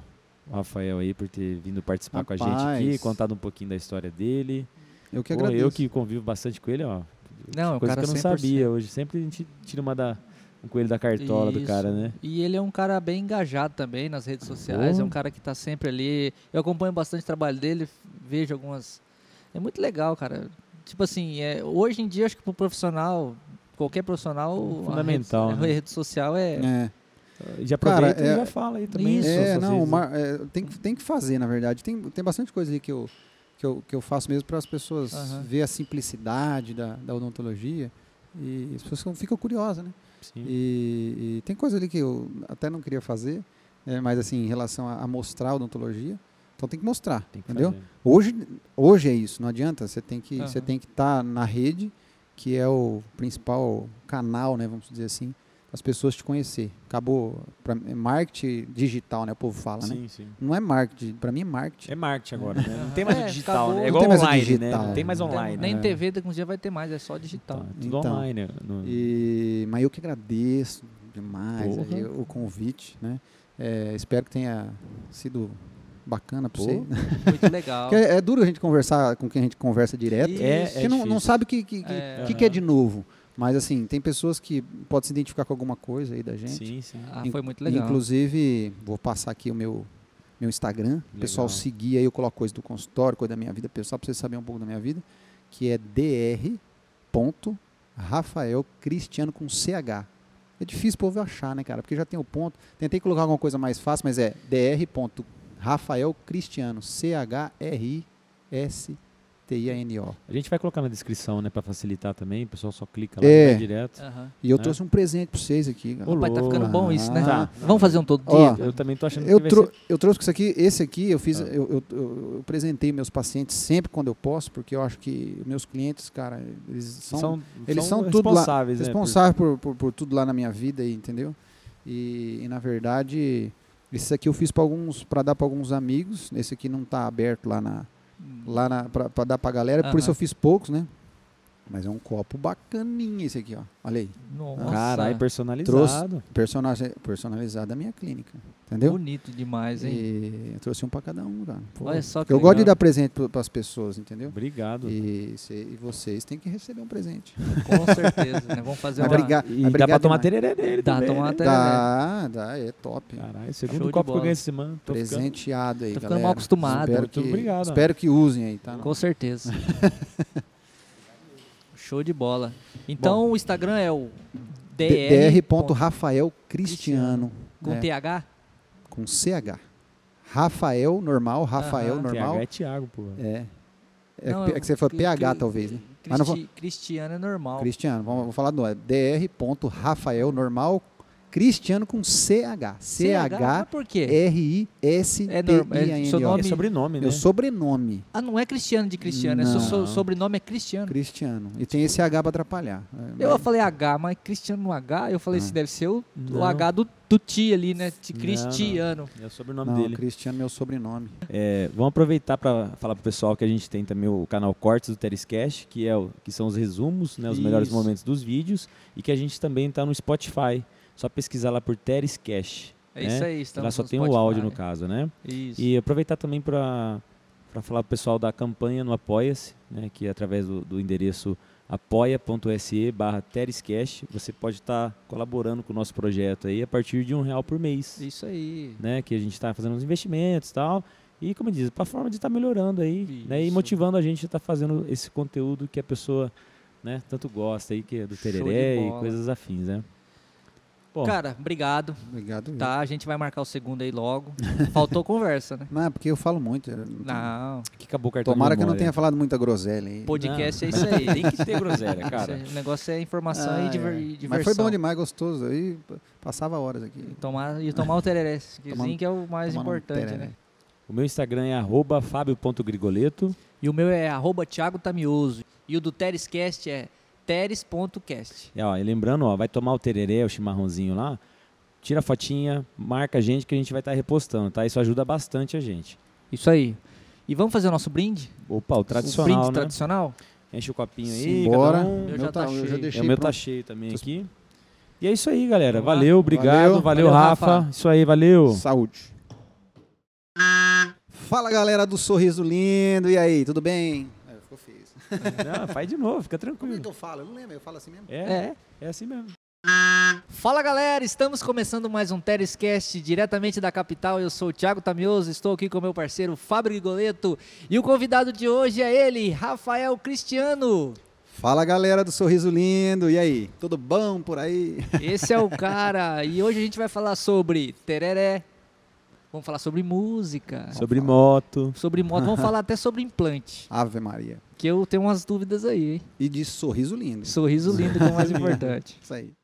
Speaker 2: Rafael aí por ter vindo participar com a gente aqui,
Speaker 3: Rapaz.
Speaker 2: contado um pouquinho da história dele.
Speaker 3: Eu que
Speaker 2: Pô,
Speaker 3: agradeço.
Speaker 2: eu que convivo bastante com ele, ó.
Speaker 1: Não, o
Speaker 2: coisa
Speaker 1: É um cara
Speaker 2: que eu não
Speaker 1: 100%.
Speaker 2: sabia hoje. Sempre a gente tira uma da, um coelho da cartola do
Speaker 1: Isso.
Speaker 2: cara, né?
Speaker 1: E ele é um cara bem engajado também nas redes sociais,
Speaker 2: Boa.
Speaker 1: é um cara que tá sempre ali. Eu acompanho bastante o trabalho dele, vejo algumas. É muito legal, cara. Tipo assim, é, hoje em dia, acho que pro profissional, qualquer profissional, a
Speaker 2: Fundamental,
Speaker 1: rede, a
Speaker 2: né?
Speaker 1: rede social é.
Speaker 3: É,
Speaker 2: Já
Speaker 3: Cara,
Speaker 2: aproveita
Speaker 3: é-
Speaker 2: e já fala aí também.
Speaker 1: Isso.
Speaker 2: suas-
Speaker 3: É,
Speaker 2: suas
Speaker 3: não,
Speaker 2: redes,
Speaker 3: o mar- é, tem, que- tem que fazer, na verdade. Tem, tem bastante coisa aí que eu, que eu, que eu faço mesmo para as pessoas
Speaker 1: Aham.
Speaker 3: ver a simplicidade da, da odontologia. E as pessoas ficam- ficam curiosas, né?
Speaker 2: Sim.
Speaker 3: E, e tem coisa ali que eu até não queria fazer, né, mas assim, em relação a, a mostrar a odontologia, então tem que mostrar,
Speaker 2: Tem que
Speaker 3: entendeu?
Speaker 2: fazer.
Speaker 3: Hoje, hoje é isso, não adianta. Você tem que
Speaker 1: Aham.
Speaker 3: você tem que estar na rede, que é o principal canal, né? Vamos dizer assim, as pessoas te conhecer. Acabou pra, é marketing digital, né? O povo fala, né?
Speaker 2: Sim, sim.
Speaker 3: Não é marketing, para mim é marketing.
Speaker 2: É marketing agora, né? Não tem mais
Speaker 1: É,
Speaker 2: o digital,
Speaker 1: acabou.
Speaker 2: né? É
Speaker 1: Não
Speaker 2: igual
Speaker 3: tem mais o
Speaker 2: online, né?
Speaker 3: digital.
Speaker 2: Não tem mais
Speaker 3: Não
Speaker 1: Então,
Speaker 2: online.
Speaker 1: nem
Speaker 2: né?
Speaker 1: TV daqui uns dias vai ter mais, é só
Speaker 2: Tá,
Speaker 1: digital.
Speaker 2: tudo
Speaker 3: Então.
Speaker 2: online. né? No-
Speaker 3: E, mas eu que agradeço demais
Speaker 2: Porra.
Speaker 3: aí o convite, né? É, espero que tenha sido bacana para você. né?
Speaker 1: Muito legal.
Speaker 3: Porque é, é duro Então, a gente conversar com quem a gente conversa direto.
Speaker 1: Isso.
Speaker 2: É,
Speaker 3: Porque
Speaker 2: é
Speaker 3: não, não
Speaker 2: difícil.
Speaker 3: sabe o que, que, que,
Speaker 1: É.
Speaker 3: que que é de novo. Mas assim, tem pessoas que podem se identificar com alguma coisa aí da gente.
Speaker 2: Sim, sim.
Speaker 1: Ah,
Speaker 3: Inc-
Speaker 1: foi muito legal.
Speaker 3: Inclusive, vou passar aqui o meu, meu Instagram. O pessoal
Speaker 2: Legal.
Speaker 3: seguir aí, eu coloco coisa do consultório, coisa da minha vida pessoal, pra vocês saberem um pouco da minha vida. Que é dr.rafaelcristiano com CH. É difícil o povo achar, né, cara? Porque já tem o ponto. Tentei colocar alguma coisa mais fácil, mas é dr.rafaelcristiano, C-H-R-I-S-T-I-A-N-O.
Speaker 2: A gente vai colocar na descrição, né, pra facilitar também. O pessoal só clica lá
Speaker 3: É.
Speaker 2: e vai direto.
Speaker 1: Aham.
Speaker 3: E eu
Speaker 2: Né?
Speaker 3: trouxe um presente pra vocês aqui, cara.
Speaker 2: Ô,
Speaker 1: Pai, tá ficando bom isso, né?
Speaker 2: Tá.
Speaker 1: Vamos fazer um todo
Speaker 3: Ó,
Speaker 1: dia?
Speaker 2: Eu também tô achando que
Speaker 3: Eu,
Speaker 2: vai
Speaker 3: trou-
Speaker 2: ser...
Speaker 3: eu trouxe com isso aqui, esse aqui eu fiz,
Speaker 2: Ah.
Speaker 3: eu, eu, eu, eu presentei meus pacientes sempre quando eu posso, porque eu acho que meus clientes, cara, eles são, eles são tudo lá-
Speaker 2: responsáveis, né? por-
Speaker 3: responsáveis por, por, por tudo lá na minha vida, aí, entendeu? E, e, na verdade, esse aqui eu fiz para alguns, para dar para alguns amigos. Esse aqui não tá aberto lá na, lá na, pra, pra dar pra galera, por
Speaker 1: Aham.
Speaker 3: isso eu fiz poucos, né? Mas é um copo bacaninha esse aqui, ó. Olha aí,
Speaker 1: Nossa,
Speaker 2: Caralho, personalizado.
Speaker 3: personagem personalizado da minha clínica, entendeu?
Speaker 1: bonito demais, hein?
Speaker 3: E eu trouxe um pra cada um, cara. Pô,
Speaker 1: Olha só que
Speaker 3: eu gosto de
Speaker 1: legal.
Speaker 3: dar presente para as pessoas, entendeu?
Speaker 2: Obrigado.
Speaker 3: E, cê- e vocês têm que receber um presente.
Speaker 1: Com certeza, né? Vamos fazer uma...
Speaker 3: Ah, Obrigado.
Speaker 2: é E dá pra tomar tereré dele
Speaker 1: Dá,
Speaker 2: também,
Speaker 1: tomar
Speaker 2: né?
Speaker 3: Tá.
Speaker 1: tereré.
Speaker 3: Dá, dá, é top.
Speaker 2: Caralho, segundo
Speaker 1: Show de
Speaker 2: copo que eu
Speaker 1: bola.
Speaker 2: ganhei essa semana. Tô ficando...
Speaker 3: Presenteado aí,
Speaker 1: Tô ficando
Speaker 3: galera.
Speaker 1: mal acostumado.
Speaker 3: Espero
Speaker 2: Muito
Speaker 3: que,
Speaker 2: obrigado.
Speaker 3: Espero que usem aí, tá?
Speaker 1: Com certeza. Show de bola. Então o Instagram é o
Speaker 3: dr.
Speaker 1: dr.
Speaker 3: Rafael Cristiano.
Speaker 1: com
Speaker 3: é,
Speaker 1: TH?
Speaker 3: com CH. Rafael normal, Rafael
Speaker 1: Aham.
Speaker 3: normal.
Speaker 2: TH é Thiago, pô.
Speaker 3: É. É,
Speaker 1: Não,
Speaker 3: que- é que você falou
Speaker 1: cri-
Speaker 3: PH,
Speaker 1: cri-
Speaker 3: talvez, né? Mas não vou-
Speaker 1: Cristi, Cristiano é normal.
Speaker 3: Cristiano, vamos, vamos falar do é dr.rafael normal Cristiano com CH.
Speaker 1: mas
Speaker 3: CH
Speaker 1: é por quê?
Speaker 3: R I S T
Speaker 1: É norma- é
Speaker 3: I N
Speaker 1: seu
Speaker 3: O.
Speaker 1: nome-
Speaker 2: É sobrenome, né?
Speaker 3: Meu sobrenome
Speaker 1: Ah, não é Cristiano de Cristiano, é seu
Speaker 3: Não.
Speaker 1: so- sobrenome é Cristiano.
Speaker 3: Cristiano e tem esse H para atrapalhar. É,
Speaker 1: Eu
Speaker 3: mas-
Speaker 1: falei H, mas Cristiano no H, eu falei,
Speaker 3: Ah.
Speaker 1: isso deve ser o, o
Speaker 2: Não.
Speaker 1: H do, do ti ali, né? De
Speaker 2: Não, não.
Speaker 1: Cristiano.
Speaker 2: É o sobrenome
Speaker 3: não,
Speaker 2: dele.
Speaker 3: Cristiano meu sobrenome.
Speaker 2: É, vamos aproveitar para falar pro pessoal que a gente tem também o canal Cortes do Terescast, que é o que são os resumos, né, os melhores
Speaker 3: Isso.
Speaker 2: momentos dos vídeos, e que a gente também está no Spotify. Só pesquisar lá por Terescast.
Speaker 1: É isso aí,
Speaker 2: Lá
Speaker 1: estamos
Speaker 2: só
Speaker 1: no
Speaker 2: tem um o
Speaker 1: Spotify.
Speaker 2: áudio no caso, né?
Speaker 1: Isso.
Speaker 2: E aproveitar também para para falar o pessoal da campanha no Apoia-se, né, que é através do, do endereço apoia.se barra Terescash, você pode estar colaborando com o nosso projeto aí a partir de um real por mês,
Speaker 1: Isso aí.
Speaker 2: né, que a gente está fazendo uns investimentos e tal, e como diz, para a forma de estar melhorando aí, né, e
Speaker 1: Isso.
Speaker 2: motivando a gente a estar fazendo esse conteúdo que a pessoa, né, tanto gosta aí, que é do
Speaker 1: Show de
Speaker 2: tereré e
Speaker 1: bola.
Speaker 2: coisas afins, né. Bom,
Speaker 1: Cara, obrigado.
Speaker 3: Obrigado.
Speaker 1: Tá, a gente vai marcar o segundo aí logo. Faltou conversa, né?
Speaker 3: Não, é porque eu falo muito. eu não tenho-
Speaker 1: Não.
Speaker 2: que acabou o cartão de
Speaker 3: Tomara que eu não
Speaker 2: memória.
Speaker 1: é.
Speaker 3: tenha falado muita groselha aí.
Speaker 1: Podcast é
Speaker 2: Não,
Speaker 1: isso aí.
Speaker 2: Tem que ter groselha,
Speaker 1: Isso
Speaker 2: cara.
Speaker 1: aí, O negócio é informação
Speaker 3: Ah,
Speaker 1: e, diver,
Speaker 3: é.
Speaker 1: e diversão.
Speaker 3: Mas foi bom demais, gostoso. Aí p- passava horas aqui.
Speaker 1: E tomar, e tomar o tereré,
Speaker 3: Tomar-
Speaker 1: que é o mais
Speaker 3: tomar um
Speaker 1: importante,
Speaker 3: tereré.
Speaker 1: né?
Speaker 2: O meu Instagram é arroba fabio.grigoleto.
Speaker 1: E o meu é arroba Thiago Tamioso. E o do Terescast é teres.cast.
Speaker 2: E, ó, e lembrando, ó, vai tomar o tereré, o chimarrãozinho lá, tira a fotinha, marca a gente que a gente vai estar repostando, tá? Isso ajuda bastante a gente.
Speaker 1: Isso aí. E vamos fazer o nosso brinde?
Speaker 2: Opa, o
Speaker 1: o brinde
Speaker 2: tradicional, né?
Speaker 1: tradicional?
Speaker 2: Enche o copinho aí,
Speaker 3: Simbora.
Speaker 2: cada um.
Speaker 1: Meu já tá
Speaker 3: eu
Speaker 1: cheio.
Speaker 2: É,
Speaker 3: deixei
Speaker 2: o meu tá
Speaker 3: pronto.
Speaker 2: cheio também aqui. E é isso aí, galera.
Speaker 1: Vamos lá.
Speaker 2: Valeu, obrigado. Valeu,
Speaker 3: Valeu.
Speaker 1: Valeu,
Speaker 2: Rafa.
Speaker 1: Rafa.
Speaker 2: Isso aí, valeu.
Speaker 3: Saúde. Fala galera do Sorriso Lindo, e aí, tudo bem? É, ficou feio. isso.
Speaker 2: Não, faz de novo, fica
Speaker 3: Como é
Speaker 2: tranquilo.
Speaker 3: que eu falo? Eu não lembro, eu falo assim mesmo.
Speaker 2: É, é assim mesmo.
Speaker 1: Fala galera, estamos começando mais um Terescast diretamente da capital. Eu sou o Thiago Tamioso, estou aqui com meu parceiro Fábio Goleto e o convidado de hoje é ele, Rafael Cristiano.
Speaker 3: Fala galera do Sorriso Lindo, e aí, tudo bom por aí?
Speaker 1: Esse é o cara e hoje a gente vai falar sobre tereré. Vamos falar sobre música,
Speaker 2: Sobre moto.
Speaker 1: sobre moto, vamos falar até sobre implante,
Speaker 3: Ave Maria.
Speaker 1: que eu tenho umas dúvidas aí, hein?
Speaker 3: E de Sorriso Lindo.
Speaker 1: Sorriso lindo que é o mais importante.
Speaker 3: Isso aí.